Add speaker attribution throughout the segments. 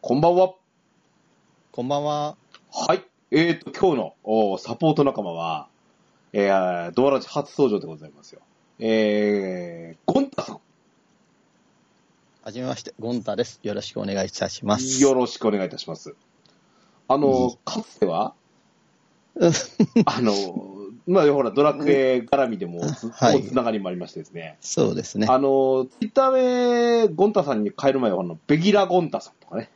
Speaker 1: こんばんは。
Speaker 2: こんばんは。
Speaker 1: はい。えー、と、今日のおーサポート仲間は、えー、ドアラジ初登場でございますよ。えー、ゴンタさん。
Speaker 2: はじめまして、ゴンタです。よろしくお願いいたします。
Speaker 1: よろしくお願いいたします。あの、かつて は、
Speaker 2: うん
Speaker 1: あの、まあ、ほら、ドラクエ絡みでも、ずっ
Speaker 2: は
Speaker 1: と
Speaker 2: い
Speaker 1: つながりもありましてですね。
Speaker 2: そうですね。
Speaker 1: あの、ツイッターで、ゴンタさんに変える前は、あの、ベギラ・ゴンタさんとかね。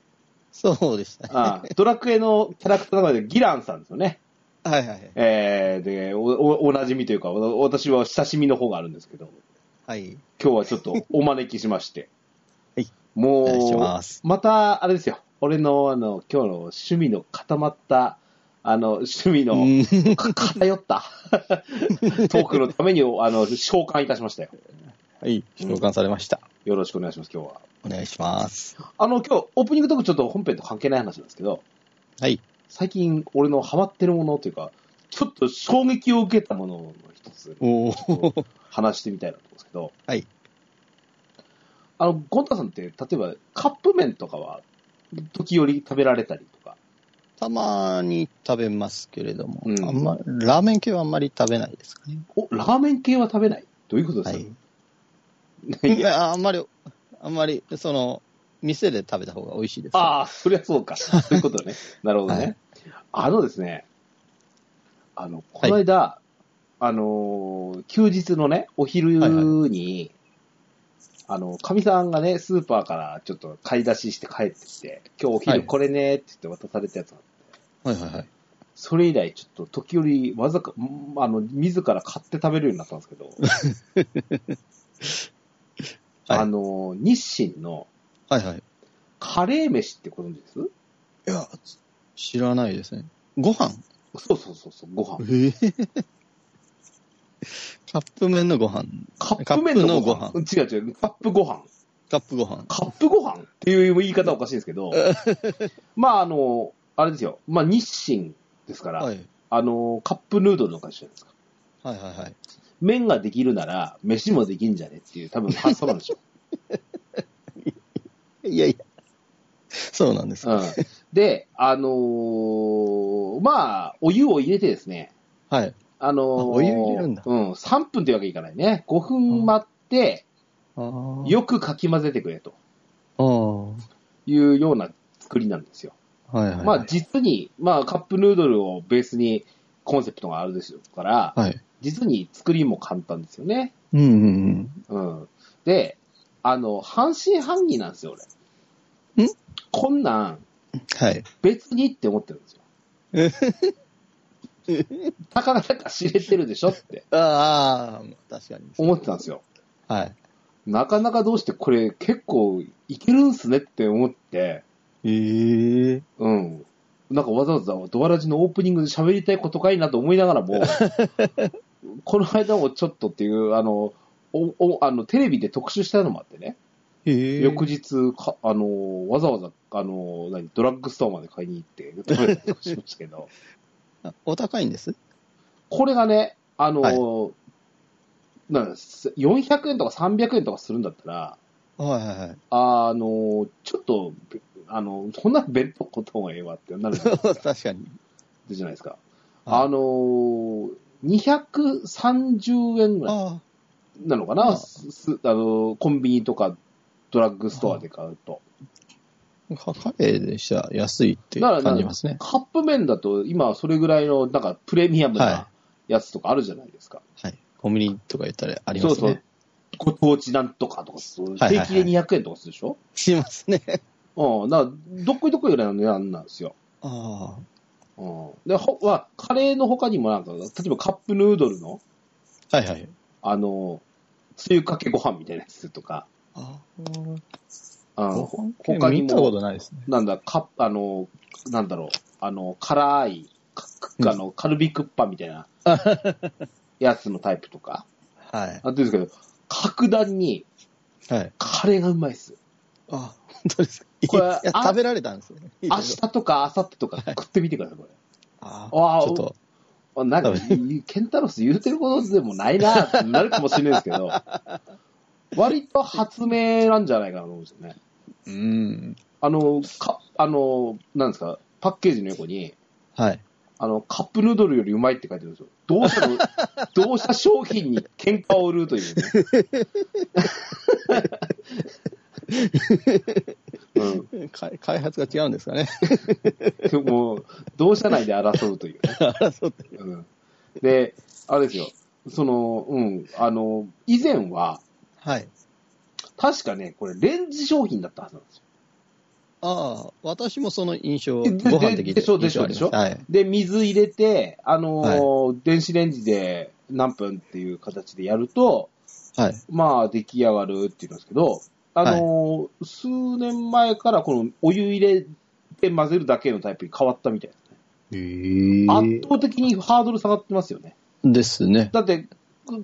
Speaker 2: そうでしたね。
Speaker 1: あードラクエのキャラクターの中でギランさんですよね。
Speaker 2: はいはいはい。
Speaker 1: えー、で、お、お、お馴染みというか、お私は親しみの方があるんですけど、
Speaker 2: はい。
Speaker 1: 今日はちょっとお招きしまして。
Speaker 2: はい。
Speaker 1: も
Speaker 2: お願いし
Speaker 1: う、
Speaker 2: ます
Speaker 1: また、あれですよ。俺の、あの、今日の趣味の固まった、あの、趣味
Speaker 2: う
Speaker 1: の、
Speaker 2: ん
Speaker 1: か偏った トークのために、あの、召喚いたしましたよ。
Speaker 2: はい。召喚されました。
Speaker 1: よろしくお願いします、今日は。
Speaker 2: お願いします。
Speaker 1: あの、今日、オープニングトークちょっと本編と関係ない話なんですけど、
Speaker 2: はい。
Speaker 1: 最近、俺のハマってるものというか、ちょっと衝撃を受けたものの一つ、
Speaker 2: おお。
Speaker 1: 話してみたいなと思うんですけど、
Speaker 2: はい。
Speaker 1: あの、ゴンタさんって、例えば、カップ麺とかは、時折食べられたりとか、
Speaker 2: たまに食べますけれども、
Speaker 1: うん
Speaker 2: あんま、ラーメン系はあんまり食べないですかね。
Speaker 1: お、ラーメン系は食べないどういうことで
Speaker 2: は
Speaker 1: すか、
Speaker 2: い。
Speaker 1: い
Speaker 2: いや、あんまり、あんまり、その、店で食べた方が美味しいです。
Speaker 1: ああ、そりゃそうか。そういうこと ね。なるほどね。
Speaker 2: はい
Speaker 1: あのですね、あの、この間、あのー休日のね、お昼に、
Speaker 2: はい
Speaker 1: あの、かみさんがね、スーパーからちょっと買い出しして帰ってきて、今日お
Speaker 2: は
Speaker 1: 昼
Speaker 2: い
Speaker 1: これねって言って渡されたやつが
Speaker 2: はいはいはい。
Speaker 1: それ以来、ちょっと時折、わざか、んあの、自ら買って食べるようになったんですけど、あの、日清の
Speaker 2: はいはい。
Speaker 1: カレー飯ってご存知です
Speaker 2: いや、知らないですね。ご飯
Speaker 1: そうそうそうそう、ご飯。
Speaker 2: えーカップ麺のご飯、
Speaker 1: カップ麺のご
Speaker 2: カッ
Speaker 1: 飯。違う違う、カップご飯。
Speaker 2: カップご飯。
Speaker 1: カップご飯っていう言い方はおかしいんですけ ど、まあ、あの、あれですよ、まあ、日清ですから、
Speaker 2: はい。
Speaker 1: あの、カップヌードルの会社じゃないですか。
Speaker 2: はいはいはい。
Speaker 1: 麺ができるなら、飯もできんじゃねっていう、多分発想なんでしょう。
Speaker 2: いやいや。そうなん です。
Speaker 1: うん、で、あのーまあ、お湯を入れてですね、
Speaker 2: はい。
Speaker 1: あのー
Speaker 2: あお湯入れるんだ
Speaker 1: うん、3分というわけにいかないね。5分待って、
Speaker 2: あー
Speaker 1: よくかき混ぜてくれと
Speaker 2: あー。
Speaker 1: いうような作りなんですよ。
Speaker 2: はいはいはい。
Speaker 1: まあ、実に、まあ、カップヌードルをベースにコンセプトがあるでしょうから、
Speaker 2: はい。
Speaker 1: 実に作りも簡単ですよね。
Speaker 2: うんうん
Speaker 1: うん。で、あの、半信半疑なんですよ、俺。
Speaker 2: ん
Speaker 1: こんなん、
Speaker 2: うん。はい。
Speaker 1: 別にって思ってるんですよ。 たかだか知れてるでしょって
Speaker 2: ああ、確かに。
Speaker 1: 思ってたんですよ。
Speaker 2: はい。
Speaker 1: なかなかどうしてこれ結構いけるんすねって思って、
Speaker 2: ええ
Speaker 1: うん。なんかわざわざドアラジのオープニングで喋りたいことかいなと思いながら も、この間もちょっとっていう、あの、おおあのテレビで特集したのもあってね、
Speaker 2: ええ
Speaker 1: 翌日か、あの、わざわざ、あの、何、ドラッグストアまで買いに行って食べたりとかしましたけど、
Speaker 2: あお高いんです
Speaker 1: これがね、あの、
Speaker 2: は
Speaker 1: なんだ400円とか300円とかするんだったら、
Speaker 2: はいは いはい。
Speaker 1: あの、ちょっと、べあの、そんな弁当買った方がええわってなるじゃないですか。
Speaker 2: 確かに。
Speaker 1: じゃないですか。
Speaker 2: はい
Speaker 1: あのー、230円ぐらい
Speaker 2: あ
Speaker 1: なのか
Speaker 2: あ
Speaker 1: な、
Speaker 2: あ
Speaker 1: すあのーコンビニとかドラッグストアで買うと。
Speaker 2: あ、カカレーでしたら安いって
Speaker 1: だから
Speaker 2: 感じますね。
Speaker 1: カップ麺だと、今はそれぐらいの、なんかプレミアムな
Speaker 2: は
Speaker 1: やつとかあるじゃないですか。
Speaker 2: はい。コンビニとか言ったらありますね。
Speaker 1: そうそう。ご当地なんとかとか、そう
Speaker 2: はいはい
Speaker 1: 定
Speaker 2: はい
Speaker 1: 期で200円とかするでしょ、
Speaker 2: しますね。
Speaker 1: うん。だから、どっこいどっこいぐらいの値段なんですよ。
Speaker 2: あ
Speaker 1: うん。で、ほ、は、カレーの他にもなんか、例えばカップヌードルの、
Speaker 2: あ。はいはい。
Speaker 1: あのー、つゆかけご飯みたいなやつとか、
Speaker 2: あ
Speaker 1: あ
Speaker 2: あ。
Speaker 1: の他
Speaker 2: 他
Speaker 1: に
Speaker 2: に見た
Speaker 1: も
Speaker 2: こ、とないですね。
Speaker 1: なんだ、か、あの、なんだろう、あの、辛い、か
Speaker 2: うん
Speaker 1: あの、カルビクッパみたい な、やつのタイプとか、
Speaker 2: はい。
Speaker 1: あとですけど、格段に
Speaker 2: はい。
Speaker 1: カレーがうまいっす。
Speaker 2: あ、本当ですか。
Speaker 1: これ
Speaker 2: いや
Speaker 1: あ
Speaker 2: 食べられたんですよね。
Speaker 1: 明日とか明後日と か食ってみてください、これ。
Speaker 2: あ
Speaker 1: あ
Speaker 2: あ、
Speaker 1: ー
Speaker 2: ちょっと。
Speaker 1: あなんか、ケンタロス言うてることでもないなってなるかもしれないですけ ど、割と発明なんじゃないかなと思うんですよね。
Speaker 2: うん。
Speaker 1: あの、カあの、なんですか、パッケージの横に、
Speaker 2: はい。
Speaker 1: あの、カップヌードルよりうまいって書いてるんですよ。どう したの、どうした商品に喧嘩を売るという、ね。
Speaker 2: 開開発が違うんですかね。
Speaker 1: うん。もう、同社内で争うという、ね。
Speaker 2: 争って。
Speaker 1: うん。で、あれですよ。その、うん、あの、以前は、
Speaker 2: はい。
Speaker 1: 確かね、これ、レンジ商品だったはずなんですよ。
Speaker 2: ああ、私もその印象、ご
Speaker 1: でで
Speaker 2: 飯的
Speaker 1: でしょでしょ
Speaker 2: 印象ありますはい。
Speaker 1: で、水入れて、あのー電子レンジで何分っていう形でやると、
Speaker 2: はい。
Speaker 1: まあ、出来上がるっていうんですけど、あのー数年前からこのお湯入れて混ぜるだけのタイプに変わったみたいですね。
Speaker 2: え
Speaker 1: 圧倒的にハードル下がってますよね。
Speaker 2: ですね。
Speaker 1: だって、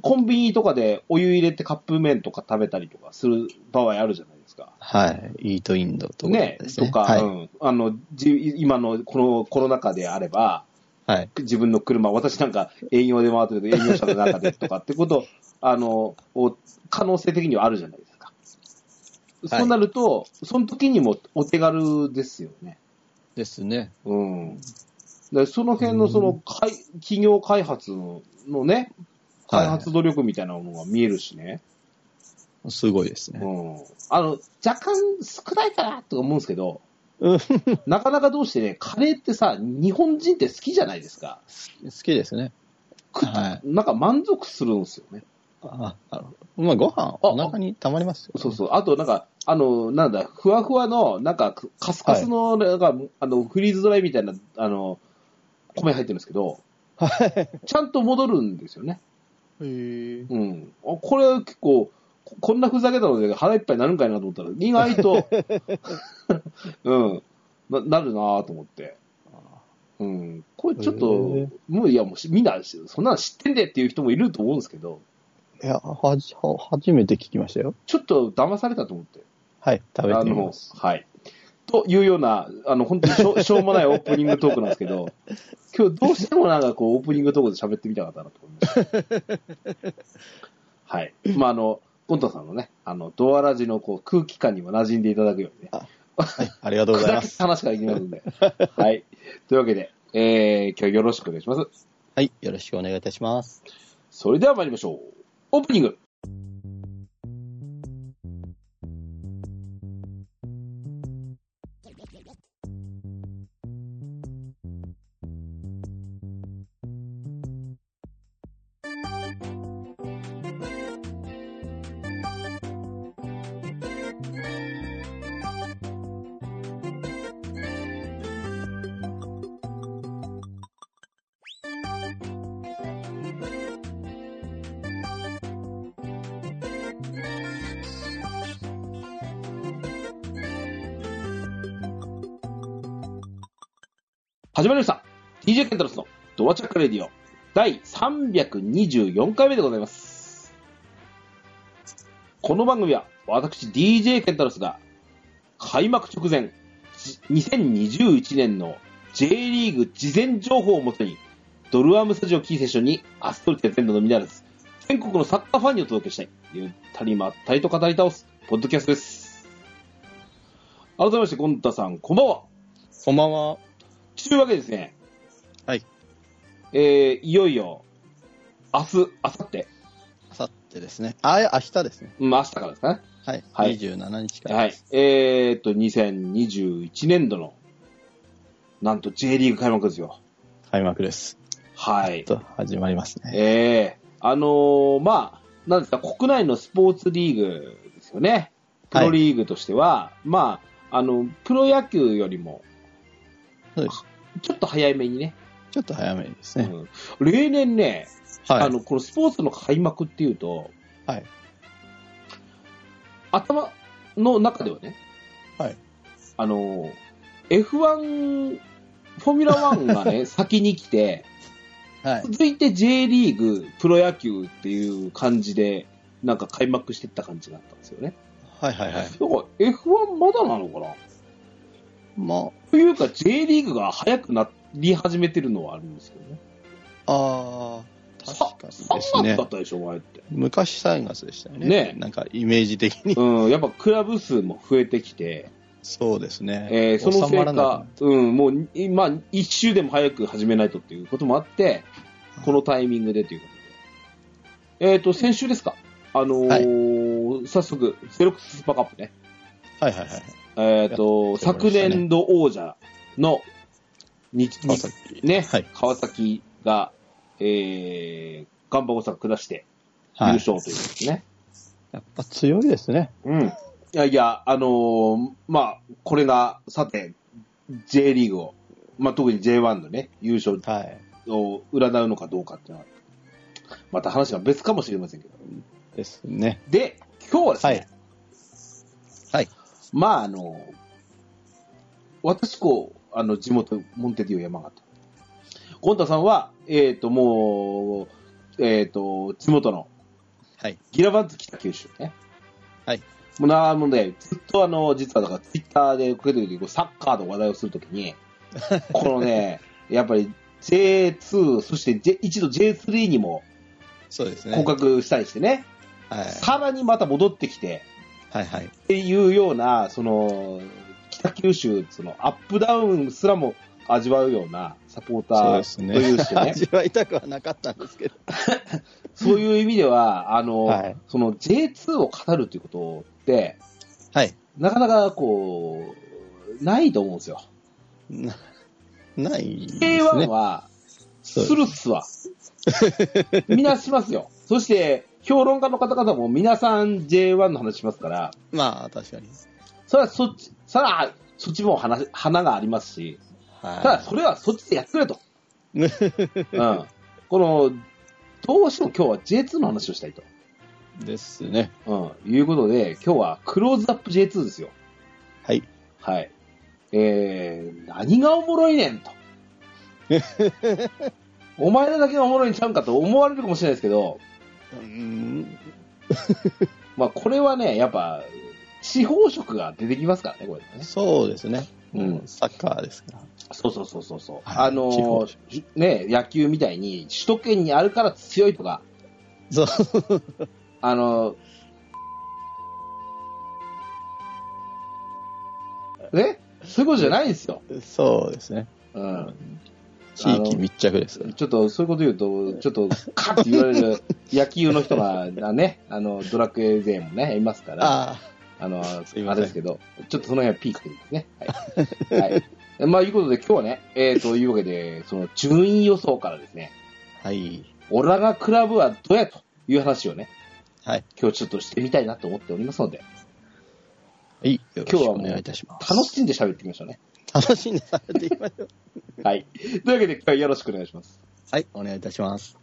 Speaker 1: コンビニとかでお湯入れてカップ麺とか食べたりとかする場合あるじゃないですか。
Speaker 2: はい。イートインドとか
Speaker 1: ね
Speaker 2: ですね。
Speaker 1: とか、
Speaker 2: は
Speaker 1: う
Speaker 2: い。
Speaker 1: ん、あの、じ今のこのコロナ禍であれば、
Speaker 2: はい。
Speaker 1: 自分の車、私なんか営業で回ってると営業車の中でとかってこと、あの、を可能性的にはあるじゃないですか。
Speaker 2: はい
Speaker 1: そうなると、その時にもお手軽ですよね。
Speaker 2: ですね。
Speaker 1: うん。でその辺のその、かい企業開発のね、開発努力みたいなものが見えるしね。
Speaker 2: すごいですね。
Speaker 1: うん。あの、若干少ないかなとか思うんですけど、
Speaker 2: うん好
Speaker 1: なかなかどうしてね、カレーってさ、日本人って好きじゃないですか。
Speaker 2: きですね。
Speaker 1: 食っ
Speaker 2: はい
Speaker 1: なんか満足するんですよね。
Speaker 2: あ、あのまあ、ご飯、お腹にたまりますよ、
Speaker 1: そうそう。あと、なんか、あの、なんだ、ふわふわの、なんか、カスカスの、なんか、あの、フリーズドライみたいな、あの、米入ってるんですけど、ちゃんと戻るんですよね。
Speaker 2: う。へえ。
Speaker 1: うん。あこれ結構、ここんなふざけたので腹いっぱいになるんかいなと思ったら、意外 と、うん、ななるなぁと思って。うん。これちょっと
Speaker 2: へー、
Speaker 1: もういや、もうしみんな、そんなの知ってんでっていう人もいると思うんですけど、
Speaker 2: いや、はじ、は、初めて聞きましたよ。
Speaker 1: ちょっと騙されたと思って。
Speaker 2: はい、食べ
Speaker 1: あ
Speaker 2: てみ
Speaker 1: の
Speaker 2: ます。
Speaker 1: はい。というような、あの、本当にし ょしょうもないオープニングトークなんですけど、今日どうしてもなんかこう、オープニングトークで喋ってみたかったなと思いま した。はい。まあ、あの、ゴンタさんのね、あの、ドアラジのこう空気感にも馴染んでいただくようにね、
Speaker 2: はい、ありがとうござい
Speaker 1: 砕
Speaker 2: ま
Speaker 1: け
Speaker 2: す。
Speaker 1: た話からいきますんで。はい。というわけで、えー、今日よろしくお願いします。
Speaker 2: はい、よろしくお願いいたします。
Speaker 1: それでは参りましょう。オープニング始まりました。DJ ケンタロスのドアチャックレディオ第324回目でございます。この番組は私 DJ ケンタロスが開幕直前じ2021年の J リーグ事前情報をもとにドルアームスタジオキーセッションにアストルテ全土のみならず全国のサッカーファンにお届けしたいゆったりまったりと語り倒すポッドキャストです。改めまして、ゴンタさん、こんばんは。
Speaker 2: こんばんは。
Speaker 1: というわけですね。
Speaker 2: はい。
Speaker 1: えー、いよいよ、明日、明後日、
Speaker 2: あさってですね。あ、いや明日ですね。
Speaker 1: うん、明日からですかね。
Speaker 2: はい。
Speaker 1: はい
Speaker 2: 27日から
Speaker 1: は
Speaker 2: で
Speaker 1: い
Speaker 2: す。。
Speaker 1: えーっと、2021年度の、なんと J リーグ開幕ですよ。
Speaker 2: 開幕です。
Speaker 1: はい。
Speaker 2: と、始まりますね。
Speaker 1: えー、あのーまあ、なんですか、国内のスポーツリーグですよね。プロリーグとしては、まあ、あの、プロ野球よりも、
Speaker 2: そうです。
Speaker 1: ちょっと早めにね、
Speaker 2: ちょっと早めにですね。
Speaker 1: うん例年ね、
Speaker 2: はい。
Speaker 1: あの、このスポーツの開幕っていうと、
Speaker 2: はい
Speaker 1: 頭の中ではね、
Speaker 2: はい
Speaker 1: あの、F1、フォーミュラ1が ね、先に来て、
Speaker 2: はい。
Speaker 1: 続いて J リーグ、プロ野球っていう感じで、なんか開幕してった感じだったんですよね。
Speaker 2: はいはいはい。
Speaker 1: だから F1 まだなのかな
Speaker 2: ま
Speaker 1: というか J リーグが早くなり始めてるのはあるんですけどね。
Speaker 2: あ、あー確かにです
Speaker 1: 3月
Speaker 2: ね
Speaker 1: だ。ったでしょ、前って。
Speaker 2: 昔3月でしたよね。
Speaker 1: ね
Speaker 2: なんかイメージ的に。
Speaker 1: うん、やっぱクラブ数も増えてきて、
Speaker 2: そうですね。
Speaker 1: えーその
Speaker 2: 収
Speaker 1: せ
Speaker 2: ま
Speaker 1: い
Speaker 2: らな
Speaker 1: か、うん、もう、いまあ、一周でも早く始めないとっていうこともあって、このタイミングでということで。えっ、と、先週ですかあのー早速、セロックススーパーカップね。
Speaker 2: くはいはいはい。
Speaker 1: えっ、
Speaker 2: や
Speaker 1: と、
Speaker 2: ってま
Speaker 1: 昨
Speaker 2: したね
Speaker 1: 年度王者の、に、
Speaker 2: 川
Speaker 1: に
Speaker 2: 崎
Speaker 1: ね、
Speaker 2: はい
Speaker 1: 川崎が、えー、ガンバゴさん下して優
Speaker 2: はい、
Speaker 1: 勝ということですね。
Speaker 2: やっぱ強いですね。
Speaker 1: うん。いやいや、あのーまあ、これが、さて、J リーグを、まあ、特に J1 のね、優勝
Speaker 2: はい。
Speaker 1: を占うのかどうかっていうのは、また話が別かもしれませんけど。
Speaker 2: ですね。
Speaker 1: で、今日はですね、
Speaker 2: はい。はい。
Speaker 1: まあ、あのー私、こう、あの、地元、モンテディオ山形。ゴンタさんは、えっ、と、もう、えっ、と、地元の
Speaker 2: はい。
Speaker 1: ギラバンズ北九州ね。
Speaker 2: はい。
Speaker 1: もうなもうね、ずっとあの、実はだからツイッターで受けてる時こうサッカーの話題をするとき に、このね、やっぱり J2、そして J 一度 J3 にも
Speaker 2: そうですね。
Speaker 1: 降格したりしてね、
Speaker 2: はい。
Speaker 1: さらにまた戻ってきて、
Speaker 2: はいはい。
Speaker 1: っていうような、その、北九州、その、アップダウンすらも味わうようなサポータ
Speaker 2: そうで
Speaker 1: ー
Speaker 2: す
Speaker 1: と
Speaker 2: ね
Speaker 1: いうしてね、
Speaker 2: 味わいたくはなかったんですけど。
Speaker 1: そういう意味では、あの、
Speaker 2: はい
Speaker 1: その J2 を語るということって、
Speaker 2: はい。
Speaker 1: なかなかこう、ないと思うんですよ。
Speaker 2: なないですね。
Speaker 1: K1 は、
Speaker 2: そう
Speaker 1: するっす わ。みんなしますよ。そして、評論家の方々も皆さん J1 の話しますから、
Speaker 2: まあ、確かに。
Speaker 1: それはそっち、さら、そっちも話、花がありますし、ただ
Speaker 2: は
Speaker 1: それはそっちでやってくれ と。
Speaker 2: い。
Speaker 1: うん。この、どうしても今日は J2 の話をしたいと。
Speaker 2: ですね。
Speaker 1: うん。いうことで、今日はクローズアップ J2 ですよ。
Speaker 2: はい。
Speaker 1: はい。えー、何がおもろいねん と。お前らだけがおもろいんちゃうんかと思われるかもしれないですけど、
Speaker 2: うん。
Speaker 1: まあこれはね、やっぱ、地方色が出てきますからね、これね。
Speaker 2: そうですね。
Speaker 1: うん。
Speaker 2: サッカーですから。
Speaker 1: そうそうそうそうそう。
Speaker 2: はい
Speaker 1: あの
Speaker 2: 地方
Speaker 1: ーね、野球みたいに、首都圏にあるから強いとか、
Speaker 2: そう。
Speaker 1: あのーねそういうことじゃないんですよ。
Speaker 2: そうですね。
Speaker 1: うん。
Speaker 2: 地域密着ですから。
Speaker 1: ちょっとそういうこと言うと、ちょっとカッて言われ る野球の人がね、あの、ドラクエ勢もね、いますから、あ
Speaker 2: あ
Speaker 1: の、
Speaker 2: すいません
Speaker 1: あれですけど、ちょっとその辺はピークですね。はい。 はい、まあ、いうことで今日はね、えー、というわけで、その順位予想からですね、
Speaker 2: あ。はい。
Speaker 1: オラがクラブはどうやという話をね、
Speaker 2: はい。
Speaker 1: 今日ちょっとしてみたいなと思っておりますので、
Speaker 2: はい。よろし
Speaker 1: 今日
Speaker 2: く
Speaker 1: は
Speaker 2: お
Speaker 1: もう
Speaker 2: 願いいたします。
Speaker 1: 楽しんで喋っていきましょうね。
Speaker 2: 楽しんで食べていきましょう。
Speaker 1: はい。というわけで今日はよろしくお願いします。
Speaker 2: はい。お願いいたします。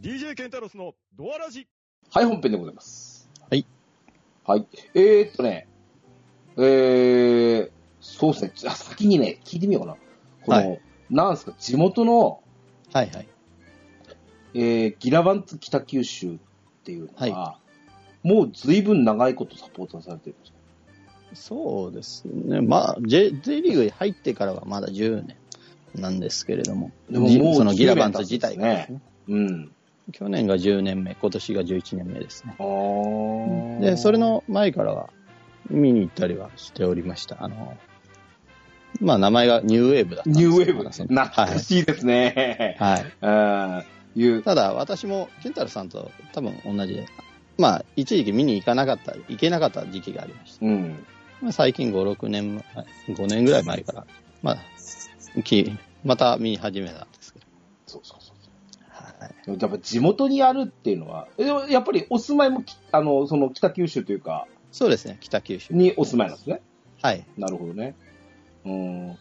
Speaker 3: DJ ケンタロスのドアラジ
Speaker 1: はい、本編でございます。
Speaker 2: はい。
Speaker 1: はい。えー、っとね、えー、そうですね、あ先にね、聞いてみようかな。この、
Speaker 2: は
Speaker 1: なんすか、地元の、
Speaker 2: はいはい。
Speaker 1: えー、ギラバンツ北九州っていうのが、もうずいぶん長いことサポーターされてるんですよ
Speaker 2: そうですね。まあ、J, J リーグに入ってからはまだ10年なんですけれども、
Speaker 1: でも
Speaker 2: じ
Speaker 1: もう
Speaker 2: そのギラバン
Speaker 1: 10
Speaker 2: ズ
Speaker 1: 年経つ
Speaker 2: 自
Speaker 1: んですね
Speaker 2: 体がですね
Speaker 1: うん。
Speaker 2: 去年が10年目、今年が11年目ですね。
Speaker 1: あー
Speaker 2: で、それ、の前からは見に行ったりはしておりました。あの、まあ名前がニューウェーブだったんで
Speaker 1: ニ
Speaker 2: す
Speaker 1: ューウェー
Speaker 2: ま
Speaker 1: ブ、
Speaker 2: だその
Speaker 1: 懐かしいですね。
Speaker 2: はい。はい。
Speaker 1: あー いう、
Speaker 2: ただ私も、ケンタルさんと多分同じで、まあ一時期見に行かなかった、行けなかった時期がありました。
Speaker 1: うん。
Speaker 2: まあ、最近5、6年前、5年ぐらい前から、まあ、きまた見始めたんですけど。
Speaker 1: そうそうそう。
Speaker 2: はい、
Speaker 1: でもやっぱ地元にあるっていうのは、えでもやっぱりお住まいもきあのその北九州というか、
Speaker 2: そうですね、北九州。
Speaker 1: にお住まいなんですね。
Speaker 2: はい。
Speaker 1: なるほどね。うん。なん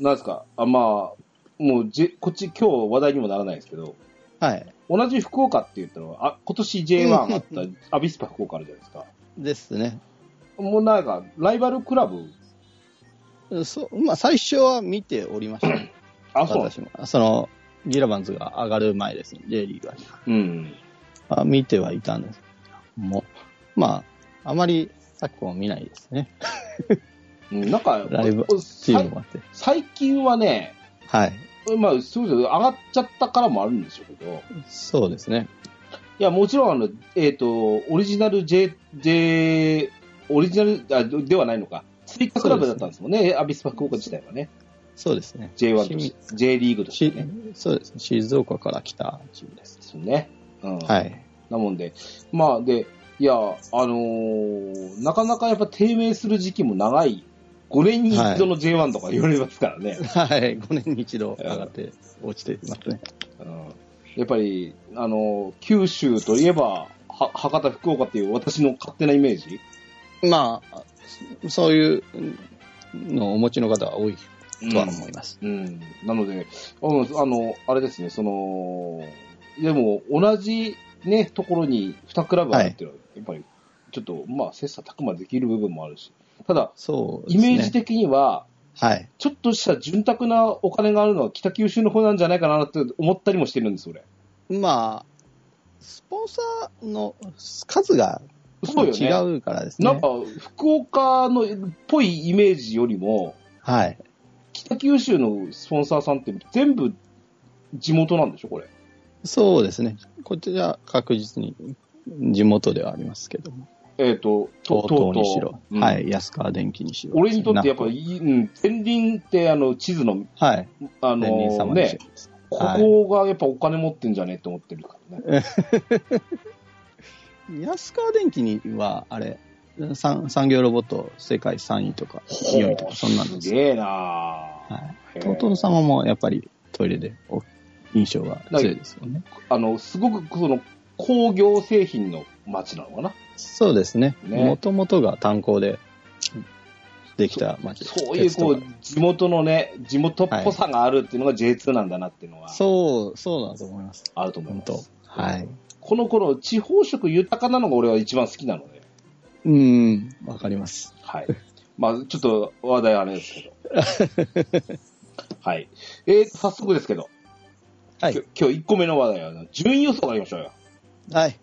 Speaker 1: ですか、あまあ、もうじ、こっち今日話題にもならないですけど、
Speaker 2: はい。
Speaker 1: 同じ福岡って言ったのは、あ今年 J1 あ ったアビスパ福岡あるじゃないですか。
Speaker 2: ですね。
Speaker 1: もうなんか、ライバルクラブ、
Speaker 2: そう、まあ、最初は見ておりました。
Speaker 1: あ、そうなんです
Speaker 2: 私も。その、ギラバンズが上がる前ですね、J リーグは。
Speaker 1: うん。
Speaker 2: あ見てはいたんです。もう、まあ、あまり昨今見ないですね。
Speaker 1: うんなんか、
Speaker 2: ライバル
Speaker 1: お
Speaker 2: チ
Speaker 1: さ
Speaker 2: ーム
Speaker 1: い
Speaker 2: もあって。
Speaker 1: 最近はね、
Speaker 2: はい。
Speaker 1: まあ、すごい上がっちゃったからもあるんでしょうけど、
Speaker 2: そうですね。
Speaker 1: いや、もちろん、あの、えっ、と、オリジナル J、J、オリジナルあではないのか、追加クラブだったんですもんね、アビスパ福岡自体はね、
Speaker 2: そうですね。
Speaker 1: J1 として、J リーグとして
Speaker 2: し
Speaker 1: ね。
Speaker 2: そうですね。静岡から来たチームです。
Speaker 1: ですね。うん、
Speaker 2: はい。
Speaker 1: なもんで、まあ、で、いや、あのーなかなかやっぱ低迷する時期も長い、5年に一度の J1 とか言われますからね。
Speaker 2: はい。5年に一度上がって落ちていますね。
Speaker 1: うんやっぱり、あのー九州といえば、は博多、福岡っていう私の勝手なイメージ。
Speaker 2: まあ、そそういうのをお持ちの方は多いとは思います。
Speaker 1: うん、なので、うんあの、あれですね、その、でも同じね、ところに2クラブあるっていうのは、やっぱり、ちょっと、まあ、切磋琢磨できる部分もあるし、ただ、
Speaker 2: そう
Speaker 1: イ
Speaker 2: ですね。
Speaker 1: メージ的には、
Speaker 2: はい。
Speaker 1: ちょっとした潤沢なお金があるのは北九州の方なんじゃないかなって思ったりもしてるんです、俺。
Speaker 2: まあ、スポンサーの数が
Speaker 1: そうよね。
Speaker 2: 違うからですね。
Speaker 1: なんか、福岡のっぽいイメージよりも、
Speaker 2: はい。
Speaker 1: 北九州のスポンサーさんって全部地元なんでしょ、これ。
Speaker 2: そうですね。こちら確実に地元ではありますけども。
Speaker 1: えっ、と、と
Speaker 2: 東東にしろ、
Speaker 1: うん
Speaker 2: はい。安川電機にしろ。
Speaker 1: 俺にとってやっぱ、
Speaker 2: な
Speaker 1: うん、天輪ってあの地図の、
Speaker 2: はい。
Speaker 1: あ
Speaker 2: 電輪
Speaker 1: の
Speaker 2: 様にし
Speaker 1: ね
Speaker 2: ろ、ですね。
Speaker 1: こ
Speaker 2: はい
Speaker 1: こがやっぱお金持ってんじゃねえって思ってるからね。
Speaker 2: 安川電機には、あれ、産産業ロボット世界3位とか4位とか、そんなんですす。
Speaker 1: げえなぁ。
Speaker 2: はい。
Speaker 1: へえ
Speaker 2: トートン様もやっぱりトイレでお印象が強いですよね。
Speaker 1: あの、すごくその工業製品の街なのかな。
Speaker 2: そうですね。
Speaker 1: ね
Speaker 2: もともとが炭鉱でできた町
Speaker 1: そういうこう
Speaker 2: 鉄と、
Speaker 1: 地元のね、地元っぽさがあるっていうのが J2 なんだなっていうのは
Speaker 2: か、そう、そうだと思います。
Speaker 1: あると思い
Speaker 2: 本
Speaker 1: ま
Speaker 2: 当
Speaker 1: す。。
Speaker 2: はい。
Speaker 1: この頃、地方色豊かなのが俺は一番好きなので。
Speaker 2: うん、わかります。
Speaker 1: はい。まあ、ちょっと話題はあれですけ ど。はい。えー、早速ですけど、
Speaker 2: は
Speaker 1: きょ
Speaker 2: い。
Speaker 1: 今日1個目の話題は、順位予想がありましょうよ。
Speaker 2: はい。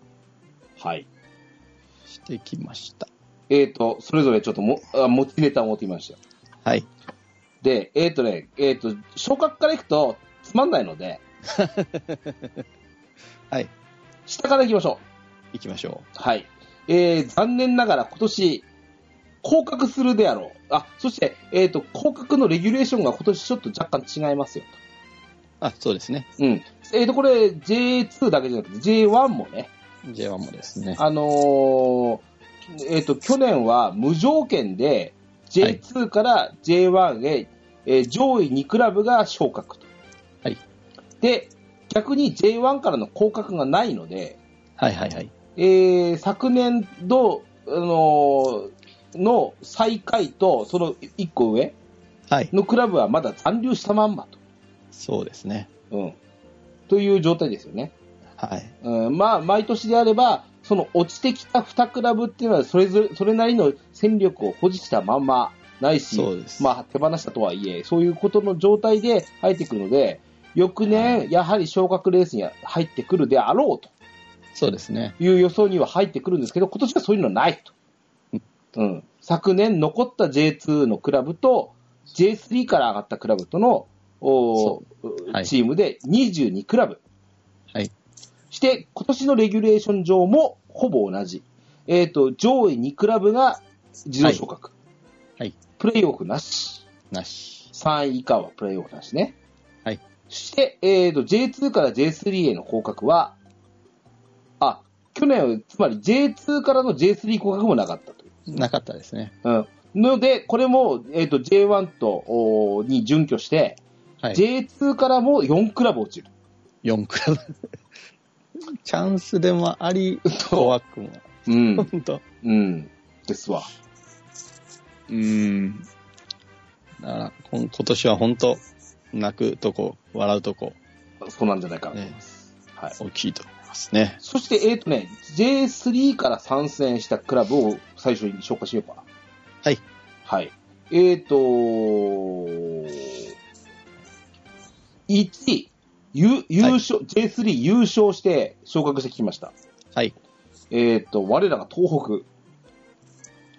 Speaker 1: はい。
Speaker 2: してきました。
Speaker 1: えーと、それぞれちょっとも、あ持ちネタを持ってきました。
Speaker 2: はい。
Speaker 1: で、えーとね、えーと、昇格からいくとつまんないので、
Speaker 2: はい。
Speaker 1: 下からいきましょ
Speaker 2: 行きましょ
Speaker 1: う。はい。えー、残念ながら今年、降格するであろう。あ、そして、えーと、降格のレギュレーションが今年ちょっと若干違いますよ。
Speaker 2: う。あ、そうですね。
Speaker 1: うん。えーと、これ J2 だけじゃなくて J1 もね、
Speaker 2: J1 もですね。
Speaker 1: あのーえっ、と、去年は無条件で J2 から J1 へ、えー上位2クラブが昇格と。
Speaker 2: はい。
Speaker 1: で、逆に J1 からの降格がないので、
Speaker 2: はいはいはい。
Speaker 1: えー昨年度、あのーの最下位とその1個上
Speaker 2: はい。
Speaker 1: のクラブはまだ残留したまんま
Speaker 2: そうですね。
Speaker 1: と。うん。という状態ですよね。
Speaker 2: はい。
Speaker 1: うん、まあ、毎年であれば、その落ちてきた2クラブっていうのは、それぞれ、それなりの戦力を保持したまんま、ないし
Speaker 2: そうで、す
Speaker 1: まあ、手放したとはいえ、そういうことの状態で入ってくるので、翌年、やはり昇格レースに入ってくるであろうと
Speaker 2: そうですね。
Speaker 1: いう予想には入ってくるんですけど、今年はそういうのはないと。うん。昨年残った J2 のクラブと、J3 から上がったクラブとの、お
Speaker 2: そ
Speaker 1: ー
Speaker 2: はい
Speaker 1: チームで22クラブ。
Speaker 2: はい。
Speaker 1: して、今年のレギュレーション上もほぼ同じ。えっ、と、上位2クラブが自動昇格。
Speaker 2: はいはい
Speaker 1: プレイオフなし。
Speaker 2: なし。
Speaker 1: 3位以下はプレイオフなしね。
Speaker 2: はい。
Speaker 1: して、えっ、と、J2 から J3 への降格は、あ、去年は、つまり J2 からの J3 降格もなかったという。
Speaker 2: なかったですね。
Speaker 1: うん。ので、これも、えっ、と、J1 と、おーに準拠して、
Speaker 2: はい。
Speaker 1: J2 からも4クラブ落ちる。
Speaker 2: 4クラブ。 チャンスでもあり、怖くも。
Speaker 1: うん。
Speaker 2: 本当。
Speaker 1: うん。ですわ。
Speaker 2: うん。だから、こん今年は本当、泣くとこ、笑うとこ、
Speaker 1: そうなんじゃないかなと思います。はい。
Speaker 2: 大きいと思いますね。
Speaker 1: そして、えっ、とね、J3 から参戦したクラブを最初に紹介しようかな。
Speaker 2: はい。
Speaker 1: はい。えっ、と1位、ゆ優勝、J3 優勝して昇格してきました。
Speaker 2: はい。
Speaker 1: えっ、と、我らが東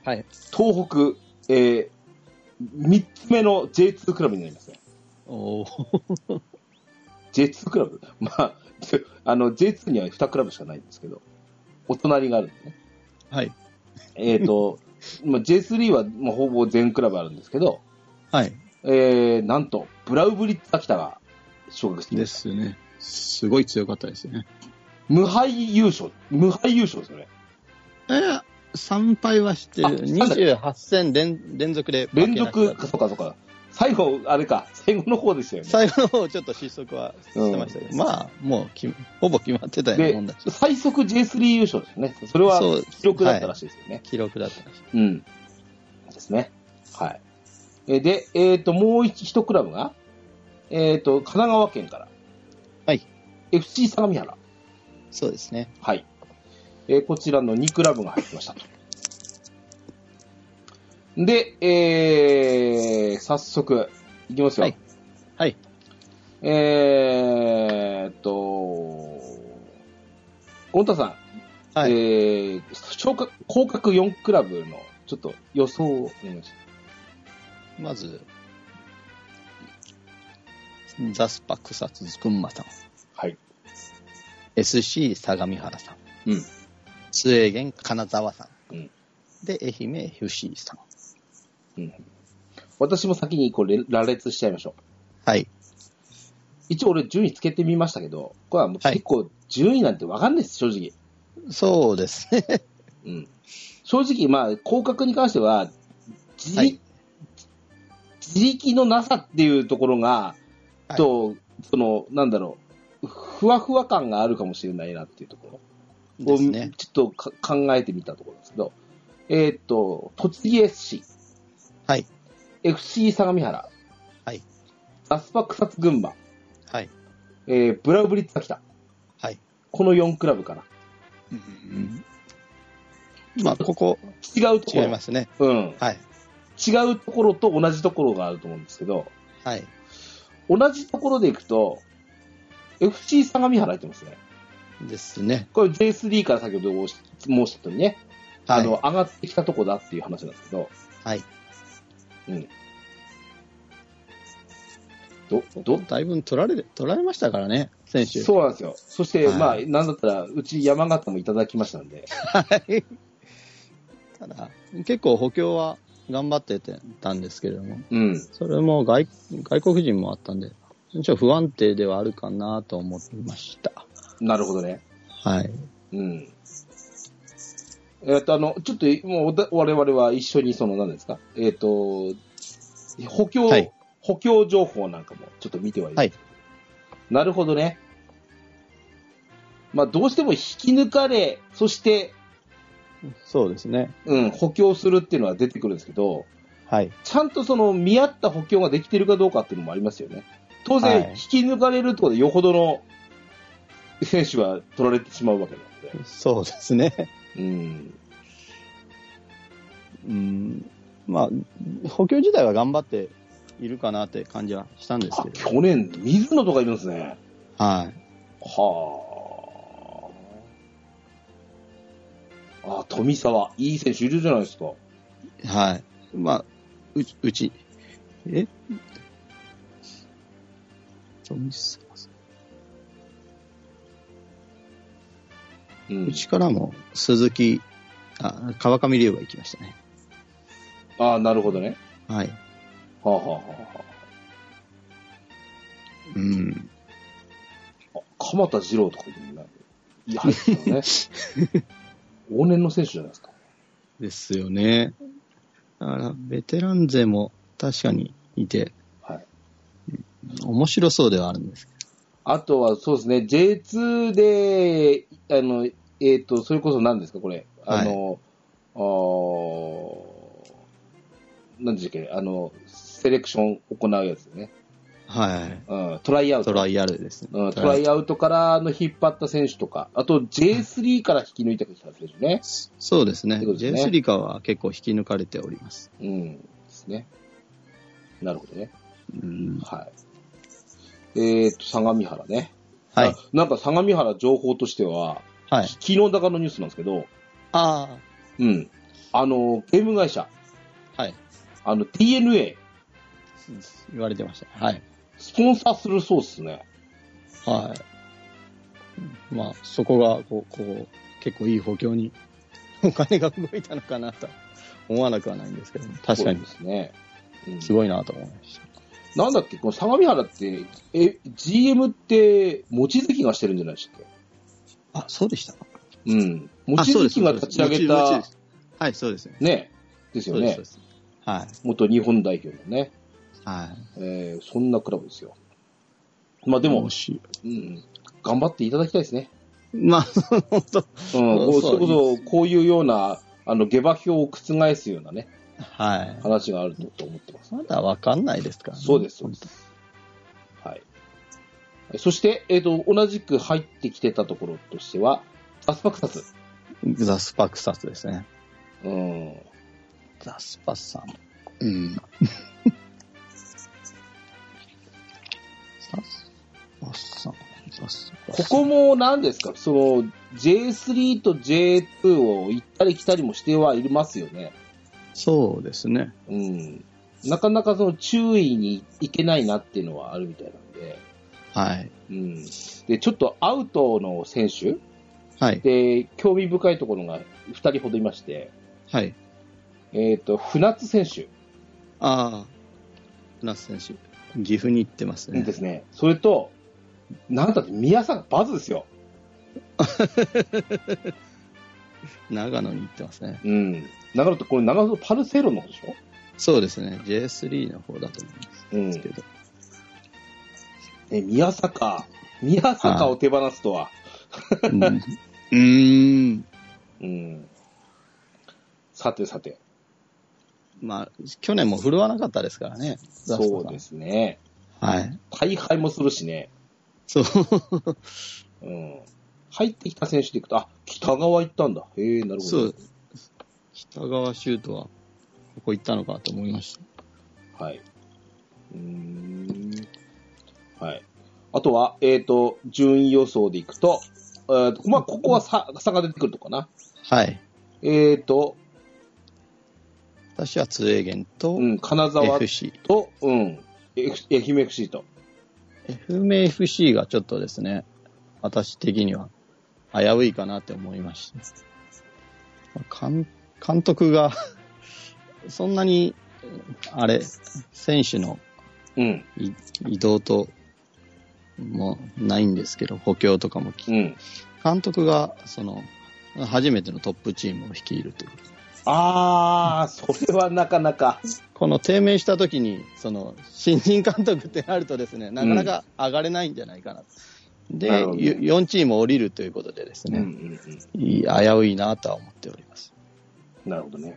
Speaker 2: はい。
Speaker 1: 北、東北、えー、3つ目の J2 クラブになりますね。
Speaker 2: おー
Speaker 1: J2 クラブ まあ、ちょあの、J2 には2クラブしかないんですけど、お隣があるんですね。
Speaker 2: はい。
Speaker 1: えっ、と、まあ、J3 はもうほぼ全クラブあるんですけど、
Speaker 2: はい。
Speaker 1: えー、なんと、ブラウブリッツ秋田が昇格してい
Speaker 2: で
Speaker 1: ます。
Speaker 2: すね。すごい強かったですよね。
Speaker 1: 無敗優勝、無敗優勝ですよね。
Speaker 2: えー、参拝はして
Speaker 1: あ
Speaker 2: る。28戦連連続で負け
Speaker 1: 連
Speaker 2: なくな
Speaker 1: 続、
Speaker 2: っ
Speaker 1: そうかそうか。最後、あれか、最後の方ですよね。
Speaker 2: 最後の方ちょっと失速はしてましたけど、
Speaker 1: うん
Speaker 2: まあ、もうきほぼ決まってたようなも
Speaker 1: で
Speaker 2: んだし、
Speaker 1: 最速 J3 優勝ですね。それは
Speaker 2: そう
Speaker 1: 記録だったらしいですよね。
Speaker 2: 記録だったらしい。
Speaker 1: うん。ですね。はい。えで、えっ、と、もう一一クラブが、えっ、と、神奈川県から。
Speaker 2: はい。
Speaker 1: FC 相模原。
Speaker 2: そうですね。
Speaker 1: はい。えーこちらの2クラブが入ってましたと。で、えー、早速、いきますよ。
Speaker 2: はいはい。
Speaker 1: えーっと、ゴンタさん、
Speaker 2: はい
Speaker 1: えー、昇格、降格4クラブの、ちょっと予想をお願いし
Speaker 2: まず、ザスパ草津群馬さん、
Speaker 1: はい。
Speaker 2: SC 相模原さん、
Speaker 1: うん。
Speaker 2: スウェーゲン金沢さん、
Speaker 1: うん
Speaker 2: で、愛媛 FC さん。
Speaker 1: 私も先にこうれ羅列しちゃいましょう。
Speaker 2: はい。
Speaker 1: 一応俺順位つけてみましたけど、これはもう結構順位なんてわかんないです、正直。
Speaker 2: そうですね。
Speaker 1: うん正直、まあ、降格に関しては、自,、
Speaker 2: はい
Speaker 1: 自力のなさっていうところが、
Speaker 2: はい
Speaker 1: と、その、なんだろう、ふわふわ感があるかもしれないなっていうところ
Speaker 2: で
Speaker 1: を、
Speaker 2: すね。
Speaker 1: ちょっとか考えてみたところですけど、えーっと、栃木 SC、
Speaker 2: はい。
Speaker 1: FC 相模原、
Speaker 2: はい。
Speaker 1: アスパ草津群馬、
Speaker 2: はい。
Speaker 1: えーブラウブリッツ秋田、
Speaker 2: はい。
Speaker 1: この4クラブかな。
Speaker 2: うんまあ、ここ、
Speaker 1: 違うところ。
Speaker 2: 違いますね。
Speaker 1: うん。
Speaker 2: はい。
Speaker 1: 違うところと同じところがあると思うんですけど、
Speaker 2: はい。
Speaker 1: 同じところで行くと、FC 相模原入ってますね。
Speaker 2: ですね。
Speaker 1: これ J3 から先ほど申し申したとにね、
Speaker 2: はい
Speaker 1: あの、上がってきたとこだっていう話なんですけど、
Speaker 2: はい。
Speaker 1: うん。ど、ど、
Speaker 2: だいぶ取られ、取られましたからね、選手。
Speaker 1: そうなんですよ。そして、
Speaker 2: はい
Speaker 1: まあ、なんだったら、うち山形もいただきましたんで、
Speaker 2: はい。ただ、結構補強は頑張ってたんですけれども、
Speaker 1: うん。
Speaker 2: それも外外国人もあったんで、ちょっと不安定ではあるかなと思いました。
Speaker 1: なるほどね。
Speaker 2: はい。
Speaker 1: うん。えっと、あの、ちょっと、もうおた、我々は一緒に、その、何ですか、えっ、と、補強、
Speaker 2: はい
Speaker 1: 補強情報なんかも、ちょっと見てはいる。
Speaker 2: はい
Speaker 1: なるほどね。まあ、どうしても引き抜かれ、そして、
Speaker 2: そうですね。
Speaker 1: うん、補強するっていうのは出てくるんですけど、
Speaker 2: はい。
Speaker 1: ちゃんとその、見合った補強ができてるかどうかっていうのもありますよね。当然、
Speaker 2: はい
Speaker 1: 引き抜かれるってことで、よほどの選手は取られてしまうわけなので。
Speaker 2: そうですね。
Speaker 1: うん。
Speaker 2: うん。まあ、補強自体は頑張っているかなって感じはしたんです
Speaker 1: あ
Speaker 2: けど。
Speaker 1: 去年、水野とかいるんですね。
Speaker 2: はい。
Speaker 1: はあ。あ、富澤、いい選手いるじゃないですか。
Speaker 2: はい。まあ、うち、うち、え富澤さん
Speaker 1: うん
Speaker 2: う。ちからも鈴木、あ川上龍が行きましたね。
Speaker 1: ああ、なるほどね。
Speaker 2: はい。
Speaker 1: はあ、はあはあは
Speaker 2: うん。
Speaker 1: あ、あ鎌田二郎とかいるんだ。いや、入って たよね。往年の選手じゃないですか。
Speaker 2: ですよね。だから、ベテラン勢も確かにいて、
Speaker 1: はい。
Speaker 2: 面白そうではあるんですけ
Speaker 1: あとは、そうですね、J2 で、あの、えっ、と、それこそ何ですか、これ。あの、あー何でしたっけ、あの、セレクション行うやつね。
Speaker 2: ど。はい。
Speaker 1: うん、トライアウ
Speaker 2: ト
Speaker 1: ト。
Speaker 2: ライアルですね。
Speaker 1: うん、トライアウトからの引っ張った選手とか、あと J3 から引き抜いてきた選手ね。
Speaker 2: そうですね。
Speaker 1: ということですね
Speaker 2: J3 かは結構引き抜かれております。
Speaker 1: うん、ですね。なるほどね。
Speaker 2: うん。
Speaker 1: はい。えっ、と、相模原ね。
Speaker 2: はい。
Speaker 1: な。なんか相模原情報としては、
Speaker 2: はい。
Speaker 1: 昨日だかのニュースなんですけど、
Speaker 2: あ
Speaker 1: うん。あの、ゲーム会社、
Speaker 2: あ。はい。
Speaker 1: あの、DNA、
Speaker 2: 言われてました。はい。
Speaker 1: スポンサーするそうっすね。
Speaker 2: はい。まあ、そこが、こう、こう、結構いい補強にお金が動いたのかなと思わなくはないんですけど、確か
Speaker 1: そう
Speaker 2: に
Speaker 1: ですね。うん
Speaker 2: すごいなと思いました。
Speaker 1: なんだっけ、この相模原って、え、GM って、望月がしてるんじゃないでしたっ
Speaker 2: あ、そうでした
Speaker 1: けうん。望
Speaker 2: あそうです
Speaker 1: 月が立ち上げた、
Speaker 2: はい、そうですね。
Speaker 1: ね、ですよ
Speaker 2: そうです
Speaker 1: ね
Speaker 2: そうで。す。はい。
Speaker 1: 元日本代表のね、
Speaker 2: はい。
Speaker 1: えーそんなクラブですよ。まあでも
Speaker 2: 惜、し
Speaker 1: う
Speaker 2: い
Speaker 1: ん、頑張っていただきたいですね。
Speaker 2: まあ、本当
Speaker 1: うん、
Speaker 2: そ
Speaker 1: こ
Speaker 2: う
Speaker 1: うそ
Speaker 2: そう
Speaker 1: れこそ、こういうような、あの、下馬評を覆すようなね、
Speaker 2: はい。
Speaker 1: 話があるとと思ってます。
Speaker 2: まだわかんないですからね。
Speaker 1: そうです、そうです。はい。そして、えっ、と、同じく入ってきてたところとしては、アスパクサス。
Speaker 2: ザスパクサスですね。
Speaker 1: うん。
Speaker 2: ザスパスさん。うん。ザスパスさん。ザスパ
Speaker 1: こ
Speaker 2: ス
Speaker 1: こも何ですかその、J3 と J2 を行ったり来たりもしてはいますよね。
Speaker 2: そうですね。
Speaker 1: うん。なかなかその注意に行けないなっていうのはあるみたいなんで。
Speaker 2: はい。
Speaker 1: うん。で、ちょっとアウトの選手
Speaker 2: はい。
Speaker 1: で、興味深いところが2人ほどいまして、
Speaker 2: はい。
Speaker 1: えっ、と、船津選手
Speaker 2: ああ。船津選手。岐阜に行ってますね。
Speaker 1: ですね。それと、なんだって宮坂バズですよ。
Speaker 2: 長野に行ってますね。
Speaker 1: うん。長野と、これ長野とパルセロの方でしょ
Speaker 2: そうですね。J3 の方だと思います。
Speaker 1: うん
Speaker 2: ですけど。
Speaker 1: え、宮坂。宮坂を手放すとは。
Speaker 2: うん。 うーん。
Speaker 1: うん。さてさて。
Speaker 2: まあ、去年も振るわなかったですからね。ザスパ
Speaker 1: そ
Speaker 2: さん
Speaker 1: うで。すね。
Speaker 2: はい。
Speaker 1: 大敗もするしね。
Speaker 2: そう。
Speaker 1: うん。入ってきた選手でいくと、あ、北川行ったんだ。へえ、なるほど。
Speaker 2: そう。北川修斗は、ここ行ったのかと思いました。
Speaker 1: はい。うーん。はい。あとは、えっ、と、順位予想でいくと、えーとまあ、ここは差差が出てくるのかな。
Speaker 2: はい。
Speaker 1: えっ、と、
Speaker 2: 私は通営源と
Speaker 1: うん、金沢
Speaker 2: FC。
Speaker 1: と、うん、F- 愛媛 FC と。
Speaker 2: F 名 FC がちょっとですね、私的には危ういかなって思いました。まあ監監督が、 そんなに、あれ、選手の
Speaker 1: うん、
Speaker 2: い移動と、もうないんですけど、補強とかもき、
Speaker 1: うん。
Speaker 2: 監督が、その、初めてのトップチームを率いるという。
Speaker 1: あー、それはなかなか。
Speaker 2: この低迷した時に、その、新人監督ってなるとですね、なかなか上がれないんじゃないかな。で、
Speaker 1: なるほど
Speaker 2: 4チーム降りるということでです
Speaker 1: うん、う
Speaker 2: ね、
Speaker 1: ん、
Speaker 2: いい危ういなとは思っております。
Speaker 1: うん。なるほどね。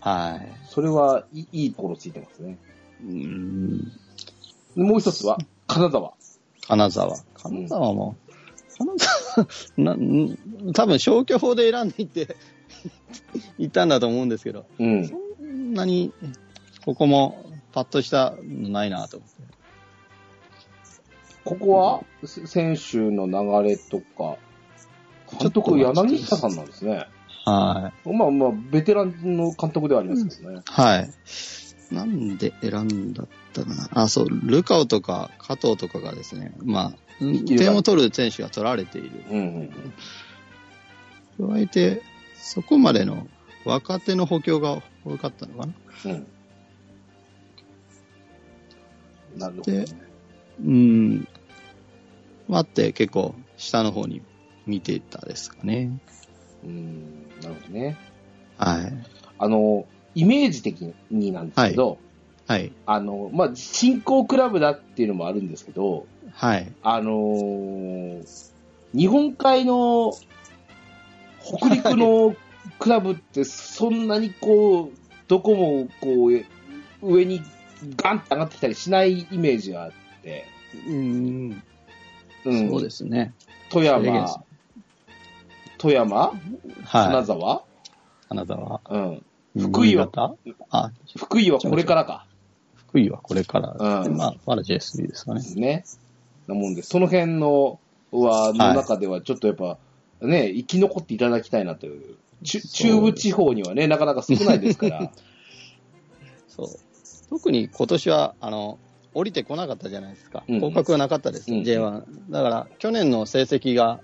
Speaker 2: はい。
Speaker 1: それはいいいいところついてますね。
Speaker 2: うん、
Speaker 1: もう一つは、金沢。
Speaker 2: 金沢。金沢も、金沢、な、ん多分消去法で選んでいって、 行ったんだと思うんですけど、
Speaker 1: うん。
Speaker 2: そんなに、ここもパッとしたのないなと思って。
Speaker 1: ここは、せ選手の流れとか、監督、柳下さんなんですね。
Speaker 2: はい。
Speaker 1: まあまあ、ベテランの監督ではありますけどね。
Speaker 2: はい。なんで選んだったかな。あ、そう、ルカオとか加藤とかがですね、まあ、うん
Speaker 1: きるだけ
Speaker 2: 点を取る選手が取られている。
Speaker 1: うん、うん、
Speaker 2: 加えて、そこまでの若手の補強が多かったのかな。
Speaker 1: うん。うんなるほどね
Speaker 2: で、うん。待って、結構、下の方に見ていたですかね。
Speaker 1: うん、なるほどね。
Speaker 2: はい。
Speaker 1: あの、イメージ的になんですけど、
Speaker 2: はい。
Speaker 1: あの、まあ、新興クラブだっていうのもあるんですけど、
Speaker 2: はい。
Speaker 1: あのー日本海の北陸のクラブってそんなにこう、どこもこう、え上にガンって上がってきたりしないイメージがあって、
Speaker 2: うん。
Speaker 1: う
Speaker 2: そうで
Speaker 1: ん、
Speaker 2: すね。
Speaker 1: 富
Speaker 2: 制限す
Speaker 1: 山、富山、
Speaker 2: は
Speaker 1: 金
Speaker 2: い。
Speaker 1: 沢、
Speaker 2: 金沢。
Speaker 1: うん、福井は
Speaker 2: 新潟あ、
Speaker 1: 福井はこれからか。
Speaker 2: 福井はこれから、
Speaker 1: うん
Speaker 2: まあ、まだ J3 ですかね
Speaker 1: で。すね。なもんで、その辺の、は、の中では、ちょっとやっぱ、ね、生き残っていただきたいなという。中中部地方にはね、なかなか少ないですから。
Speaker 2: そう。特に今年は、あの、降りてこなかったじゃないですか。
Speaker 1: うん
Speaker 2: 降格はなかったです、
Speaker 1: うん
Speaker 2: J1。だから、去年の成績が、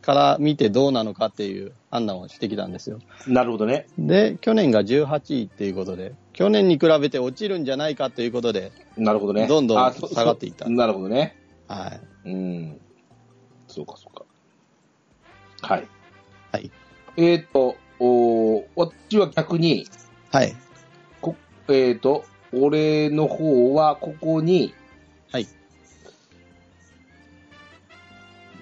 Speaker 2: から見てどうなのかっていう判断をしてきたんですよ。
Speaker 1: なるほどね。
Speaker 2: で、去年が18位っていうことで、去年に比べて落ちるんじゃないかということで、
Speaker 1: なるほどね。
Speaker 2: どんどん
Speaker 1: あそ
Speaker 2: 下がっていった
Speaker 1: そなるほどね。
Speaker 2: はい。
Speaker 1: うん。そうか、そうか。はい。
Speaker 2: はい。
Speaker 1: えっ、と、おー私は逆に、
Speaker 2: はい。
Speaker 1: えっ、と、俺の方は、ここに、
Speaker 2: はい。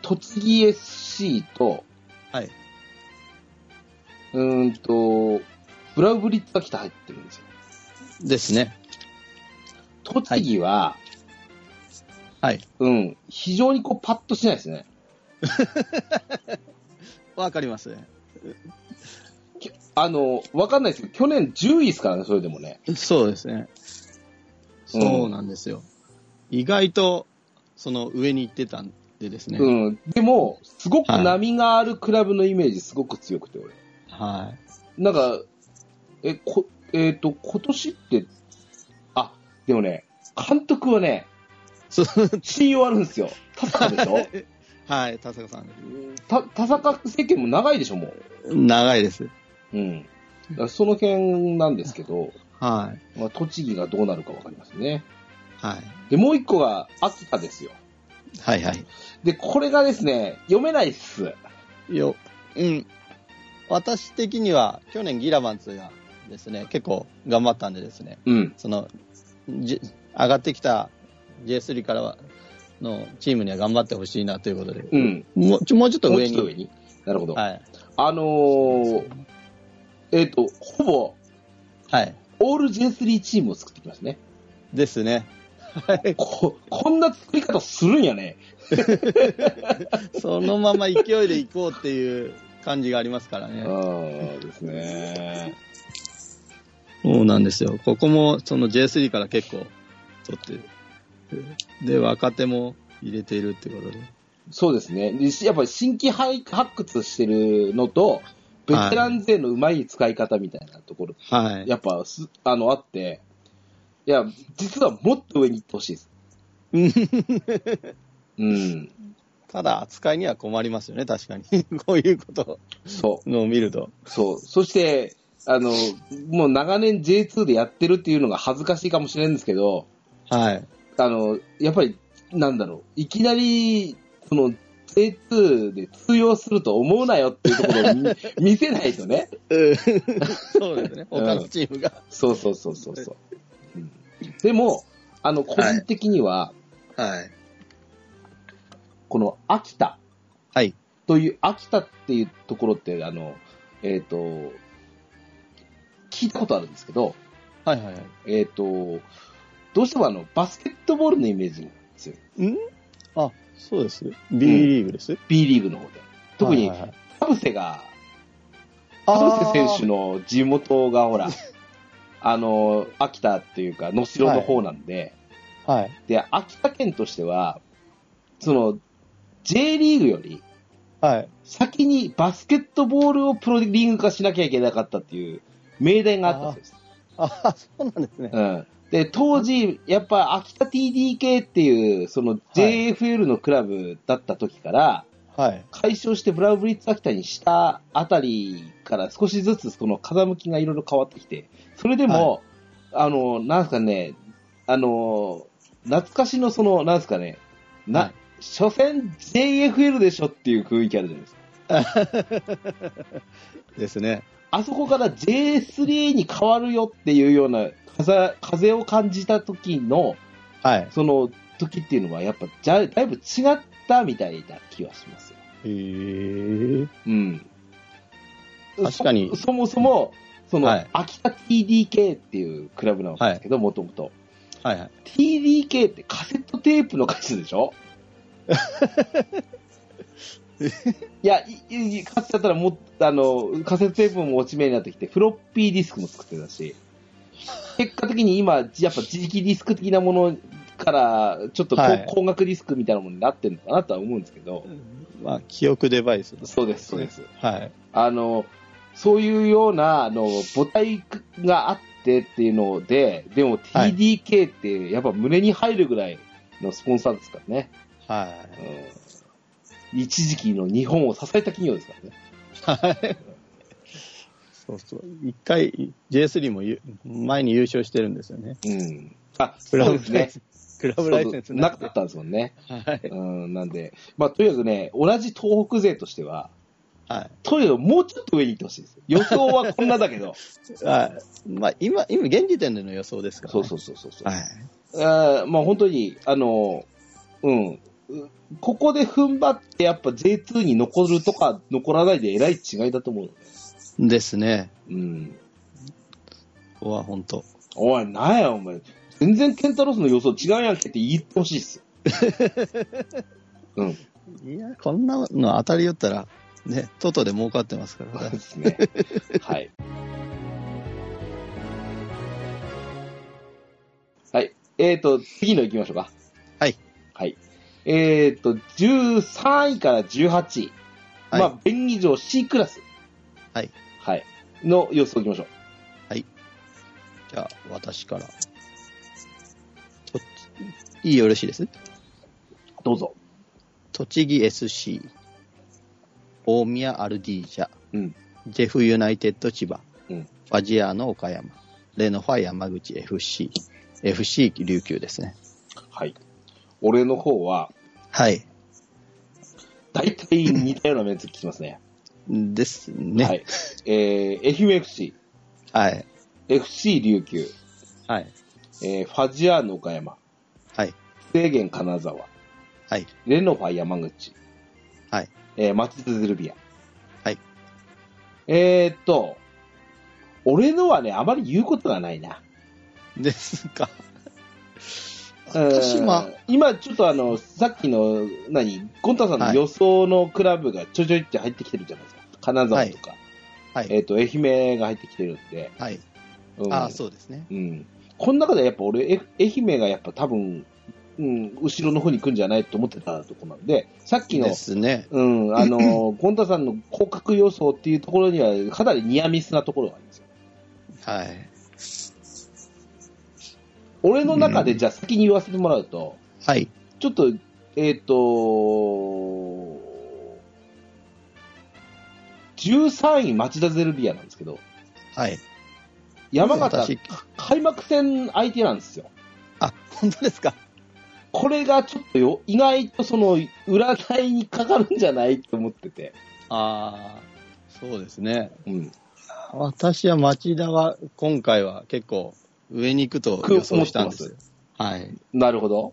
Speaker 1: 栃木 SC と、
Speaker 2: はい。
Speaker 1: うーんと、ブラウブリッツ秋田入ってるんですよ。
Speaker 2: ですね。
Speaker 1: 栃木は、
Speaker 2: はい。
Speaker 1: うん、非常にこう、パッとしないですね。
Speaker 2: わかりますね。
Speaker 1: あの、わかんないですけど、去年10位ですからね、それでもね。
Speaker 2: そうですね。
Speaker 1: うん
Speaker 2: そうなんですよ。意外と、その上に行ってたんでですね。
Speaker 1: うん。でも、すごく
Speaker 2: はい
Speaker 1: 波があるクラブのイメージすごく強くて、俺。
Speaker 2: は
Speaker 1: なんか、え、こ、えっ、と、今年って、あ、でもね、監督はね、
Speaker 2: い。そう
Speaker 1: 信用あるんですよ。田坂でし ょ
Speaker 2: はい、田坂さん。
Speaker 1: た田坂政権も長いでしょ、も
Speaker 2: 長いです。
Speaker 1: う。うん。だからその辺なんですけど、
Speaker 2: はい。
Speaker 1: まあ、栃木がどうなるかわかりますね。
Speaker 2: は
Speaker 1: で、もう一個が秋田ですよ。
Speaker 2: い。はいはい。
Speaker 1: で、これがですね、読めないっす。
Speaker 2: よ、うん。私的には、去年ギラバンツがですね、結構頑張ったんでですね、
Speaker 1: うん。
Speaker 2: その、じ上がってきた J3 からは、のチームには頑張ってほしいなということで、
Speaker 1: うん。
Speaker 2: もうちょもうちょっと
Speaker 1: もう
Speaker 2: 上
Speaker 1: 一
Speaker 2: に。
Speaker 1: 個上に。なるほど。
Speaker 2: はい。
Speaker 1: あのー、えっ、と、ほぼ、
Speaker 2: はい。
Speaker 1: オール J3 チームを作ってきますね。
Speaker 2: ですね。
Speaker 1: こ、こんな作り方するんやね。
Speaker 2: そのまま勢いで行こうっていう感じがありますからね。
Speaker 1: ああ、ですね。
Speaker 2: そうなんですよ。ここもその J3 から結構取ってる。で、若手も入れているってことで。
Speaker 1: そうですね。でしやっぱり新規発掘してるのと、ベテラン勢のうまい使い方みたいなところ、
Speaker 2: はい。
Speaker 1: やっぱす、あの、あって、いや、実はもっと上に行ってほしいです。うん。
Speaker 2: ただ扱いには困りますよね、確かに。 こういうこと
Speaker 1: そう。
Speaker 2: のを見ると。
Speaker 1: そう。そして、あの、もう長年 J2 でやってるっていうのが恥ずかしいかもしれないんですけど、
Speaker 2: はい。
Speaker 1: あの、やっぱり、なんだろう、いきなり、その、J2 で通用すると思うなよっていうところを見見 せないとね。
Speaker 2: そうです ね、他のチームが。
Speaker 1: そうそうそうそうそう。うんでも、あの、個人的には、
Speaker 2: はい。
Speaker 1: この秋田
Speaker 2: はい。
Speaker 1: という、秋田っていうところって、あの、えっ、と、聞いたことあるんですけど、
Speaker 2: はいはいはい。
Speaker 1: えっ、と、どうしてもあの、バスケットボールのイメージなんですよ。
Speaker 2: あ、そうです。B リーグです。
Speaker 1: B リーグの方で。特に
Speaker 2: はいはいはい、
Speaker 1: 田臥が、田臥選手
Speaker 2: の。
Speaker 1: の地元が ほら、あの、秋田っていうか、能代の方なんで、
Speaker 2: はい。
Speaker 1: で、秋田県としては、その、J リーグより、
Speaker 2: はい。
Speaker 1: 先にバスケットボールをプロリーグ化しなきゃいけなかったっていう命題があったそうです。
Speaker 2: あ、そうなんですね。
Speaker 1: うん。で、当時、やっぱ秋田 TDK っていう、その JFL のクラブだった時から、
Speaker 2: はい。
Speaker 1: 解消してブラウブリッツ秋田にしたあたりから少しずつその風向きがいろいろ変わってきて、それでも、あの、なんすかね、あの、懐かしのその、なんすかね、な、
Speaker 2: はい
Speaker 1: 所詮 JFL でしょっていう雰囲気あるじゃないですか。
Speaker 2: ですね。
Speaker 1: あそこから J3 に変わるよっていうような風風を感じた時の、
Speaker 2: はい。
Speaker 1: その時っていうのはやっぱじゃだいぶ違ったみたいな気はしますよ。
Speaker 2: へー。
Speaker 1: うん。
Speaker 2: 確かに
Speaker 1: そそもそも、その、
Speaker 2: はい
Speaker 1: 秋田 TDK っていうクラブなんですけど、もともと。
Speaker 2: はいはい。
Speaker 1: TDK ってカセットテープの会社でし ょいや、いいいかつてだったらもっと、あの、カセットテープも落ち目になってきて、フロッピーディスクも作ってたし、結果的に今、やっぱ磁気ディスク的なものから、ちょっとこう
Speaker 2: はい
Speaker 1: 光学ディスクみたいなものになってるのかなとは思うんですけど、
Speaker 2: まあ、記憶デバイスです。
Speaker 1: そうです、そうです。
Speaker 2: はい。
Speaker 1: あの、そういうような、あの、母体があってっていうので、でも
Speaker 2: はい
Speaker 1: TDK ってやっぱ胸に入るぐらいのスポンサーですからね。う
Speaker 2: は
Speaker 1: ん一時期の日本を支えた企業ですからね。
Speaker 2: はい。そうそう。一回 J3 もゆ前に優勝してるんですよね。
Speaker 1: うん。あ、
Speaker 2: ク
Speaker 1: そ
Speaker 2: ラ
Speaker 1: う
Speaker 2: ブ
Speaker 1: です
Speaker 2: ラ
Speaker 1: ね
Speaker 2: イ。センス。クラブライセンス
Speaker 1: な
Speaker 2: な
Speaker 1: か
Speaker 2: く
Speaker 1: った
Speaker 2: て。
Speaker 1: んですもんね。
Speaker 2: はい。
Speaker 1: うん、なんで、まあ、とにかくね、同じ東北勢としては、
Speaker 2: は
Speaker 1: とにかくもうちょっと上に行ってほしいです。予想はこんなだ けど。
Speaker 2: い。はい。まあ、今、今、現時点での予想ですから、ね。
Speaker 1: そうそうそうそうそう。
Speaker 2: はい。
Speaker 1: あーまあ本当に、あの、うん。ここで踏ん張って、やっぱ J2 に残るとか残らないでえらい違いだと思うのね。
Speaker 2: ですね。
Speaker 1: うん。
Speaker 2: ここは本当。
Speaker 1: おい、なんや、お前。全然ケンタロスの予想違うやんけって言ってほしいっすよ。うん。
Speaker 2: いや、こんなの当たりよったら、ね、トトで儲かってますから
Speaker 1: そうで。
Speaker 2: ね
Speaker 1: すね。はい。はい。えっ、ー、と、次の行きましょうか。
Speaker 2: はい。
Speaker 1: はい。えっ、ー、と、13位から18位。
Speaker 2: はい
Speaker 1: まあ、便宜上 C クラス。
Speaker 2: はい。
Speaker 1: はい。の様子を行きましょう。
Speaker 2: じゃあ、私から。といいよろしいです
Speaker 1: どうぞ。
Speaker 2: 栃木 SC、大宮アルディージャ、
Speaker 1: うん
Speaker 2: ジェフユナイテッド千葉、
Speaker 1: うん
Speaker 2: ファジアーノ岡山、レノファ山口 FC、FC 琉球ですね。
Speaker 1: はい。俺の方は、
Speaker 2: はい。
Speaker 1: だいたい似たようなメンツ聞きますね。
Speaker 2: ですね。
Speaker 1: は
Speaker 2: はいい。。
Speaker 1: えー、FMFC、
Speaker 2: はい。
Speaker 1: FC 琉球、
Speaker 2: はい。
Speaker 1: えー、ファジアーノ岡山、
Speaker 2: はい。
Speaker 1: 制限金沢、
Speaker 2: はい。
Speaker 1: レノファ山口、
Speaker 2: はい。
Speaker 1: えー、マチズゼルビア。
Speaker 2: はい。
Speaker 1: えー、っと、俺のはね、あまり言うことがないな。
Speaker 2: ですか。私
Speaker 1: う
Speaker 2: も
Speaker 1: ん、今ちょっとあの、さっきの、何、ゴンタさんの予想のクラブがちょいちょいって入ってきてるじゃないですか。金沢とか、
Speaker 2: はい
Speaker 1: えーっと、愛媛が入ってきてるんで。
Speaker 2: はい。
Speaker 1: うん、
Speaker 2: ああ、そうですね。
Speaker 1: う。ん。この中でやっぱ俺、え愛媛がやっぱ多分、うん、後ろの方に来るんじゃないと思ってたとこなんで、さっきの
Speaker 2: で、すね。
Speaker 1: うん、あ の、ゴンタさんの広角予想っていうところには、かなりニアミスなところがありますよ。
Speaker 2: はい。
Speaker 1: 俺の中で、
Speaker 2: うん
Speaker 1: じゃあ先に言わせてもらうと、
Speaker 2: はい。
Speaker 1: ちょっと、えっ、と、13位町田ゼルビアなんですけど、
Speaker 2: はい。
Speaker 1: 山形
Speaker 2: 私、
Speaker 1: 開幕戦相手なんですよ。
Speaker 2: あ、本当ですか。
Speaker 1: これがちょっとよ、意外とその、占いにかかるんじゃないと思ってて。
Speaker 2: ああ、そうですね。
Speaker 1: うん。
Speaker 2: 私は町田は今回は結構上に行くと予想したんですよ
Speaker 1: 思。
Speaker 2: はい。
Speaker 1: なるほど。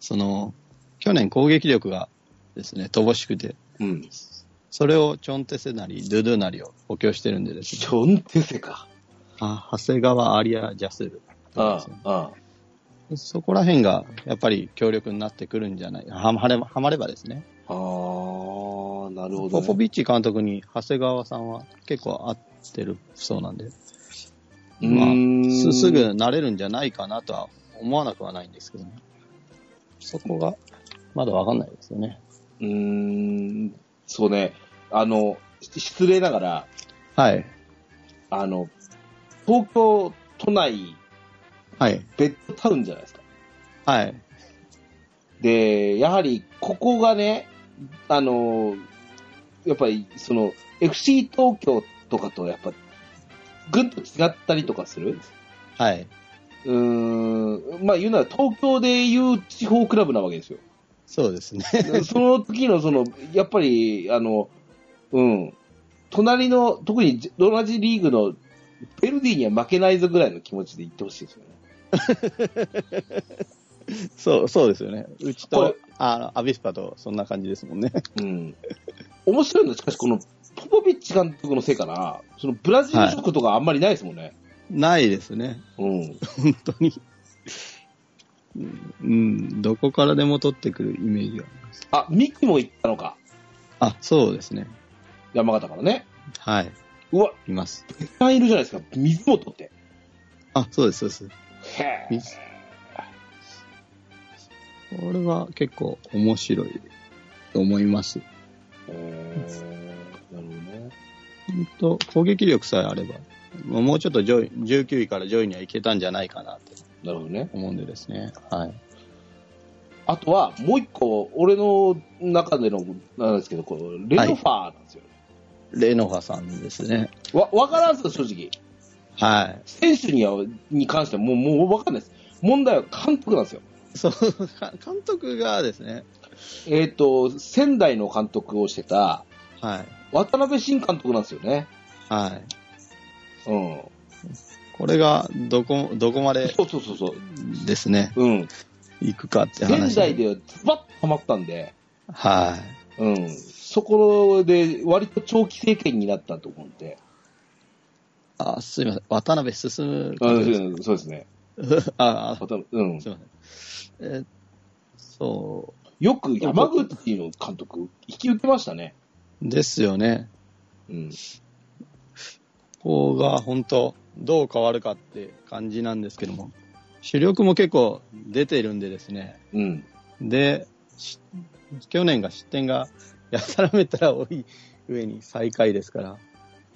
Speaker 2: その、去年攻撃力がですね、乏しくて、
Speaker 1: うん。
Speaker 2: それをチョンテセなり、ドゥドゥなりを補強してるんでです
Speaker 1: ち
Speaker 2: ね、
Speaker 1: ょんてせか。
Speaker 2: あ長谷川、アリア、ジャスル
Speaker 1: う
Speaker 2: と
Speaker 1: ん
Speaker 2: かですね、
Speaker 1: うん。
Speaker 2: そこら辺がやっぱり強力になってくるんじゃない、はまれはまればですね。
Speaker 1: あー、なるほど、
Speaker 2: ポ
Speaker 1: ね。
Speaker 2: ポビッチ監督に長谷川さんは結構合ってるそうなんで、まあ
Speaker 1: うーん
Speaker 2: すすぐ慣れるんじゃないかなとは思わなくはないんですけどね。そこが、まだわかんないですよね。
Speaker 1: うーん、そうね。あの、し失礼ながら、
Speaker 2: はい。
Speaker 1: あの、東京都内、
Speaker 2: はい。
Speaker 1: ベッドタウンじゃないですか。
Speaker 2: はい。
Speaker 1: で、やはり、ここがね、あの、やっぱり、その、FC 東京とかと、やっぱ、ぐんと違ったりとかする
Speaker 2: はい。
Speaker 1: うーん、まあ言うなら東京でいう地方クラブなわけですよ。
Speaker 2: そうですね。
Speaker 1: その時の、その、やっぱり、あの、うん、隣の、特にじ同じリーグの、ベルディには負けないぞぐらいの気持ちで行ってほしいですよね。
Speaker 2: そう、そうですよね。うち
Speaker 1: これ
Speaker 2: と、あアビスパとそんな感じですもんね。
Speaker 1: うん。面白いのは、しかしこの、ポポビッチ監督のせいかな、そのブラジル色とかあんまりないですもんね。
Speaker 2: ないですね。
Speaker 1: うん。
Speaker 2: 本当に。うんうん、どこからでも取ってくるイメージが。
Speaker 1: あ、ミキも行ったのか。
Speaker 2: あ、そうですね。
Speaker 1: 山形からね。
Speaker 2: はい。
Speaker 1: うわ、
Speaker 2: います。
Speaker 1: 絶対いるじゃないですか。水も取って。
Speaker 2: あ、そうです、そうです。
Speaker 1: へえ。
Speaker 2: 水これは結構面白いと思います。
Speaker 1: えーなるほどね。
Speaker 2: 本当攻撃力さえあれば、もうもうちょっと上位19位から上位にはいけたんじゃないかなと
Speaker 1: なるほどね。
Speaker 2: 思うんでですね。はい。
Speaker 1: あとは、もう一個、俺の中での、なんですけど、こうレノファーなんですよ。
Speaker 2: レノファさんですね。
Speaker 1: わ、わからんすよ、正直。
Speaker 2: は
Speaker 1: 選手には、に関してはもう、もうわかんないです。問題は監督なんですよ。
Speaker 2: い。そう、か監督がですね、
Speaker 1: えっ、と、仙台の監督をしてた、
Speaker 2: はい。
Speaker 1: 渡辺新監督なんですよね。
Speaker 2: はい。
Speaker 1: うん。
Speaker 2: これが、どこ、どこまで
Speaker 1: そうそうそうそう。
Speaker 2: ですね、
Speaker 1: うん。
Speaker 2: 行くかって話。
Speaker 1: 仙台。ではズバッとはまったんで、
Speaker 2: は
Speaker 1: うん。そこで、割と長期政権になったと思うんで。
Speaker 2: い。あ、すいません。渡辺進
Speaker 1: あそう
Speaker 2: 監
Speaker 1: そうですね。
Speaker 2: 督です。 あ、あ
Speaker 1: 渡辺うん。
Speaker 2: すいません。えーそ
Speaker 1: よく山口の監督、引き受けましたね。
Speaker 2: う、ですよね。
Speaker 1: うん。
Speaker 2: ここが本当、どう変わるかって感じなんですけども、主力も結構出ているんでですね、
Speaker 1: うん。
Speaker 2: で、し去年が失点がやたらめったら多い上に最下位ですから、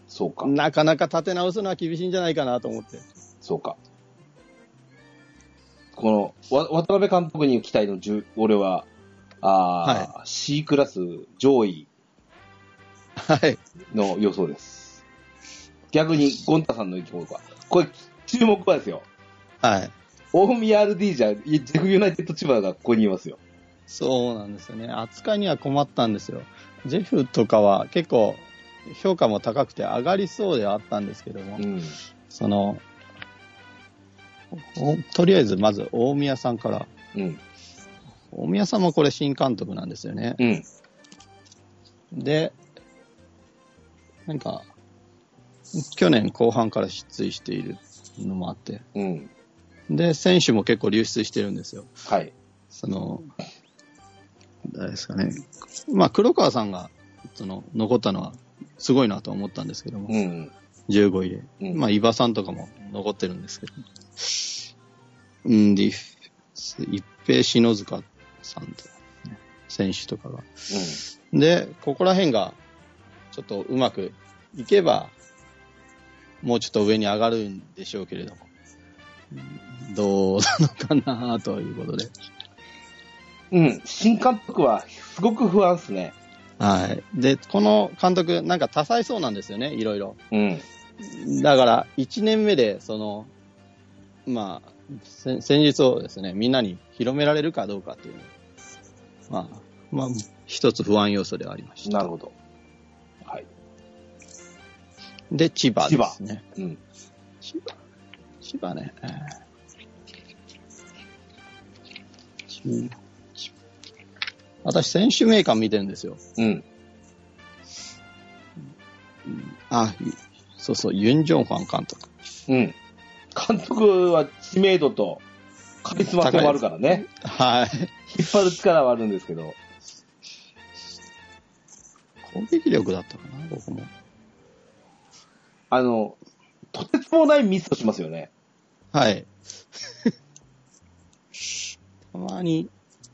Speaker 1: そうか。
Speaker 2: なかなか立て直すのは厳しいんじゃないかなと思って。
Speaker 1: そうか。この、わ渡辺監督に期待の10、俺は、あー C クラス上位
Speaker 2: はい。
Speaker 1: の予想です。逆に、ゴンタさんの意見は。これ、注目はですよ。
Speaker 2: はい。
Speaker 1: 大宮 RD じゃ、ジェフユナイテッド千葉がここにいますよ。
Speaker 2: そうなんですよね。扱いには困ったんですよ。ジェフとかは結構評価も高くて上がりそうではあったんですけども、
Speaker 1: うん。
Speaker 2: その、おとりあえずまず大宮さんから、
Speaker 1: うん。
Speaker 2: 大宮さんもこれ新監督なんですよね。
Speaker 1: うん。
Speaker 2: で、なんか、去年後半から失墜しているのもあって、
Speaker 1: うん。
Speaker 2: で、選手も結構流出してるんですよ。
Speaker 1: はい。
Speaker 2: その、誰ですかね。まあ、黒川さんが、その、残ったのは、すごいなとは思ったんですけども、
Speaker 1: うん。
Speaker 2: 15位で。
Speaker 1: うん。
Speaker 2: まあ、伊庭さんとかも残ってるんですけど。うん、ディフェンス一平篠塚さんとかね、選手とかが。で、ここら辺が、ちょっとうまくいけば、もうちょっと上に上がるんでしょうけれども、うんどうなのかなということで。
Speaker 1: うん。うん。新監督は、すごく不安っすね。
Speaker 2: はい。で、この監督、なんか多彩そうなんですよね、いろいろ。
Speaker 1: うん。
Speaker 2: だから、1年目で、その、まあ、せ戦術をですね、みんなに広められるかどうかっていうのまあ、まあ、一つ不安要素ではありました。
Speaker 1: なるほど。はい。
Speaker 2: で、千葉ですね。
Speaker 1: うん。
Speaker 2: 千葉。千葉ね。えー千千私、選手名鑑見てるんですよ。
Speaker 1: うん。
Speaker 2: あ、いそうそう、ユン・ジョンファン監督。
Speaker 1: うん。監督は知名度とカリスマ性もあるからね。
Speaker 2: はい。
Speaker 1: 引っ張る力はあるんですけど。
Speaker 2: 攻撃力だったかな、ここも。
Speaker 1: あの、とてつもないミスをしますよね。
Speaker 2: はい。 たまに、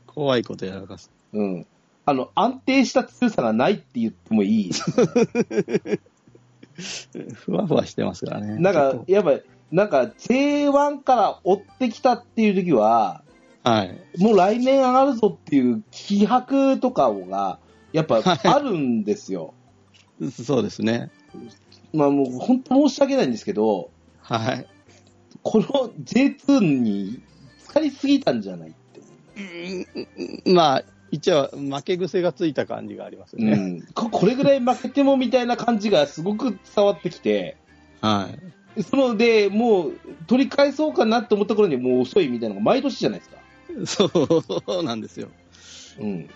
Speaker 2: 怖いことやらかす。
Speaker 1: うん。あの、安定した強さがないって言ってもいい。
Speaker 2: ふわふわしてますからね。
Speaker 1: なん
Speaker 2: ち
Speaker 1: か
Speaker 2: ょっ、
Speaker 1: やっぱり、なんか J1 から追ってきたっていう時は、
Speaker 2: と、はい。
Speaker 1: もう来年上がるぞっていう気迫とかが、やっぱあるんですよ。
Speaker 2: そうですね。
Speaker 1: まあもう本当申し訳ないんですけど、
Speaker 2: はい。
Speaker 1: この J2 に疲れすぎたんじゃないって。
Speaker 2: まあ、一応、負け癖がついた感じがありますよね。
Speaker 1: ん。ここれぐらい負けてもみたいな感じがすごく伝わってきて、
Speaker 2: はい。
Speaker 1: そので、もう取り返そうかなと思った頃にもう遅いみたいなのが毎年じゃないですか。
Speaker 2: そうなんですよ。
Speaker 1: うん。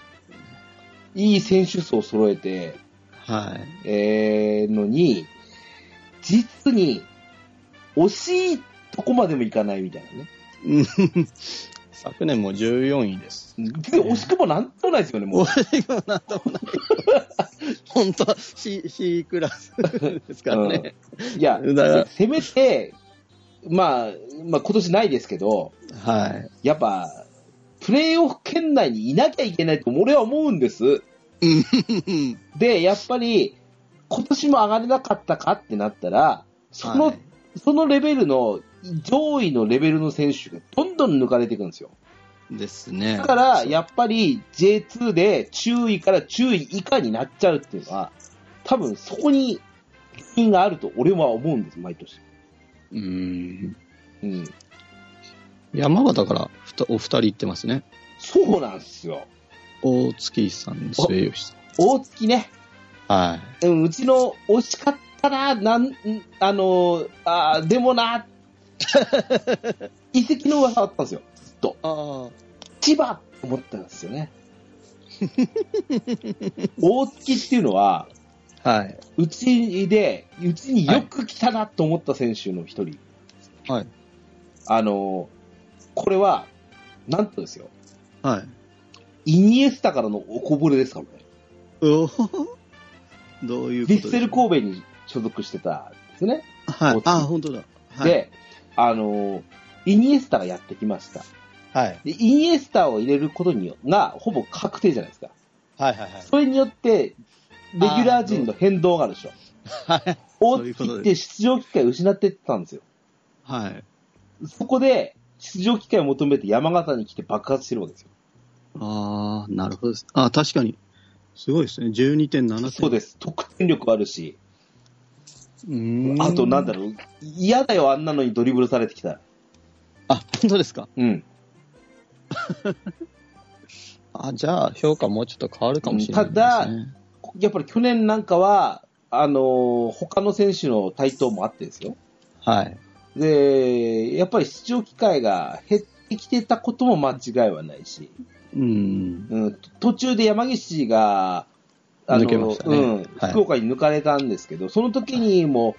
Speaker 1: いい選手層を揃えて、
Speaker 2: はい。
Speaker 1: えー、のに、実に惜しいとこまでもいかないみたいなね。
Speaker 2: 昨年も14位です。
Speaker 1: 全然惜しくもなんともないですよね、もう。
Speaker 2: 俺がなんともない。本当、C、C クラスですからね。
Speaker 1: いや、
Speaker 2: だから
Speaker 1: せめて、まあ、まあ今年ないですけど、
Speaker 2: はい。
Speaker 1: やっぱ、プレーオフ圏内にいなきゃいけないと俺は思うんです。
Speaker 2: うん
Speaker 1: で、やっぱり、今年も上がれなかったかってなったら、その、
Speaker 2: はい
Speaker 1: そのレベルの、上位のレベルの選手がどんどん抜かれていくんですよ。
Speaker 2: ですね。
Speaker 1: だから、やっぱり J2 で注意から注意以下になっちゃうっていうのは、多分そこに原因があると俺は思うんです、毎年。
Speaker 2: うん。
Speaker 1: うん。
Speaker 2: 山形からふたお二人行ってますね。
Speaker 1: そうなんですよ。
Speaker 2: 大月さん、末吉さ
Speaker 1: 大月ね、
Speaker 2: ん。はい。
Speaker 1: うん、うちの惜しかったな、なん、んあの、あーでもな、 遺跡の噂あったんですよ。
Speaker 2: ああ。
Speaker 1: 千葉と思ったんですよ ね。大月っていうのは、
Speaker 2: はい。
Speaker 1: うちで、うちによく来たなと思った選手の一人。
Speaker 2: はい。
Speaker 1: あの、これは、なんとですよ、
Speaker 2: はい。
Speaker 1: イニエスタからのおこぼれですからね。
Speaker 2: おー どういうこと
Speaker 1: ヴィッセル神戸に所属してたんですね。
Speaker 2: はい
Speaker 1: 大。月
Speaker 2: あ、本当だ。はい。
Speaker 1: で、あの、イニエスタがやってきました。
Speaker 2: はい。
Speaker 1: で、イニエスタを入れることによが、ほぼ確定じゃないですか。
Speaker 2: はいはいはい。
Speaker 1: それによって、レギュラー陣の変動があるでしょ。
Speaker 2: はい。
Speaker 1: 大
Speaker 2: そういうこと
Speaker 1: 月っ
Speaker 2: で
Speaker 1: て出場機会失ってってたんですよ。
Speaker 2: はい。
Speaker 1: そこで、出場機会を求めて山形に来て爆発してるわけですよ。
Speaker 2: ああ、なるほどです。あ確かに。すごいですね。12.7点。
Speaker 1: そうです。得点力あるし、
Speaker 2: うーん。
Speaker 1: あとなんだろう、嫌だよ、あんなのにドリブルされてきたら。
Speaker 2: あ、本当ですか。
Speaker 1: うん。
Speaker 2: あ、じゃあ、評価もうちょっと変わるかもしれないです、ね。
Speaker 1: ただやっぱり去年なんかは、あのー他の選手の台頭もあってですよ。
Speaker 2: はい。
Speaker 1: で、やっぱり出場機会が減ってきてたことも間違いはないし、
Speaker 2: うん。
Speaker 1: うん、途中で山岸が、
Speaker 2: 抜けましたね
Speaker 1: うん
Speaker 2: はい
Speaker 1: 福岡に抜かれたんですけど、その時にも、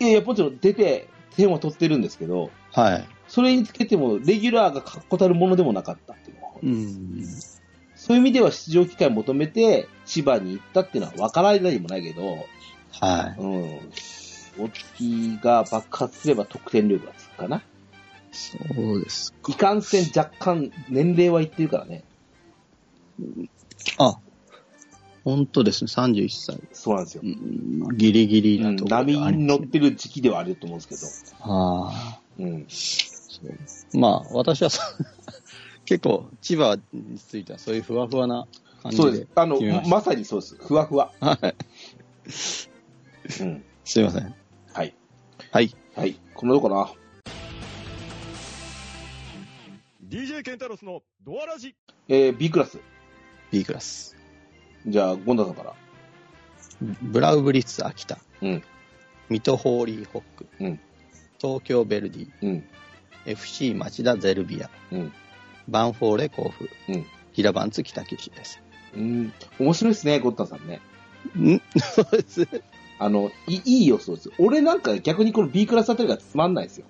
Speaker 1: いやいや、もちろん出て点は取ってるんですけど、
Speaker 2: はい。
Speaker 1: それにつけても、レギュラーが確固たるものでもなかったっていうのは
Speaker 2: うん。
Speaker 1: そういう意味では出場機会を求めて、千葉に行ったっていうのは分からないでもないけど、
Speaker 2: は
Speaker 1: うん、大月が爆発すれば得点力がつくかな。
Speaker 2: い。そうです。
Speaker 1: いかんせん若干年齢はいってるからね。
Speaker 2: あ、本当ですね。31歳。
Speaker 1: そうなんですよ
Speaker 2: う。ん、ギリギリ
Speaker 1: う
Speaker 2: なんところ
Speaker 1: 波
Speaker 2: ではあり
Speaker 1: に
Speaker 2: ます
Speaker 1: 乗ってる時期ではあると思うんです
Speaker 2: ああ。
Speaker 1: けど。うん。
Speaker 2: そうまあ、私はそ 結構、千葉についてはそういうふわふわな感じで
Speaker 1: そうです。あの
Speaker 2: 決めま、した
Speaker 1: まさにそうです。ふわふわ。
Speaker 2: はい。
Speaker 1: うん。
Speaker 2: すいません。
Speaker 1: はい。
Speaker 2: はい。
Speaker 1: はい。このとこかな。
Speaker 3: DJ ケンタロスのドアラジ
Speaker 1: えー、B クラス。
Speaker 2: B クラス。
Speaker 1: じゃあ、ゴンダさんから。
Speaker 2: ブラウブリッツ秋田。
Speaker 1: うん。
Speaker 2: 水戸ホーリーホック。
Speaker 1: うん
Speaker 2: 東京ベルディ。
Speaker 1: うん。
Speaker 2: FC 町田ゼルビア。
Speaker 1: うん。
Speaker 2: バンフォーレ甲府。
Speaker 1: うん
Speaker 2: 平番津北九州です。
Speaker 1: うん。面白いですね、ゴンダさんね。
Speaker 2: んそうです。
Speaker 1: あの、いいい予想です。俺なんか逆にこの B クラスあたりがつまんない ですよ。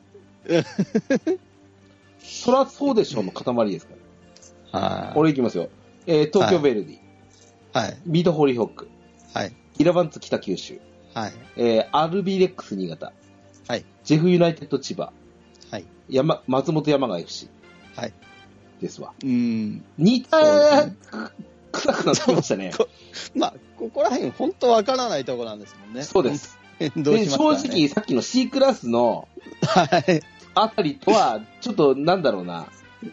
Speaker 1: そらそうでしょうの塊ですから。
Speaker 2: はい。
Speaker 1: 俺いきますよ。えー、東京ベルディ、
Speaker 2: はい。
Speaker 1: ミートホーリーホック、
Speaker 2: はい。
Speaker 1: イラバンツ北九州、
Speaker 2: はい。
Speaker 1: えー、RB レックス新潟、
Speaker 2: はい。
Speaker 1: ジェフユナイテッド千葉、
Speaker 2: はい。
Speaker 1: 山松本山が FC
Speaker 2: はい。
Speaker 1: ですわ。
Speaker 2: うん。
Speaker 1: 似
Speaker 2: そ
Speaker 1: た、
Speaker 2: うですね
Speaker 1: く臭くなってきましたね。
Speaker 2: こまあ、ここら辺、本当わからないところなんですもんね。
Speaker 1: そうで。す。
Speaker 2: どう
Speaker 1: で
Speaker 2: します
Speaker 1: 正
Speaker 2: か、ね、
Speaker 1: 直、さっきの C クラスの
Speaker 2: はい。
Speaker 1: あたりと は、ちょっとなんだろうな、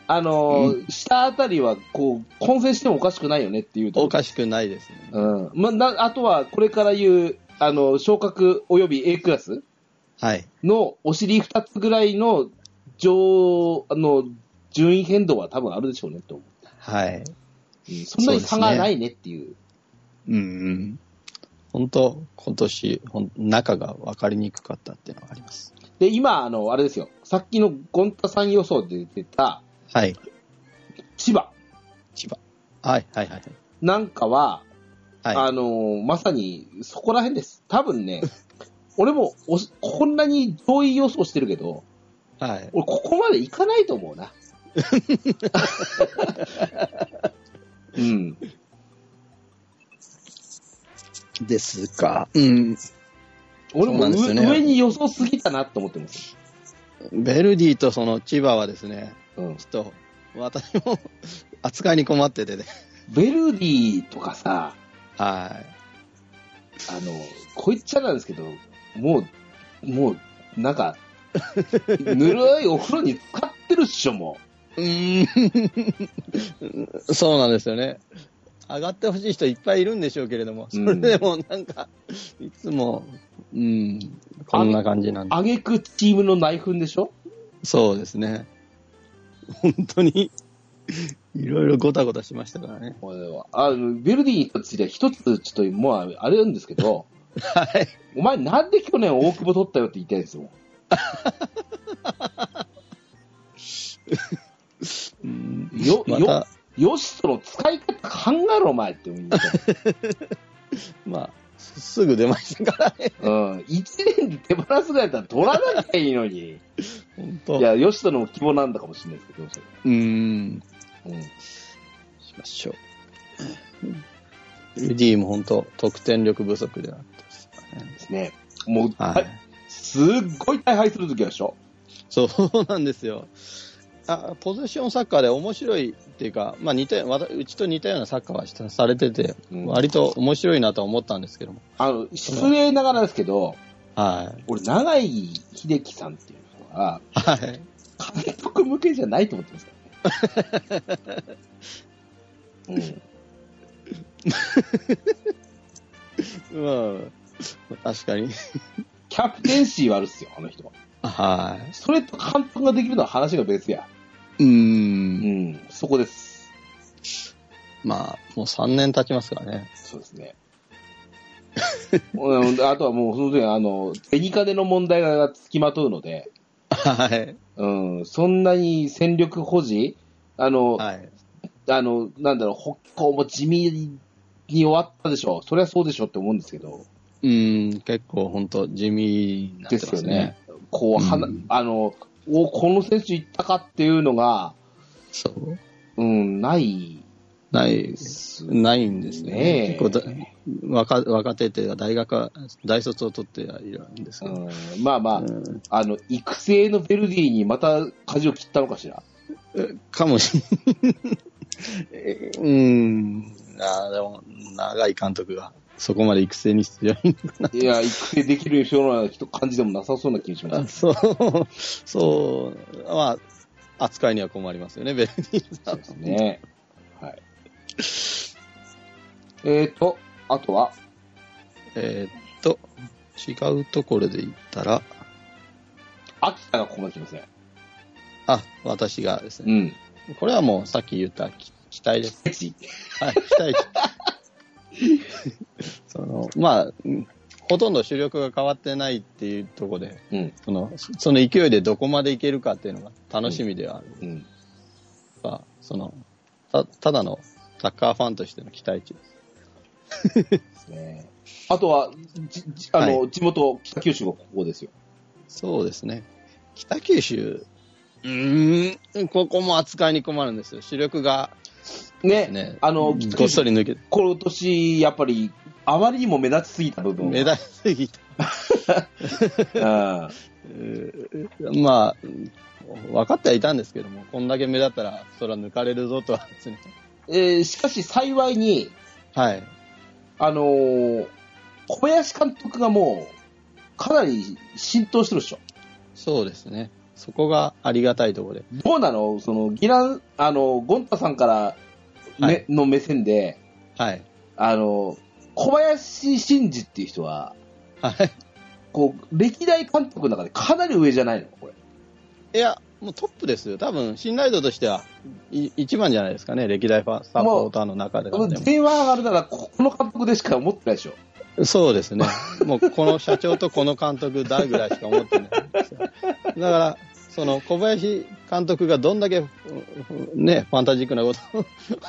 Speaker 1: あのー、下あたりは、こう、混戦してもおかしくないよねっていうとこ
Speaker 2: おかしくないですね。
Speaker 1: うん。まあ、な、あとは、これから言う、あの、昇格及び A クラス
Speaker 2: はい。
Speaker 1: のお尻2つぐらいの上、あの、順位変動は多分あるでしょうねと思
Speaker 2: はい。
Speaker 1: う。うんそんなに差がないねっていう。
Speaker 2: うんうん。本当、今年、ほん中が分かりにくかったっていうのがあります。
Speaker 1: で、今、あの、あれですよ。さっきのゴンタさん予想で出てた
Speaker 2: はい。
Speaker 1: 千葉
Speaker 2: 千葉。はい、はい、はい。
Speaker 1: なんかは、
Speaker 2: はい。
Speaker 1: あの、まさにそこら辺です。多分ね、 俺もおしこんなに上位予想してるけど、
Speaker 2: はい。
Speaker 1: 俺ここまでいかないと思う な。うん。
Speaker 2: ですか。うん。
Speaker 1: 俺も
Speaker 2: そうなんです
Speaker 1: 上,、
Speaker 2: よね
Speaker 1: 上に予想すぎたなと思ってます。
Speaker 2: ベルディとその千葉はですね、
Speaker 1: うん
Speaker 2: ち。ょっと、私も 扱いに困っててね。
Speaker 1: ベルディとかさ、あ
Speaker 2: は
Speaker 1: の、こいっちゃなんですけど、も う、もう、なんか、ぬるいお風呂に使ってるっしょ、も
Speaker 2: い。うーんそうなんですよね。上がってほしい人いっぱいいるんでしょうけれども、それでもなんか、いつも、うん、こんな感じなんで。
Speaker 1: あげくチームの内紛でしょ
Speaker 2: そうですね。本当に、いろいろごたごたしましたからね。
Speaker 1: これはあの、ビルディについては一つちょっともうあれなんですけど、
Speaker 2: はい。
Speaker 1: お前なんで去年大久保取ったよって言いたいですもん。
Speaker 2: うん
Speaker 1: よ、
Speaker 2: ま
Speaker 1: よ
Speaker 2: た、、
Speaker 1: よしとの使い方考えろお前って思いました。
Speaker 2: まあ、すすぐ出ましたからね。
Speaker 1: うん。一年で手放すぐらいだったら取らなきゃいいの に。
Speaker 2: 本当。
Speaker 1: いや、よしとの希望なんだかもしれないですけど、
Speaker 2: うーん。
Speaker 1: うん。
Speaker 2: しましょう。D も本当、得点力不足であったですね。
Speaker 1: ですね。もう、
Speaker 2: は
Speaker 1: はいい。すっごい大敗するときでしょ。
Speaker 2: そうなんですよ。あポゼッションサッカーで面白いっていうか、まあ、似たわたうちと似たようなサッカーはしたされてて、
Speaker 1: うん
Speaker 2: 割と面白いなとは思ったんですけども、
Speaker 1: あの、失礼ながらですけど、
Speaker 2: はい、
Speaker 1: 俺、長井秀樹さんっていう人は、
Speaker 2: はい、
Speaker 1: 監督向けじゃないと思ってますか らね。うん。
Speaker 2: うん、確かに、
Speaker 1: キャプテンシーはあるっすよ、あの人は。
Speaker 2: は
Speaker 1: それと監督ができるのは話が別や。
Speaker 2: い、う、
Speaker 1: うんん、そこです。
Speaker 2: まあ、もう3年経ちますからね、
Speaker 1: そうです ね。うんあとはもう、その時あの、銭金の問題が付きまとうので、
Speaker 2: はい、
Speaker 1: うん、そんなに戦力保持あの、
Speaker 2: はい、
Speaker 1: あの、なんだろう、北高も地味に終わったでしょ。そりゃそうでしょって思うんですけど、
Speaker 2: うん、結構本当、地味になって
Speaker 1: で
Speaker 2: ますすね。
Speaker 1: よね。こう、はな
Speaker 2: うん
Speaker 1: あの、お、この選手いったかっていうのが、
Speaker 2: そう
Speaker 1: うん、ない
Speaker 2: ない
Speaker 1: で、すね。
Speaker 2: ないんですね。
Speaker 1: ねえ
Speaker 2: 結構だ若若手っていうか、大学は、大卒を取ってはいるんですけど、
Speaker 1: うん、まあまあ、
Speaker 2: うん
Speaker 1: あの、育成のベルディにまた舵を切ったのかし ら。
Speaker 2: かもし れない。うん。あーでも、長い監督が、そこまで育成に必要に
Speaker 1: いや、育成できるような人感じでもなさそうな気がしま
Speaker 2: あ
Speaker 1: す。
Speaker 2: そう、そう、まあ、扱いには困りますよね、ベルディ
Speaker 1: そ
Speaker 2: さ
Speaker 1: うんです。ね。はい。えっ、ー、と、あとは、
Speaker 2: えーっと、違うところで言ったら、
Speaker 1: 秋田がここまで来ますね。
Speaker 2: あ、私がです
Speaker 1: う
Speaker 2: ね、
Speaker 1: ん。
Speaker 2: これはもうさっき言った期期待です。
Speaker 1: ケチ
Speaker 2: はい、期待その、まあ、うんほとんど主力が変わってないっていうところで、
Speaker 1: うん。
Speaker 2: その、その勢いでどこまでいけるかっていうのが楽しみではある
Speaker 1: うん。
Speaker 2: が、その、た、ただのサッカーファンとしての期待値です。
Speaker 1: ですね。あとは、じじあの、地元、北九州がここですよ。
Speaker 2: そうですね。北九州、うーん、ここも扱いに困るんですよ。主力が
Speaker 1: ね。
Speaker 2: ね、
Speaker 1: あの、北
Speaker 2: ごっ
Speaker 1: 九州、
Speaker 2: そり抜けて、
Speaker 1: 今年、やっぱり、あまりにも目立ちすぎた部分。
Speaker 2: 目立ちすぎた。
Speaker 1: うん。
Speaker 2: うーまあ、分かってはいたんですけども、こんだけ目立ったら、そら抜かれるぞとは ですね。
Speaker 1: えーしかし、幸いに、
Speaker 2: はい。
Speaker 1: あのー小林監督がもう、かなり浸透してるでしょ。
Speaker 2: そうですね。そこがありがたいところで。
Speaker 1: どうなのその、ギラン、あの、ゴンタさんから、ね、
Speaker 2: はい
Speaker 1: の目線で、
Speaker 2: はい。
Speaker 1: あの、小林真二っていう人は、
Speaker 2: はい。
Speaker 1: こう、歴代監督の中でかなり上じゃないのこれ。
Speaker 2: いや、もうトップですよ。多分、信頼度としては、い一番じゃないですかね。歴代ファサポーターの中で
Speaker 1: この
Speaker 2: はで
Speaker 1: 電話上がるなら、ここの監督でしか思ってないでしょ。
Speaker 2: も。そうですね。もう、この社長とこの監督だぐらいしか思ってないんですよ。だから、その、小林監督がどんだけ、ふふね、ファンタジックなことを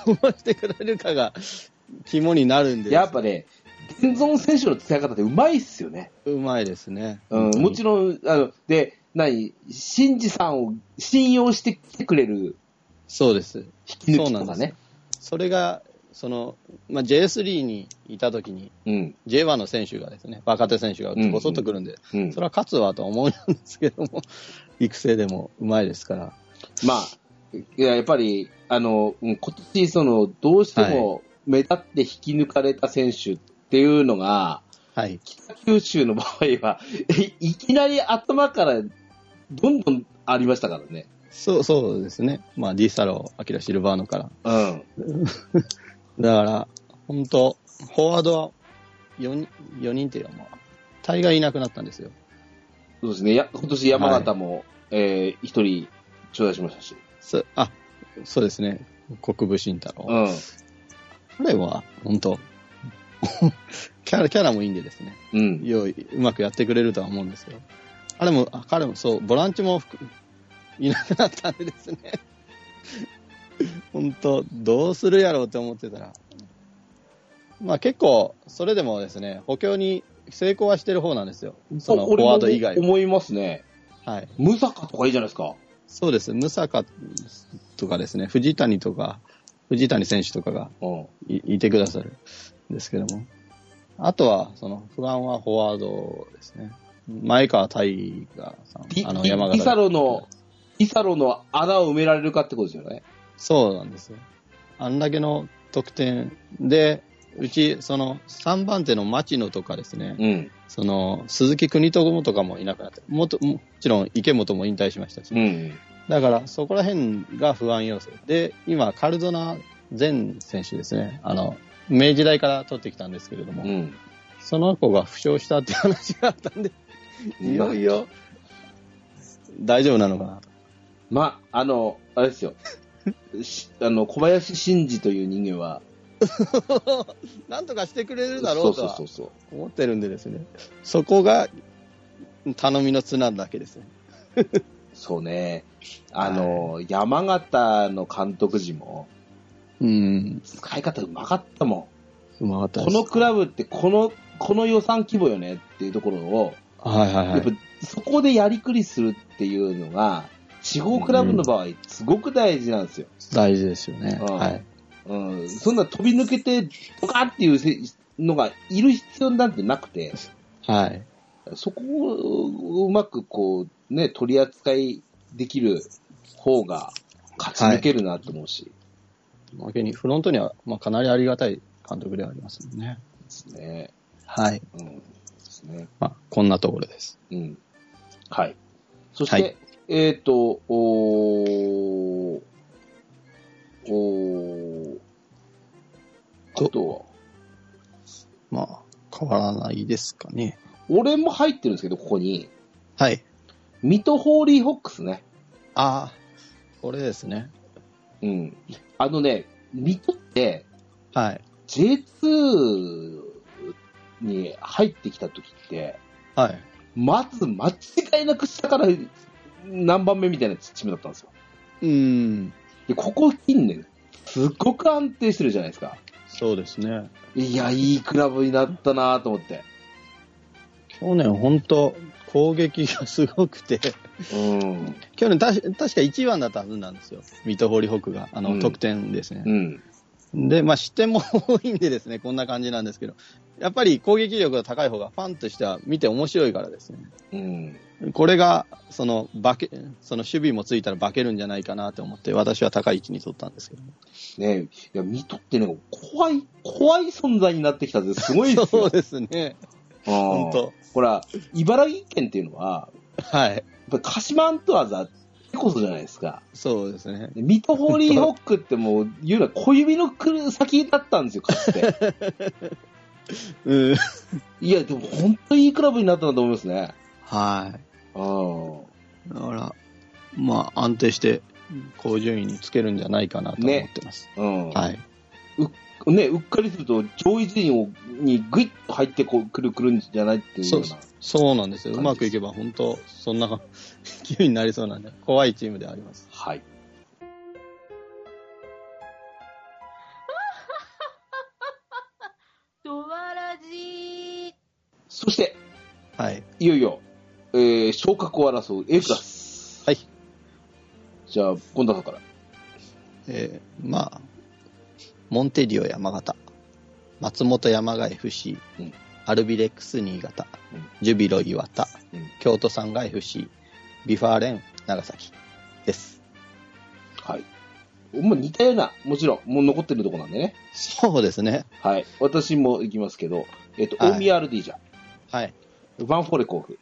Speaker 2: 思わせてくれるかが、肝になるんです。
Speaker 1: やっぱね、現存選手の使い方ってうまいっすよね。
Speaker 2: うまいですね。
Speaker 1: うん、もちろん、あの、で、何、真二さんを信用してきてくれる
Speaker 2: そうです。
Speaker 1: 引き抜きとかね。
Speaker 2: それが、その、まあ、J3 にいた時に、
Speaker 1: うん、
Speaker 2: J1 の選手がですね、若手選手がボソッとくるんで、
Speaker 1: うん
Speaker 2: そ。れは勝つわとは思うんですけども、育成でもうまいですから。
Speaker 1: まあ、いややっぱり、あの、うん今年、その、どうしても目立って引き抜かれた選手っていうのが、
Speaker 2: はい。
Speaker 1: 北九州 の場合は、いいきなり頭からどんどんありましたからね。
Speaker 2: そう、そうですね。まあ、D サロー、アキラ・シルバーノから。
Speaker 1: うん。
Speaker 2: だから、本当フォワードは4人、4人っていうかまあ、大概いなくなったんですよ。
Speaker 1: そうですね。や今年山形も、えー一人頂戴しましたし。
Speaker 2: そあ、そうですね。国分慎太郎。
Speaker 1: うん。
Speaker 2: 彼は、本当 キャラ、キャラもいいんでですね。
Speaker 1: うん。
Speaker 2: よいうまくやってくれるとは思うんですけど。彼も、あ彼もそう、ボランチも含いなくなったんでですね。 本当どうするやろうって思ってたら。まあ結構、それでもですね、補強に成功はしてる方なんですよ。そのフォワード以外
Speaker 1: 俺
Speaker 2: は。
Speaker 1: も思いますね。
Speaker 2: はい。
Speaker 1: ムサカとかいいじゃないですか。
Speaker 2: そうです。ムサカとかですね、藤谷とか、藤谷選手とかが
Speaker 1: うん。
Speaker 2: いいてくださるんですけども。あとは、その、不安はフォワードですね。前川大河さ
Speaker 1: い
Speaker 2: ん、あの、
Speaker 1: い
Speaker 2: 山形。
Speaker 1: イサロの。イサロの穴を埋められるかってことですよね。
Speaker 2: そうなんですよ。あんだけの得点で、うち、その、3番手の町野とかですね、
Speaker 1: うん。
Speaker 2: その、鈴木国友とかもいなくなって、もっと、もちろん池本も引退しましたし、
Speaker 1: うん。
Speaker 2: だからそこら辺が不安要素。で、今、カルドナ前選手ですね、あの、明治大から取ってきたんですけれども、
Speaker 1: うん。
Speaker 2: その子が負傷したって話があったんで、いよいよ、 大丈夫なのかなと。
Speaker 1: ま、あの、あれですよ。しあの、小林真二という人間は、
Speaker 2: なんとかしてくれるだろ
Speaker 1: そう
Speaker 2: うと
Speaker 1: そう
Speaker 2: は
Speaker 1: そうそう。
Speaker 2: 思ってるんでですね、そこが頼みの綱なだけですね。
Speaker 1: そうね。あの、山形の監督時も、
Speaker 2: うん、
Speaker 1: 使い方うまかったも
Speaker 2: うまかっ
Speaker 1: ん。
Speaker 2: た
Speaker 1: こ
Speaker 2: です
Speaker 1: のクラブってこの、この予算規模よねっていうところを、
Speaker 2: はいはいは
Speaker 1: やっぱ
Speaker 2: い。
Speaker 1: そこでやりくりするっていうのが、地方クラブの場合、すごく大事なんですよ。
Speaker 2: 大事ですよね。
Speaker 1: うん
Speaker 2: はい。
Speaker 1: うん、そんな飛び抜けて、ドカっていうせのがいる必要なんてなくて、
Speaker 2: はい。
Speaker 1: そこをうまくこう、ね、取り扱いできる方が勝ち抜けるなと思うし、
Speaker 2: 負けに、フロントには、まあ、かなりありがたい監督ではありますもんね。
Speaker 1: ですね。
Speaker 2: はい。
Speaker 1: うん。ですね。
Speaker 2: まあ、こんなところです。
Speaker 1: うん。はい。そして、
Speaker 2: はい
Speaker 1: えっ、と、おーおーあとは、
Speaker 2: まあ、変わらないですかね。
Speaker 1: 俺も入ってるんですけど、ここに、
Speaker 2: はい。
Speaker 1: 水戸ホーリーホックスね。
Speaker 2: ああ、これですね。
Speaker 1: うん。あのね、水戸って
Speaker 2: はい。
Speaker 1: J2 に入ってきた時って、
Speaker 2: はい。
Speaker 1: まず間違いなく下から何番目みたいなチームだったんですよ。
Speaker 2: うーん。
Speaker 1: で、ここ近年、すっごく安定してるじゃないですか。
Speaker 2: そうですね。
Speaker 1: いや、いいクラブになったなと思って。
Speaker 2: 去年、本当攻撃がすごくて、
Speaker 1: うん。
Speaker 2: 去年たし、確か1番だったはずなんですよ。水戸堀北が、あの、
Speaker 1: うん
Speaker 2: 得点ですね。
Speaker 1: うん。
Speaker 2: で、まあ、失点も多いんでですね、こんな感じなんですけど、やっぱり攻撃力が高い方が、ファンとしては見て面白いからですね。
Speaker 1: うん。
Speaker 2: これが、その、化け、その守備もついたら化けるんじゃないかなと思って、私は高い位置に取ったんですけど。
Speaker 1: ねいや、水戸ってね、怖い、怖い存在になってきたってすごいです
Speaker 2: そ
Speaker 1: よ
Speaker 2: う。ですね。
Speaker 1: 本
Speaker 2: 本。当
Speaker 1: ほら、茨城県っていうのは、
Speaker 2: はい。
Speaker 1: やっぱ鹿島アントワーズはこそじゃないですか。
Speaker 2: そうですね。
Speaker 1: でミトホーリーホックってもう、言うなら小指のくる先だったんですよ、かつて。
Speaker 2: うん。
Speaker 1: いや、でも本当にいいクラブになったなと思いますね。
Speaker 2: は
Speaker 1: う
Speaker 2: い。だから、まあ、安定して、高順位につけるんじゃないかなと思ってます。
Speaker 1: ん。うん。
Speaker 2: はい。
Speaker 1: ね、うっかりすると上位陣をにグイッと入ってこうくるくるんじゃないっていうよう
Speaker 2: そ
Speaker 1: な。
Speaker 2: そうなんですよ。う
Speaker 1: 感じです
Speaker 2: まくいけば、本当そんな勢いになりそうなんで、怖いチームではあります。
Speaker 1: はい。
Speaker 4: ドワラジ
Speaker 1: そして、
Speaker 2: はい。
Speaker 1: いよいよ、えー、昇格を争う A クラス。
Speaker 2: はい。
Speaker 1: じゃあ、今度はから。
Speaker 2: えーまあ、モンテディオ山形、松本山が FC、
Speaker 1: うん
Speaker 2: アルビレックス新潟、
Speaker 1: うん
Speaker 2: ジュビロ岩田、
Speaker 1: うん
Speaker 2: 京都産が FC、ビファーレン長崎です。
Speaker 1: はい。まあ、似たような、もちろん、もう残ってるとこなんでね。
Speaker 2: そうですね。
Speaker 1: はい。私も行きますけど、えっ、と、
Speaker 2: はい
Speaker 1: 大宮アルディージャ、
Speaker 2: はい。
Speaker 1: ヴァンフォーレ甲府、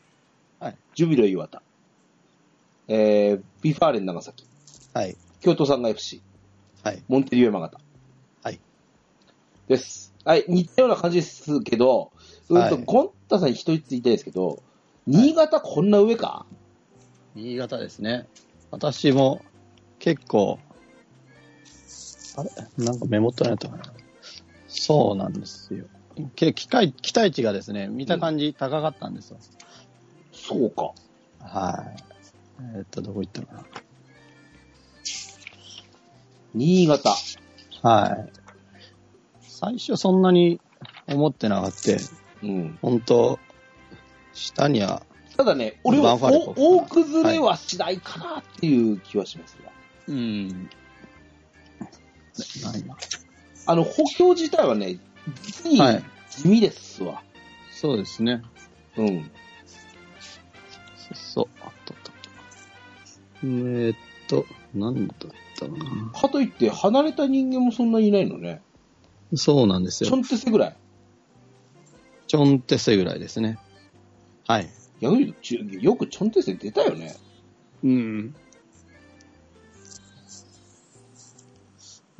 Speaker 2: はい
Speaker 1: ジュビロ磐田、えー、ビファーレン長崎、
Speaker 2: はい。
Speaker 1: 京都産が FC、
Speaker 2: はい。
Speaker 1: モンテリオ山形。
Speaker 2: はい。
Speaker 1: です。はい、似たような感じですけど、うんと、
Speaker 2: はい
Speaker 1: ゴンタさんに一人ついたいですけど、新潟こんな上か、
Speaker 2: 新潟ですね。私も結構、あれなんかメモってないとかな。そうなんですよ。け機械期待値がですね、見た感じ高かったんですよ。
Speaker 1: そうか。
Speaker 2: はい。えーっと、どこ行ったか
Speaker 1: 新潟。
Speaker 2: な。はい。最初そんなに思ってなかった。
Speaker 1: うん。
Speaker 2: 本当下には、
Speaker 1: ただね、俺
Speaker 2: バ
Speaker 1: は
Speaker 2: ンファレコフかな
Speaker 1: お大崩れはしないかなっていう気はしますが。
Speaker 2: うん。ないな。
Speaker 1: あの、補強自体はね、実に
Speaker 2: はい。
Speaker 1: 地味ですわ。
Speaker 2: そうですね。
Speaker 1: うん。
Speaker 2: そうそう。あったあった。えーっと、なんだったかな。
Speaker 1: かといって、離れた人間もそんなにいないのね。
Speaker 2: そうなんです
Speaker 1: ちょ
Speaker 2: よ。
Speaker 1: んてせぐらい。
Speaker 2: ちょんってせぐらいですね。はい。
Speaker 1: 逆に言うとちゅ、よくちょんてせ出たよね。
Speaker 2: うん。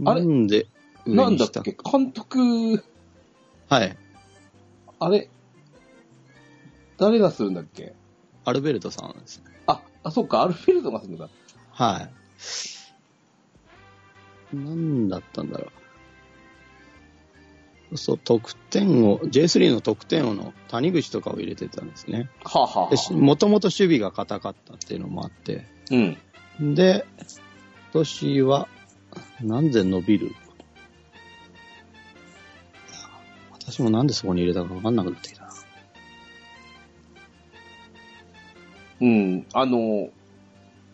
Speaker 1: あ
Speaker 2: な
Speaker 1: れ
Speaker 2: んで、
Speaker 1: な
Speaker 2: 上
Speaker 1: ん
Speaker 2: に
Speaker 1: だ
Speaker 2: し
Speaker 1: ったけ、監督、
Speaker 2: はい。
Speaker 1: あれ、誰がするんだっけ
Speaker 2: アルベルトさんですね。
Speaker 1: あ、あ、そうか、アルフィルドがするんだ。
Speaker 2: はい。なんだったんだろう。そう、得点を、J3 の得点王の谷口とかを入れてたんですね。
Speaker 1: はあ、はあはあ
Speaker 2: で、しもともと守備が硬かったっていうのもあって。
Speaker 1: うん。
Speaker 2: で、今年は何で伸びる私もなんでそこに入れたか分かんなくなってきたな。
Speaker 1: うん。あの、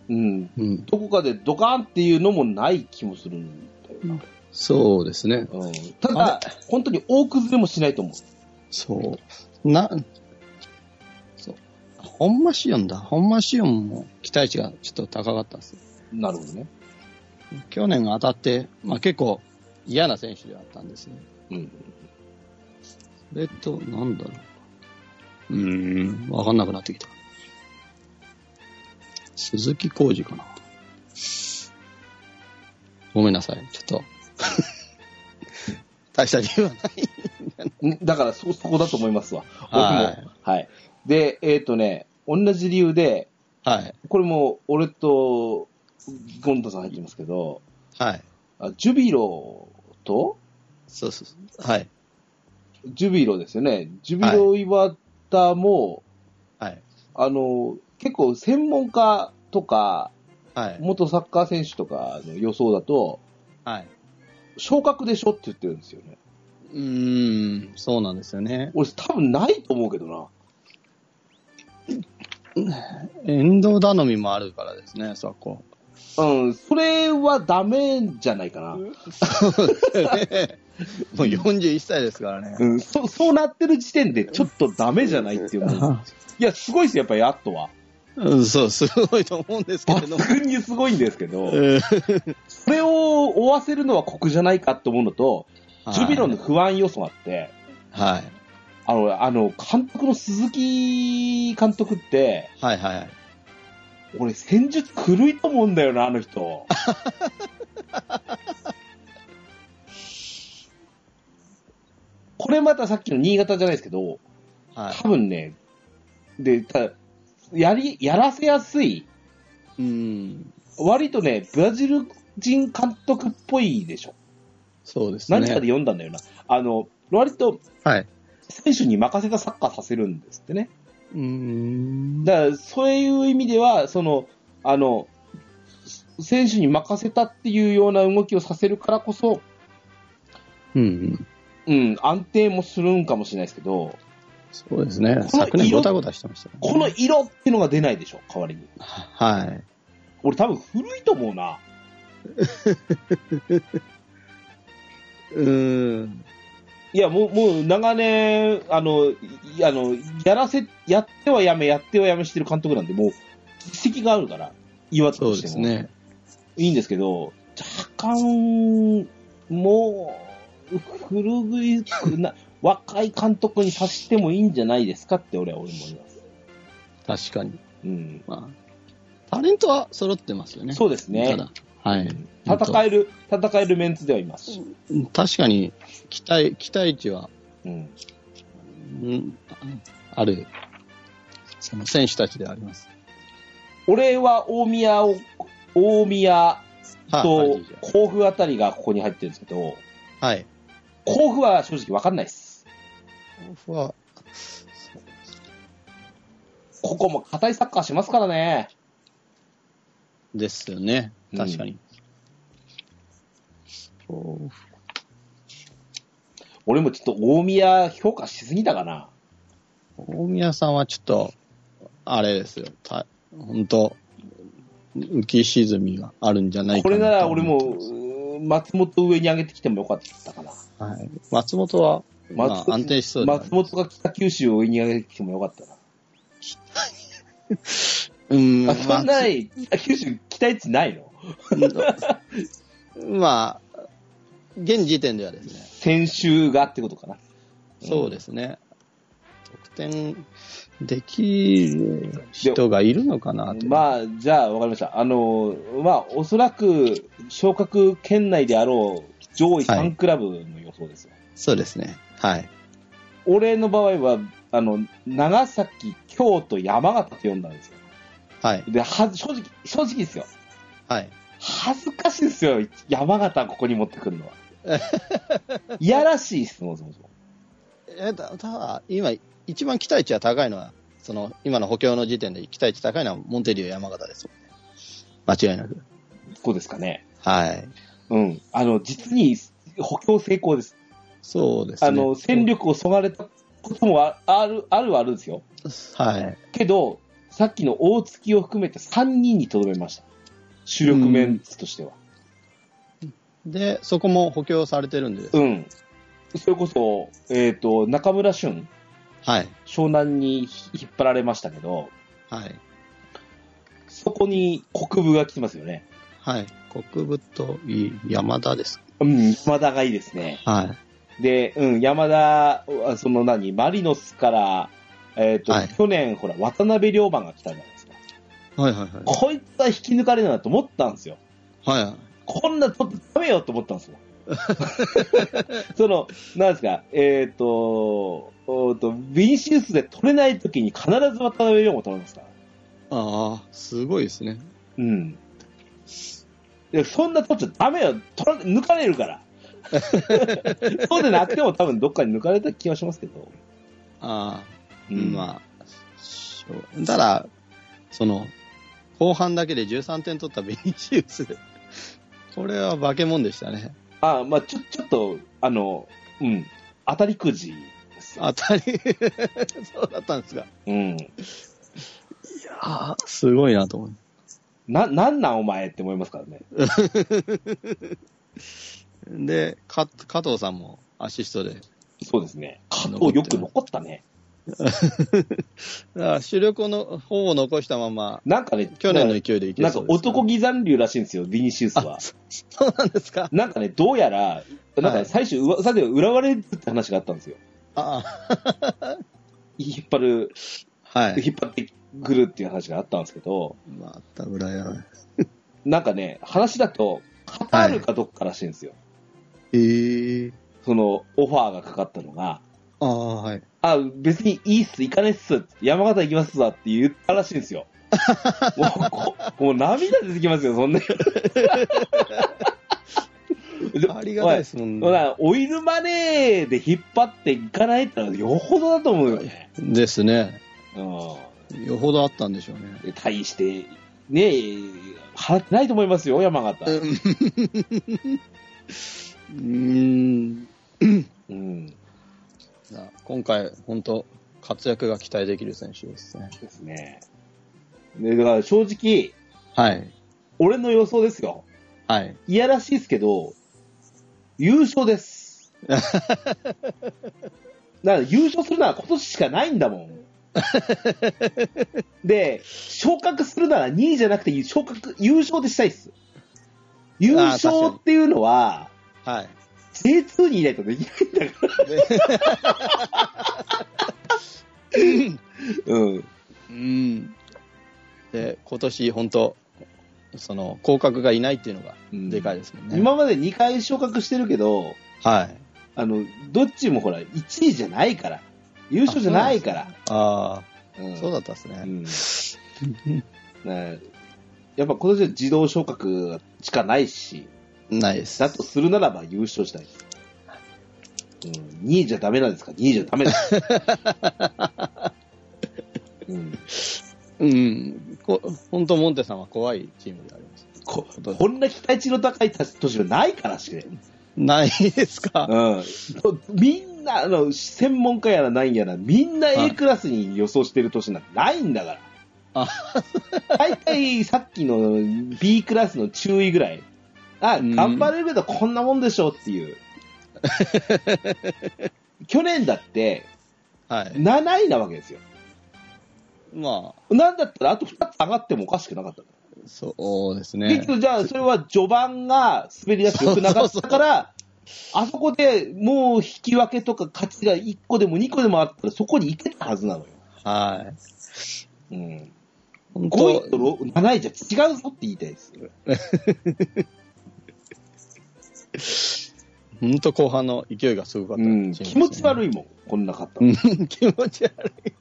Speaker 1: うん。
Speaker 2: うん。
Speaker 1: どこかでドカーンっていうのもない気もするんだよな。
Speaker 2: そうですね。
Speaker 1: うん、ただ、本当に大崩れもしないと思う。
Speaker 2: そう。な、そう。本間シオンだ。本間シオンも期待値がちょっと高かったんですよ。
Speaker 1: なるほどね。
Speaker 2: 去年が当たって、まあ結構嫌な選手ではあったんですね。
Speaker 1: うん。
Speaker 2: それと、なんだろう。うーん、わかんなくなってきた。鈴木浩二かな。ごめんなさい。ちょっと。 大した理由はない。
Speaker 1: んだからそ、そこだと思いますわ。僕も。
Speaker 2: は
Speaker 1: はい
Speaker 2: い。
Speaker 1: で、えっ、とね、同じ理由で、
Speaker 2: はい。
Speaker 1: これも、俺と、ゴンタさん入ってますけど、
Speaker 2: はい。
Speaker 1: あジュビロと、
Speaker 2: そうそうそう。はい。
Speaker 1: ジュビロですよね。ジュビロ岩田も、
Speaker 2: はい。
Speaker 1: あの、結構専門家とか、
Speaker 2: はい。
Speaker 1: 元サッカー選手とかの予想だと、
Speaker 2: はい。
Speaker 1: 昇格でしょって言ってるんですよね。
Speaker 2: うーん、そうなんですよね。
Speaker 1: 俺多分ないと思うけどな。
Speaker 2: 遠藤頼みもあるからですね、そこ。
Speaker 1: うん、それはダメじゃないかな。
Speaker 2: もう41歳ですからね。
Speaker 1: うん、そそうなってる時点でちょっとダメじゃないっていうの。いや、すごいですよ、やっぱりアットは。
Speaker 2: うん、そう、すごいと思うんですけれども。
Speaker 1: 抜群にすごいんですけど、
Speaker 2: うん
Speaker 1: それを追わせるのは酷じゃないかと思うのと、ジュビロの不安要素があって、
Speaker 2: はい。
Speaker 1: あの、あの、監督の鈴木監督って、
Speaker 2: はいはいはい。
Speaker 1: 俺戦術狂いと思うんだよな、あの人。 これまたさっきの新潟じゃないですけど、
Speaker 2: はい
Speaker 1: 多分ね、で、たやり、やらせやすい、
Speaker 2: うん。
Speaker 1: 割とね、ブラジル人監督っぽいでしょ。
Speaker 2: そうですね。
Speaker 1: 何かで読んだんだよな。あの、割と
Speaker 2: はい。
Speaker 1: 選手に任せたサッカーさせるんですってね。
Speaker 2: うーん。
Speaker 1: だから、そういう意味では、その、あの、選手に任せたっていうような動きをさせるからこそ、
Speaker 2: うんう
Speaker 1: う
Speaker 2: ん。
Speaker 1: ん、安定もするんかもしれないですけど、
Speaker 2: そうですね。
Speaker 1: この色
Speaker 2: 昨年ごたごたしてましたね。
Speaker 1: この色ってのが出ないでしょ、代わりに。
Speaker 2: はい。
Speaker 1: 俺多分古いと思うな。
Speaker 2: うーん。
Speaker 1: いや、もう、もう長年、あの、いあの、やらせ、やってはやめ、やってはやめしてる監督なんで、もう、実績があるから、岩田
Speaker 2: そ
Speaker 1: と
Speaker 2: う
Speaker 1: して
Speaker 2: で
Speaker 1: も。
Speaker 2: すね。
Speaker 1: いいんですけど、若干、もう、古いくな、若い監督にさしてもいいんじゃないですかって俺は俺も思います。
Speaker 2: 確かに。
Speaker 1: うん。
Speaker 2: まあ、タレントは揃ってますよね。
Speaker 1: そうですね
Speaker 2: た。だ、はい。
Speaker 1: 戦える、戦えるメンツではいますし。
Speaker 2: うん確かに、期待、期待値は、
Speaker 1: うん。
Speaker 2: うん、ある、その選手たちであります。
Speaker 1: 俺は大宮を、大宮
Speaker 2: は
Speaker 1: と
Speaker 2: い
Speaker 1: 甲府あたりがここに入ってるんですけど、
Speaker 2: はい。
Speaker 1: 甲府は正直わかんないです。
Speaker 2: 甲府は、
Speaker 1: ここも硬いサッカーしますからね。
Speaker 2: ですよね。
Speaker 1: うん
Speaker 2: 確かに。甲府
Speaker 1: 俺もちょっと大宮評価しすぎたかな。
Speaker 2: 大宮さんはちょっと、あれですよ。た本当浮き沈みがあるんじゃない
Speaker 1: こ
Speaker 2: かな
Speaker 1: れ
Speaker 2: と
Speaker 1: なら俺も、
Speaker 2: 思ってます
Speaker 1: うーん松本上に上げてきてもよかったかな。
Speaker 2: はい、松本は、ま
Speaker 1: 松
Speaker 2: あ、安定しそうで
Speaker 1: 松本が北九州を上に上げてきてもよかったな。
Speaker 2: うん、
Speaker 1: あ、そんな
Speaker 2: 松
Speaker 1: い、北九州期待値ないの
Speaker 2: まあ、現時点ではですね、
Speaker 1: 先週がってことかな。
Speaker 2: そうですね、得点できる人がいるのかなと。
Speaker 1: まあ、じゃあ、わかりました。あの、まあ、おそらく、昇格圏内であろう上位
Speaker 2: は
Speaker 1: 3
Speaker 2: い
Speaker 1: クラブの予想ですよ。
Speaker 2: そうですね、はい。
Speaker 1: 俺の場合は、あの、長崎、京都、山形と読んだんですよ。
Speaker 2: はい、
Speaker 1: で、は、正直、正直ですよ。
Speaker 2: はい。
Speaker 1: 恥ずかしいですよ。山形ここに持ってくるの は。いやらしい質問、そもそも。
Speaker 2: えたただ、今、一番期待値が高いのは、その、今の補強の時点で期待値高いのは、モンテリオ山形ですもんね。間違いなく。
Speaker 1: そうですかね。
Speaker 2: はい。
Speaker 1: うん。あの、実に補強成功です。
Speaker 2: そうですね。
Speaker 1: あの、戦力をそがれたこともあある、あるはあるんですよ。
Speaker 2: はい。
Speaker 1: けど、さっきの大月を含めて3人にとどめました。主力メンツとしては。
Speaker 2: で、そこも補強されてるんで、
Speaker 1: うん。それこそ、えっ、と、中村俊、
Speaker 2: はい。
Speaker 1: 湘南に引っ張られましたけど、
Speaker 2: はい。
Speaker 1: そこに国分が来てますよね。
Speaker 2: はい。国分といい山田です。
Speaker 1: うん、山田がいいですね。
Speaker 2: はい。
Speaker 1: で、うん、山田は、その何、マリノスから、えっ、と、
Speaker 2: はい
Speaker 1: 去年、ほら、渡辺龍馬が来たじゃないですか。
Speaker 2: はいはいはい。
Speaker 1: こいつは引き抜かれるなと思ったんですよ。
Speaker 2: はいはい。
Speaker 1: こんなとってダメよと思ったんです よ。その、なんですか、えっ、と、おーと、ビニシウスで取れないときに必ず渡辺亮も取れますから。
Speaker 2: ああ、すごいですね。
Speaker 1: うん。いやそんな取っちゃダメよ取ら抜かれる から。そうでなくても多分どっかに抜かれた気はしますけど。
Speaker 2: ああ、
Speaker 1: う
Speaker 2: まあ、しょうただ、その、後半だけで13点取ったベニシウス。これは化け物でしたね。
Speaker 1: ああ、まあちょ、ちょっと、あの、うん、当たりくじですよ。
Speaker 2: 当たり、そうだったんですが。
Speaker 1: うん。
Speaker 2: いやあ、すごいなと思う。
Speaker 1: な、なんなんお前って思いますからね。
Speaker 2: で、か加藤さんもアシストで。
Speaker 1: そうですね。加藤よく残ったね。
Speaker 2: だから主力の方を残したまま、
Speaker 1: なんかね、
Speaker 2: 去年の勢いでいけ
Speaker 1: なん
Speaker 2: そ
Speaker 1: か
Speaker 2: うです、
Speaker 1: 男気残留らしいんですよ、ビニシウスは
Speaker 2: あ。そそうなんですか。
Speaker 1: なんかね、どうやら、なんか最初、うわさて浦和レッズって話があったんですよ。
Speaker 2: あ
Speaker 1: 引っ張る、
Speaker 2: あ、 はい。
Speaker 1: 引っ張ってくるっていう話があったんですけど、
Speaker 2: またぐらいやない。
Speaker 1: なんかね、話だと、カタールかどっからしいんですよ。
Speaker 2: ええ
Speaker 1: その、オファーがかかったのが、
Speaker 2: ああ、はい。
Speaker 1: あ、別にいいっす、行かねえっす、山形行きますわって言ったらしいんです よ。もうこ、もう涙出てきますよ、 そんなで
Speaker 2: ありがたいですもん
Speaker 1: ほ
Speaker 2: ね。
Speaker 1: ら、オイルマネーで引っ張っていかないってのはよほどだと思うよね。
Speaker 2: ですね。
Speaker 1: う
Speaker 2: よほどあったんでしょうね。
Speaker 1: ん。対して、ねえ、払ってないと思いますよ、山形。
Speaker 2: うー ん。
Speaker 1: うん。
Speaker 2: 今回、本当活躍が期待できる選手ですね。
Speaker 1: ですね。で、だから正直、
Speaker 2: はい。
Speaker 1: 俺の予想ですよ。
Speaker 2: はい。
Speaker 1: いやらしいですけど、優勝 です。だから優勝するなら今年しかないんだも ん。で、昇格するなら2位じゃなくて昇格、優勝でしたいっす。優勝っていうのは、
Speaker 2: はい。
Speaker 1: J2 にいないとできないんだか
Speaker 2: で
Speaker 1: ら。うん。
Speaker 2: うん。で、今年本当、その、降格がいないっていうのが、
Speaker 1: うん
Speaker 2: でかいですもんね。
Speaker 1: 今まで2回昇格してるけど、
Speaker 2: はい。
Speaker 1: あの、どっちもほら、1位じゃないから。優勝じゃないから。
Speaker 2: ああ、そう
Speaker 1: だ
Speaker 2: だったですね。
Speaker 1: ね。 ねやっぱ今年は自動昇格しかないし、
Speaker 2: ないです。
Speaker 1: だとするならば優勝したい。うん、2位じゃダメなんですか ?2 位じゃダメです。 うん、
Speaker 2: うん。こ本当、モンテさんは怖いチームであります。
Speaker 1: ここんな期待値の高い年はないからしね。
Speaker 2: ないですか。
Speaker 1: うん、みんなあの、専門家やらなんやら、みんな A クラスに予想してる年なんてないんだから
Speaker 2: あ。
Speaker 1: 大体さっきの B クラスの注意ぐらい。あ、
Speaker 2: うん
Speaker 1: 頑張れるけどこんなもんでしょうって いう。去年だって
Speaker 2: はい。
Speaker 1: 7位なわけですよ。
Speaker 2: ま
Speaker 1: なんだったらあと2つ上がってもおかしくなかった。
Speaker 2: あ、そうです
Speaker 1: 結
Speaker 2: ね。
Speaker 1: 局じゃあそれは序盤が滑り出して良くなかったから、あそこでもう引き分けとか勝ちが1個でも2個でもあったらそこに行けたはずなのよ。
Speaker 2: はい。
Speaker 1: うん、
Speaker 2: 本
Speaker 1: 5位と
Speaker 2: 当、
Speaker 1: ろ7位じゃ違うぞって言いたいです。
Speaker 2: 本当後半の勢いがすごかった
Speaker 1: う
Speaker 2: チ
Speaker 1: ん、
Speaker 2: ームですね、
Speaker 1: 気持ち悪
Speaker 2: い。
Speaker 1: いもん、こんな勝ったの。い
Speaker 2: うん、 気持ち悪い。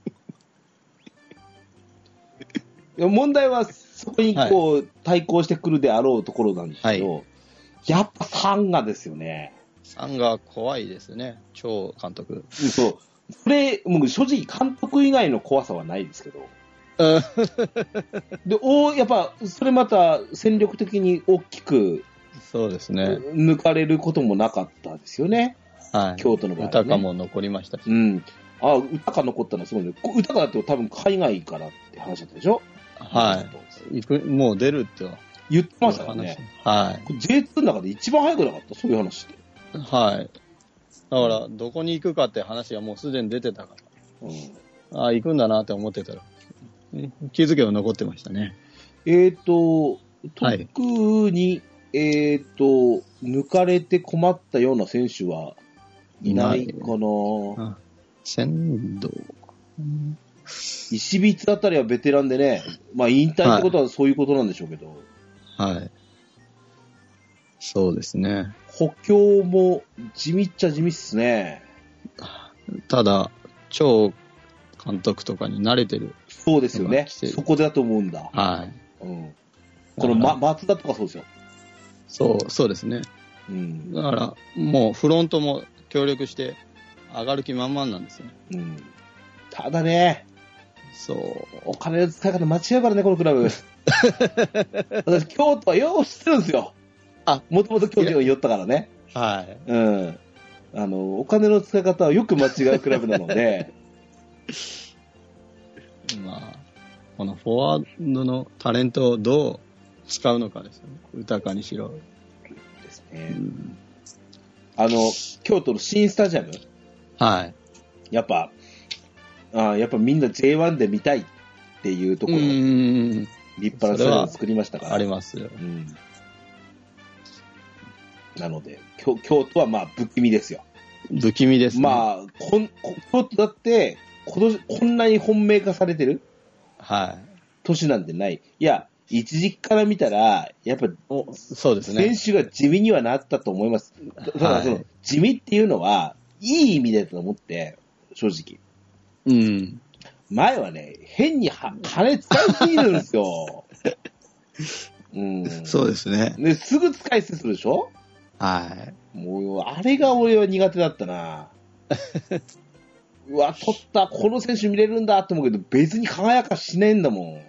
Speaker 1: や問題はそこにこう対抗してくるであろうところなんですけど、やっぱ3がですよね。
Speaker 2: さんが怖いですね。超監督。
Speaker 1: そう。それ、もう正直監督以外の怖さはないですけど。
Speaker 2: うん
Speaker 1: で、おやっぱ、それまた戦力的に大きく
Speaker 2: そうですね。
Speaker 1: 抜かれることもなかったですよね、
Speaker 2: はい。
Speaker 1: 京都の場合、ね。
Speaker 2: 歌か。も残りましたし。
Speaker 1: うん。あ、歌か残ったのはすごいね。こ歌かだと多分海外からって話だったでしょ。
Speaker 2: はいい。行く、もう出るって
Speaker 1: 言ってま
Speaker 2: 話
Speaker 1: したからね。。
Speaker 2: はい。
Speaker 1: これ J2 の中で一番早くなかったそういう話って。
Speaker 2: はい。だから、どこに行くかって話がもうすでに出てたか
Speaker 1: うん、
Speaker 2: ら、ああ、行くんだなって思ってたら、うん気づけば残ってましたね。
Speaker 1: えっ、と、
Speaker 2: はい
Speaker 1: 特に、えっ、と、抜かれて困ったような選手はいないかな。
Speaker 2: 仙道。
Speaker 1: 石光あたりはベテランでね、まあ引退ってことはそういうことなんでしょうけど、
Speaker 2: はい。そうですね。
Speaker 1: 補強も地味っちゃ地味っすね。
Speaker 2: ただ、超監督とかに慣れてる。
Speaker 1: そうですよ
Speaker 2: 今
Speaker 1: ね。
Speaker 2: 来てる
Speaker 1: そこだと思うんだ。
Speaker 2: はい。
Speaker 1: うん、この、ま、松田とかそうですよ。
Speaker 2: そう、そうですね。
Speaker 1: うん。
Speaker 2: だから、もうフロントも協力して、上がる気満々なんですよ。
Speaker 1: うん、ただね、
Speaker 2: そう。
Speaker 1: お金の使い方間違うからね、このク ラブ。私、京都はよう知ってるんですよ。
Speaker 2: あ、
Speaker 1: もともと京都に寄ったからね。
Speaker 2: はい。
Speaker 1: うん。あの、お金の使い方はよく間違うクラブなの で、
Speaker 2: まあ、このフォワードのタレントをどう使うのかですよね。歌かにしろ。
Speaker 1: ですね。あの、京都の新スタジアム、
Speaker 2: はい。
Speaker 1: やっぱ、あーやっぱみんな J1 で見たいっていうとこ
Speaker 2: う
Speaker 1: ろ、
Speaker 2: ん。
Speaker 1: 立派なスタジアムを作りましたから。
Speaker 2: ありますよ。
Speaker 1: うん。なので、京京都はまあ不気味ですよ。
Speaker 2: 不気味ですね。あ。
Speaker 1: まあ、こんこ京都だって、今年こんなに本命化されてる
Speaker 2: は
Speaker 1: 年なんてない。いや、一時期から見たら、やっぱ
Speaker 2: い。お、そうです
Speaker 1: 選
Speaker 2: ね。
Speaker 1: 手が地味にはなったと思います。ただその、
Speaker 2: はい
Speaker 1: 地味っていうのは、いい意味だと思って、正直。
Speaker 2: うん。
Speaker 1: 前はね、変には金使いすぎるんです よ。うん。
Speaker 2: そうですね。
Speaker 1: で、すぐ使い捨てするでしょ
Speaker 2: はい。
Speaker 1: もう、あれが俺は苦手だった な。うわ、取った、この選手見れるんだって思うけど、別に輝かしないんだも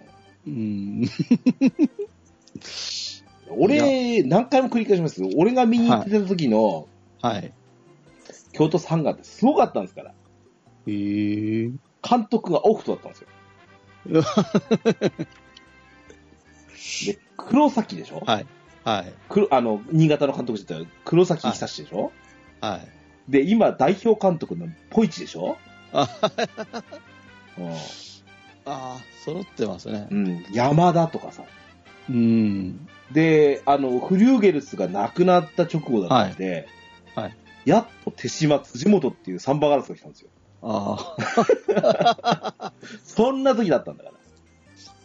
Speaker 1: ん。
Speaker 2: うん。
Speaker 1: 俺、何回も繰り返しますよ。俺が見に行ってた時の、
Speaker 2: はい。
Speaker 1: 京都サンガってすごかったんですから。
Speaker 2: へえ。
Speaker 1: 監督がオフトだったんですよ。で、黒崎でしょ、
Speaker 2: はい。はい。
Speaker 1: 黒あの、新潟の監督してた黒崎久志でしょ、
Speaker 2: はい。
Speaker 1: で、今、代表監督のポイチでしょ
Speaker 2: あ
Speaker 1: う
Speaker 2: ああ、揃ってますね。
Speaker 1: ん、うん山田とかさ。
Speaker 2: うん。
Speaker 1: で、あの、フリューゲルスが亡くなった直後だったんで、
Speaker 2: はいはい
Speaker 1: やっと手島辻元っていうサンバガラスが来たんですよ。
Speaker 2: ああ、
Speaker 1: そんな時だったんだか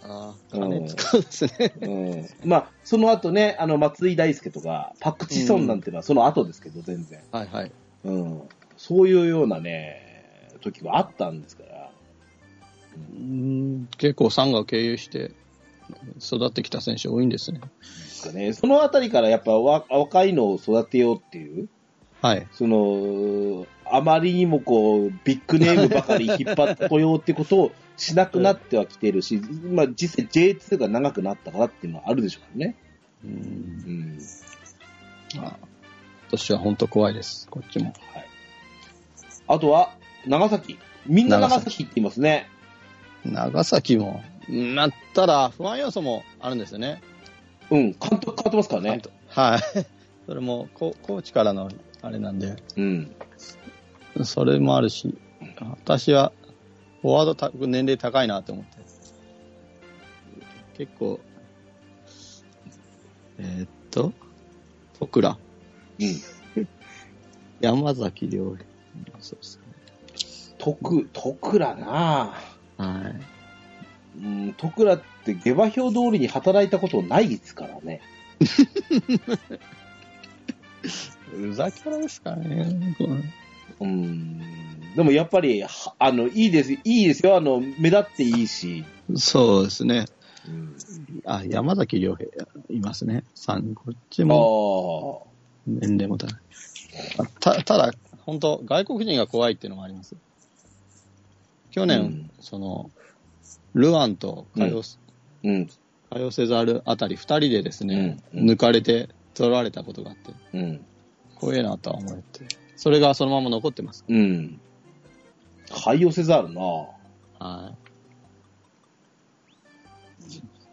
Speaker 1: ら。
Speaker 2: ああ、
Speaker 1: うん
Speaker 2: 金使うんですね。
Speaker 1: うん。まあ、その後ね、あの、松井大輔とか、パクチソンなんていうのはその後ですけど、全然。
Speaker 2: はいはい。
Speaker 1: うん。そういうようなね、時があったんですから。
Speaker 2: うーん結構サンガを経由して育ってきた選手多いんですね。
Speaker 1: ですかね。そのあたりからやっぱわ若いのを育てようっていう、
Speaker 2: はい。
Speaker 1: その、あまりにもこう、ビッグネームばかり引っ張ってこようってことをしなくなってはきてるし、まあ実際 J2 が長くなったからっていうのはあるでしょうからね。
Speaker 2: うん
Speaker 1: うん。
Speaker 2: まあ、今年は本当怖いです、こっちも。
Speaker 1: あとは、長崎。みんな長
Speaker 2: 長
Speaker 1: 崎って言いますね。
Speaker 2: 長崎も、なったら不安要素もあるんですよね。
Speaker 1: うん、監督変わってますから
Speaker 2: ちゃん
Speaker 1: ね。
Speaker 2: とはい。 それもコ、コーチからのあれなんで、
Speaker 1: うん。
Speaker 2: それもあるし、私はフォワードた年齢高いなと思って。結構、えーっと、徳倉。
Speaker 1: うん。
Speaker 2: 山崎亮平。そうですね。
Speaker 1: 徳、徳倉なぁ。
Speaker 2: はい。
Speaker 1: うん、徳倉って下馬評通りに働いたことないですからね。
Speaker 2: うざキャラですからね。
Speaker 1: うん。でもやっぱり、はあの、いいです、いいですよ。あの、目立っていいし。
Speaker 2: そうですね。あ、山崎良平いますね。三こっち
Speaker 1: ああ
Speaker 2: も年齢も高い。あたただ、本当外国人が怖いっていうのもあります。去年、
Speaker 1: うん
Speaker 2: その、ルアンとカヨ,、
Speaker 1: うん。
Speaker 2: カヨセザルあたり二人でですね、
Speaker 1: うんうん
Speaker 2: 抜かれて取られたことがあって、
Speaker 1: うん。
Speaker 2: 怖えなとは思って。それがそのまま残ってます。
Speaker 1: うん。廃用せざるなぁ。
Speaker 2: はい。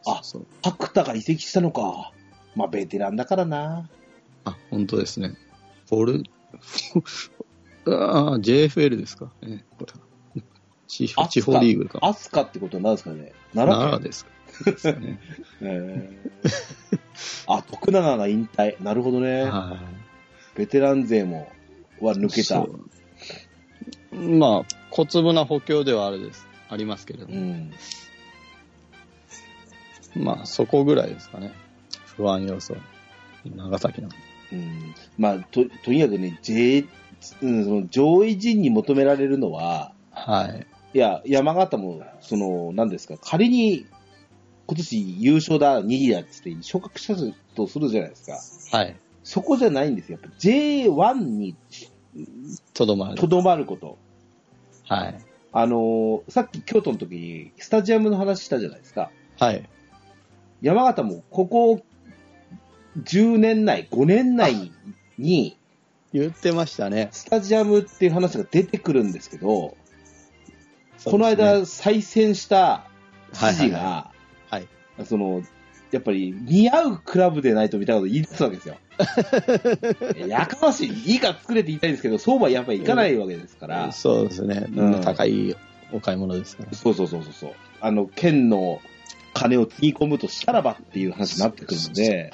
Speaker 1: あ
Speaker 2: そう。
Speaker 1: 角田が移籍したのか。まあ、ベテランだからな
Speaker 2: あ、本当ですね。ボル、 ああ、JFL ですか。ええこれ地
Speaker 1: あ
Speaker 2: 方地方リーグか。
Speaker 1: アスカってことは何ですかね。奈良
Speaker 2: 奈
Speaker 1: 県
Speaker 2: 良ですか。です ね
Speaker 1: えーあ、徳永が引退。なるほどね。
Speaker 2: は
Speaker 1: ベテラン勢も、は抜
Speaker 2: い
Speaker 1: けた。う
Speaker 2: そうまあ、小粒な補強ではあるです。ありますけれども。
Speaker 1: ん。
Speaker 2: まあ、そこぐらいですかね。不安要素。長崎の。
Speaker 1: うん。まあ、と、とにかくね、J、うん、その上位陣に求められるのは、
Speaker 2: はい。
Speaker 1: いや、山形も、その、何ですか、仮に、今年優勝だ、2位だっつって昇格したとするじゃないですか。
Speaker 2: はい。
Speaker 1: そこじゃないんですよ。やっぱ J1 に
Speaker 2: とどまる
Speaker 1: と。どまること。
Speaker 2: はい。
Speaker 1: あのーさっき京都の時に、スタジアムの話したじゃないですか。
Speaker 2: はい。
Speaker 1: 山形もここ10年内、5年内に、
Speaker 2: 言ってましたね。
Speaker 1: スタジアムっていう話が出てくるんですけど、この
Speaker 2: そうですね、
Speaker 1: 間再選した知事が、
Speaker 2: はいはいはい
Speaker 1: その、やっぱり似合うクラブでないとみたいなこと言い出すわけです よ。やかましい、いいから作れって言いたいんですけど、そうはやっぱりいかないわけですから、
Speaker 2: そうですね。
Speaker 1: うん
Speaker 2: 高いお買い物ですから。
Speaker 1: そうそうそうそうそう、あの、県の金をつぎ込むとしたらばっていう話になってくるので、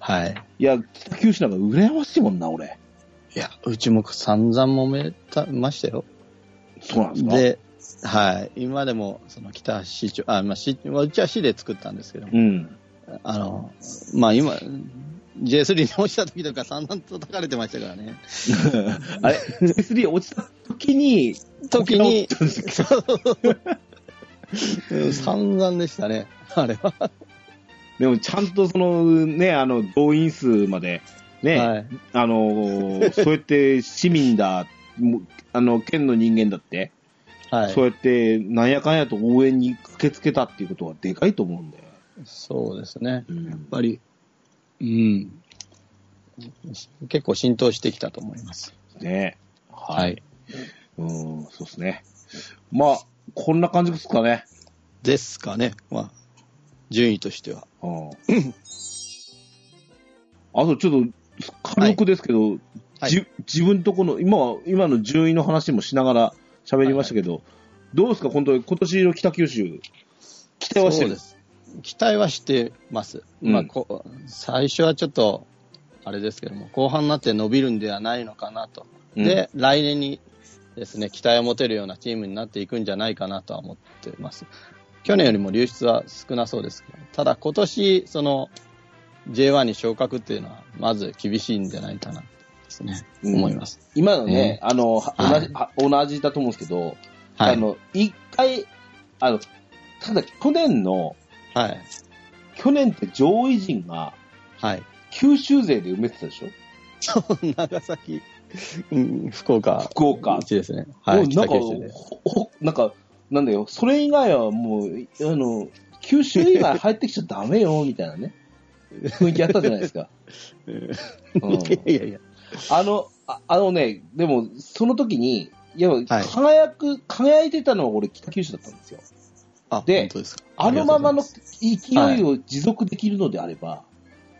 Speaker 2: はい。
Speaker 1: いや、北九州なんか羨ましいもんな、俺。
Speaker 2: いや、うちも散々揉めたましたよ。
Speaker 1: そうなんですか
Speaker 2: で、はい。今でも、その北市長、あ、まあ、市、まあうちは市で作ったんですけども、
Speaker 1: うん。
Speaker 2: あの、まあ今、J3 に落ちた時とか散々叩かれてましたからね。
Speaker 1: あれ、J3 落ちた時に、
Speaker 2: 時に、
Speaker 1: 沖縄落ちたんですよ
Speaker 2: うん 散々でしたね。あれは。
Speaker 1: でもちゃんとそのね、あの、動員数まで、ね、
Speaker 2: はい。
Speaker 1: あの ー、そうやって市民だ、もあの、県の人間だって、
Speaker 2: はい。
Speaker 1: そうやってなんやかんやと応援に駆けつけたっていうことはでかいと思うんで。
Speaker 2: そうですね。
Speaker 1: うん
Speaker 2: やっぱり、うん。結構浸透してきたと思います。
Speaker 1: ね。。
Speaker 2: はいい。
Speaker 1: うん、そうですね。まあ、こんな感じですかね。
Speaker 2: ですかね。まあ、順位としては。
Speaker 1: うん。あとちょっと、軽くですけど、
Speaker 2: はい
Speaker 1: じ自分とこの、今は、今の順位の話もしながら喋りましたけど、どうですか、本当に今年の北九州、期待はして
Speaker 2: そう
Speaker 1: る
Speaker 2: です。期待はしてます。
Speaker 1: うん
Speaker 2: まあ、こ最初はちょっと、あれですけども、後半になって伸びるんではないのかなと。
Speaker 1: うん
Speaker 2: で、来年にですね、期待を持てるようなチームになっていくんじゃないかなとは思ってます。去年よりも流出は少なそうですけど、ただ今年、その、J1 に昇格っていうのは、まず厳しいんじゃないかな、ですね、
Speaker 1: うん
Speaker 2: 思います。
Speaker 1: 今のね
Speaker 2: ね、
Speaker 1: あの、は同
Speaker 2: は
Speaker 1: じ
Speaker 2: い
Speaker 1: は同じだと思うんですけど、
Speaker 2: は
Speaker 1: あ
Speaker 2: い。
Speaker 1: の、一回、あの、ただ去年の、
Speaker 2: はい。
Speaker 1: 去年って上位陣が
Speaker 2: はい。
Speaker 1: 九州勢で埋めてたでしょ
Speaker 2: 長崎、うん、福岡。
Speaker 1: 福岡
Speaker 2: うちですね。は
Speaker 1: も
Speaker 2: い。
Speaker 1: うなん
Speaker 2: 北
Speaker 1: か
Speaker 2: 九州で。
Speaker 1: ほほなんか、なんだよ、それ以外はもう、いあの、九州以外入ってきちゃダメよ、 みたいなね、雰囲気あったじゃない ですか。うん
Speaker 2: いやいや。
Speaker 1: あの、ああのね、でも、その時に、いや、
Speaker 2: い
Speaker 1: 輝く、輝いてたのは俺、北九州だったんですよ。
Speaker 2: あ、
Speaker 1: で
Speaker 2: 本当ですか。
Speaker 1: あのままの
Speaker 2: あ
Speaker 1: 勢いを持続できるのであれば、
Speaker 2: りがとうございます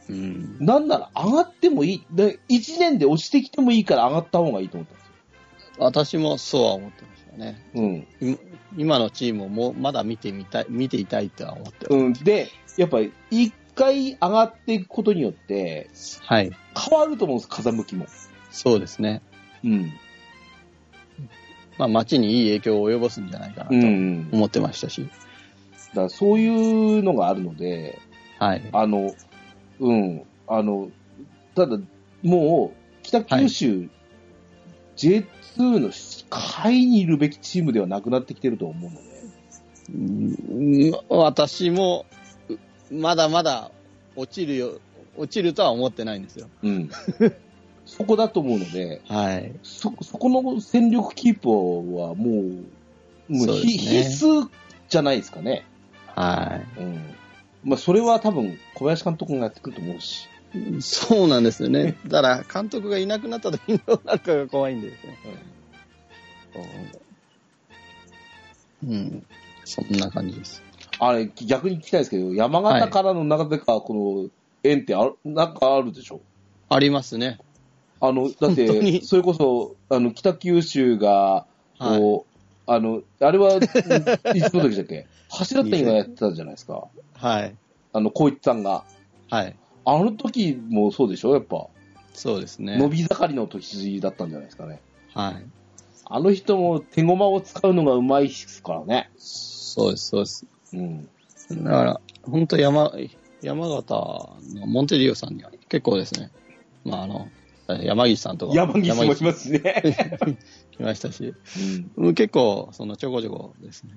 Speaker 2: うん。
Speaker 1: なんなら上がってもいい、で1年で落ちてきてもいいから上がった方がいいと思ったんですよ。
Speaker 2: 私もそうは思ってましたね。
Speaker 1: うん。
Speaker 2: 今今のチームをもうまだ見てみたい、見ていたいとは思ってます
Speaker 1: うん、で、やっぱり、一回上がっていくことによって、
Speaker 2: はい。
Speaker 1: 変わると思うんです、風向きも。
Speaker 2: そうですね。
Speaker 1: うん。
Speaker 2: まあ、街にいい影響を及ぼすんじゃないかな
Speaker 1: うん、う
Speaker 2: と
Speaker 1: ん。だ
Speaker 2: 思ってましたし。
Speaker 1: からそういうのがあるので、
Speaker 2: はい。
Speaker 1: あの、うん、あの、ただ、もう、北九州、J2 の下位にいるべきチームではなくなってきてると思うので、
Speaker 2: うん私も、うまだまだ落ちるよ、落ちるとは思ってないんですよ。
Speaker 1: うん。そこだと思うので、
Speaker 2: はい。
Speaker 1: そ、そこの戦力キープはもう、もう
Speaker 2: そう
Speaker 1: ひ
Speaker 2: です
Speaker 1: 必須じゃないですかね。
Speaker 2: は
Speaker 1: うん。まあ、それは多分、小林監督がやってくると思うし。
Speaker 2: い。そうなんですよ ね。だから、監督がいなくなった時にどうなるかが怖いんですね。うん。そんな感じです。
Speaker 1: あれ、逆に聞きたいですけど、山形からの中でか、この、縁ってある、なんかあるでしょ
Speaker 2: ありますね。
Speaker 1: あの、だっ
Speaker 2: 本当
Speaker 1: て、
Speaker 2: に
Speaker 1: それこそ、あの、北九州が、
Speaker 2: はい。
Speaker 1: こう、あの、あれは、んいつの時だっけ 柱谷がやってたじゃないですか。
Speaker 2: はい。
Speaker 1: あの、光一さんが。
Speaker 2: はい。
Speaker 1: あの時もそうでしょやっぱ、
Speaker 2: そうです
Speaker 1: 伸
Speaker 2: ね。
Speaker 1: び盛りの時だったんじゃないですかね。
Speaker 2: はい。
Speaker 1: あの人も手駒を使うのがうまいですからね。
Speaker 2: そうです、そうです。
Speaker 1: うん。
Speaker 2: だから、本当山、山形のモンテディオさんには結構ですね、まああの、山岸さんとか、
Speaker 1: 山岸もし
Speaker 2: 山
Speaker 1: ますしね。
Speaker 2: 岸来ましたし、
Speaker 1: うん
Speaker 2: うん結構、そのちょこちょこですね、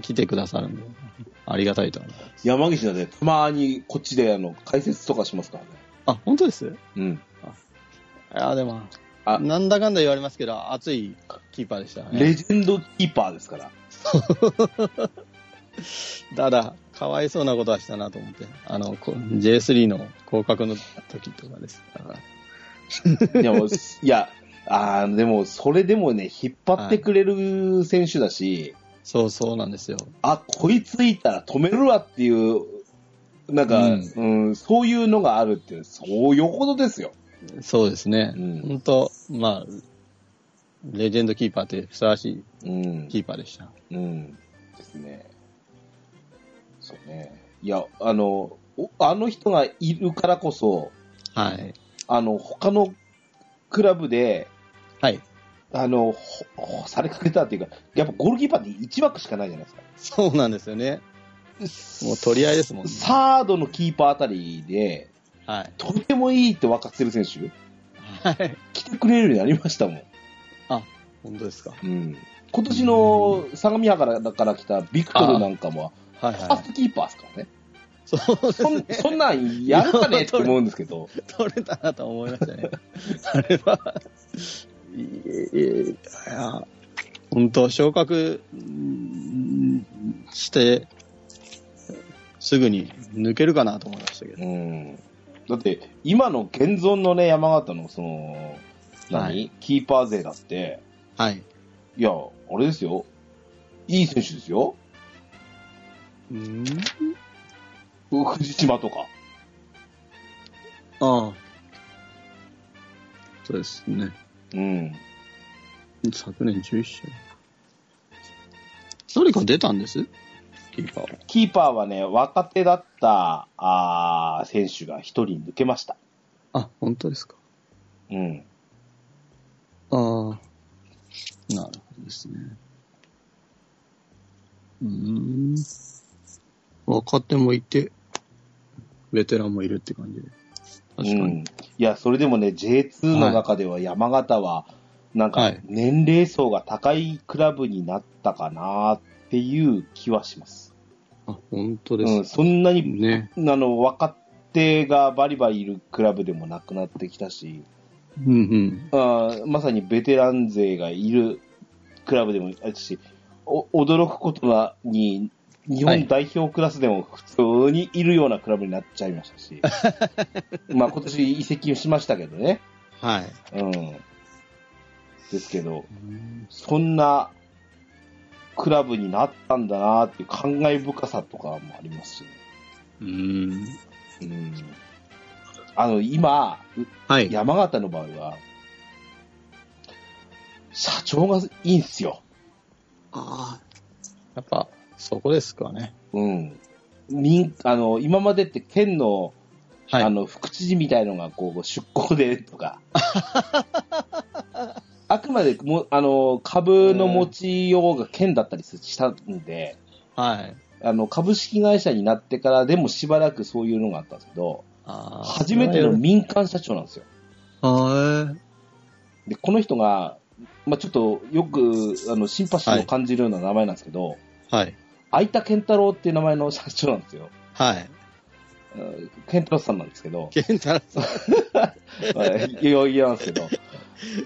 Speaker 2: 来てくださるんで、ありがたいと思います。
Speaker 1: 山岸はね、たまにこっちであの、解説とかしますからね。
Speaker 2: あ、本当です
Speaker 1: うん。
Speaker 2: いや、でも、
Speaker 1: あ
Speaker 2: なんだかんだ言われますけど、熱いキーパーでした
Speaker 1: レ
Speaker 2: ね。
Speaker 1: ジェンドキーパーです から。
Speaker 2: ただ、かわいそうなことはしたなと思って、あの、こ J3 の降格の時とかです。だから
Speaker 1: いや、もういや、あーでも、それでもね、引っ張ってくれる選手だし、
Speaker 2: そうそうなんですよ。
Speaker 1: あ、こいついたら止めるわっていう、なんか、う、
Speaker 2: うん
Speaker 1: そういうのがあるって、そうよほどですよ。
Speaker 2: そうですね。
Speaker 1: うん
Speaker 2: 本当、まあ、レジェンドキーパーってふさわし
Speaker 1: うん
Speaker 2: い。キーパーでした。
Speaker 1: うん。ですね。そうね。いや、あの、おあの人がいるからこそ、
Speaker 2: はい。
Speaker 1: あの、他のクラブで、
Speaker 2: はい。
Speaker 1: あの、ほほされかけたっていうか、やっぱゴールキーパーって1枠しかないじゃないですか。
Speaker 2: そうなんですよね。もう取り合いですもんね。
Speaker 1: サードのキーパーあたりで、
Speaker 2: はい。
Speaker 1: とてもいいって分かってる選手、
Speaker 2: はい。
Speaker 1: 来てくれるようになりましたもん。
Speaker 2: 本当ですか。
Speaker 1: うん。今年の相模原から来たビクトルなんかも、
Speaker 2: はい
Speaker 1: ファー
Speaker 2: は
Speaker 1: ス
Speaker 2: い。
Speaker 1: トキーパーですからね。
Speaker 2: そうです
Speaker 1: そん
Speaker 2: ね。
Speaker 1: そん なんやるかねって思うんですけど。
Speaker 2: 取れたなと思いましたね。あれは、いいや、本当、昇格うんして、すぐに抜けるかなと思いましたけど。
Speaker 1: うんだって、今の現存のね、山形の、その、何、
Speaker 2: はい
Speaker 1: キーパー勢だって、
Speaker 2: はい。
Speaker 1: いや、あれですよ。いい選手ですよ。
Speaker 2: うん
Speaker 1: う 藤島とか。
Speaker 2: ああ。そうですね。
Speaker 1: うん。
Speaker 2: 昨年11勝。誰か出たんですキーパーは。
Speaker 1: キーパーはね、若手だった、あー選手が一人抜けました。
Speaker 2: あ、本当ですか。
Speaker 1: うん。
Speaker 2: ああ。なるほどですね。うーん。若手もいて、ベテランもいるって感じで。確かに。
Speaker 1: うん、いや、それでもね、J2 の中では山形は、なん
Speaker 2: は
Speaker 1: か
Speaker 2: い
Speaker 1: 年齢層が高いクラブになったかなっていう気はします。
Speaker 2: あ、本当で
Speaker 1: うん、
Speaker 2: す。
Speaker 1: そんなに、
Speaker 2: ね。
Speaker 1: あの、若手がバリバリいるクラブでもなくなってきたし、
Speaker 2: うんうん。
Speaker 1: あーまさにベテラン勢がいるクラブでもあるし、お驚くことはに、日
Speaker 2: は
Speaker 1: 本
Speaker 2: い
Speaker 1: 代表クラスでも普通にいるようなクラブになっちゃいましたし、まあ今年移籍しましたけどね。
Speaker 2: はい。
Speaker 1: うん。ですけど、そんなクラブになったんだなっていう感慨深さとかもありますし、ね、
Speaker 2: うん。
Speaker 1: うん。あの、今、
Speaker 2: はい。
Speaker 1: 山形の場合は、社長がいいんすよ。
Speaker 2: ああ。やっぱ、そこですかね。
Speaker 1: うん。民、あの、今までって県の、
Speaker 2: はい。
Speaker 1: あの、副知事みたいのが、こう、出向でと か。あくまでも、あの、株の持ちようが県だったりすしたんで、
Speaker 2: はい。
Speaker 1: あの、株式会社になってからでもしばらくそういうのがあったんですけど、
Speaker 2: ああ。
Speaker 1: 初めての民間社長なんですよ。
Speaker 2: は
Speaker 1: で、この人が、まあ、ちょっとよく、あの、シンパシーを感じるような名前なんですけど、
Speaker 2: い。はい。
Speaker 1: 相田健太郎っていう名前の社長なんですよ。
Speaker 2: はい。
Speaker 1: うん健太郎さんなんですけど、
Speaker 2: ケンタラさん。
Speaker 1: いよいよなんですけど、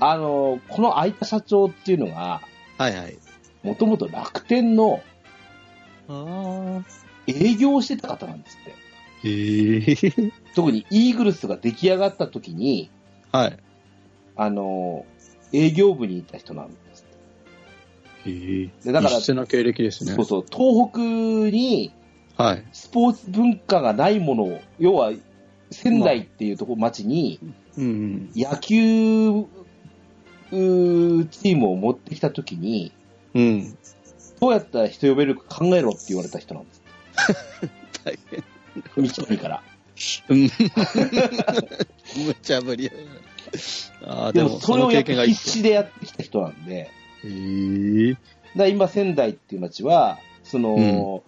Speaker 1: あの、この相田社長っていうのが、
Speaker 2: はいはい。
Speaker 1: もともと楽天の
Speaker 2: ああ。
Speaker 1: 営業をしてた方なんですって。
Speaker 2: へえ。
Speaker 1: 特にイーグルスが出来上がった時に、
Speaker 2: はい。
Speaker 1: あの、営業部にいた人なんですって。
Speaker 2: へえ。
Speaker 1: でだから
Speaker 2: 一緒な経歴ですね
Speaker 1: そう。そう、東北に
Speaker 2: はい。
Speaker 1: スポーツ文化がないものを、要は仙台っていうとこ、町に
Speaker 2: うんうん。
Speaker 1: 野球うーチームを持ってきた時に、
Speaker 2: うん。
Speaker 1: どうやったら人呼べるか考えろって言われた人なんです。
Speaker 2: 大変。
Speaker 1: 道富から。
Speaker 2: 無茶ぶりやな。ああ、
Speaker 1: で
Speaker 2: で
Speaker 1: も
Speaker 2: も、
Speaker 1: そ
Speaker 2: そ
Speaker 1: れ
Speaker 2: の
Speaker 1: をや
Speaker 2: 経
Speaker 1: っ
Speaker 2: 験
Speaker 1: ぱ
Speaker 2: がいいっ
Speaker 1: 必死
Speaker 2: すよ。
Speaker 1: でやってきた人なんで、
Speaker 2: へえ。
Speaker 1: だから今仙台っていう町は、その、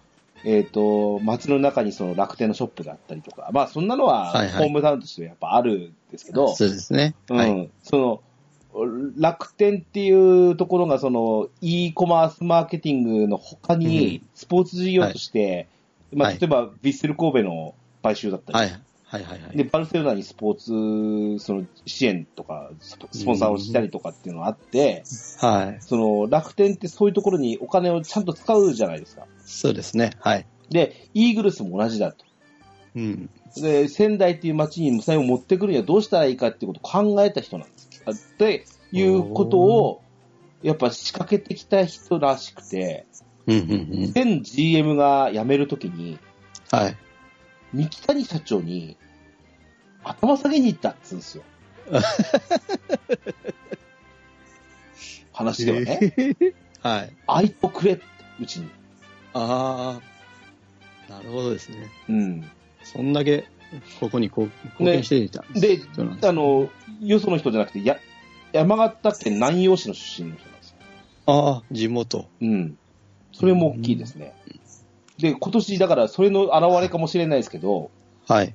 Speaker 1: えっ、と、町の中にその楽天のショップがあったりとか、まあそんなのは
Speaker 2: はいはい
Speaker 1: ホームタウンとしてやっぱあるんですけど、
Speaker 2: そうですね。
Speaker 1: うん
Speaker 2: はい。
Speaker 1: その、楽天っていうところが、その、e コマースマーケティングの他に
Speaker 2: う、
Speaker 1: スポーツ事業として、まあ、
Speaker 2: はい
Speaker 1: 例えば、ヴィッセル神戸の買収だったり、
Speaker 2: はい。はいはいはい。
Speaker 1: で、バルセロナにスポーツ、その、支援とか、スポスポンサーをしたりとかっていうのがあって、
Speaker 2: はい。
Speaker 1: その、楽天ってそういうところにお金をちゃんと使うじゃないですか。
Speaker 2: そうですね。はい。
Speaker 1: で、イーグルスも同じだと。
Speaker 2: うん。
Speaker 1: で、仙台っていう町に無線を持ってくるにはどうしたらいいかっていうことを考えた人なんです。あっていうことを、やっぱ仕掛けてきた人らしくて、
Speaker 2: うんうんうん。
Speaker 1: 前 GM が辞めるときに、
Speaker 2: はい。
Speaker 1: 三木谷社長に、頭下げに行ったっつうん ですよ。話ではね、
Speaker 2: はい。
Speaker 1: 愛とくれって、うちに。
Speaker 2: ああ。なるほどですね。
Speaker 1: うん。
Speaker 2: そんだけ、ここに貢貢献していたんです。
Speaker 1: で、
Speaker 2: そうなんです
Speaker 1: あの、よその人じゃなくて、や山形県南陽市の出身の人なんですよ。
Speaker 2: ああ、地元。
Speaker 1: うん。それも大きいですね。で、今年、だから、それの現れかもしれないですけど、
Speaker 2: はい。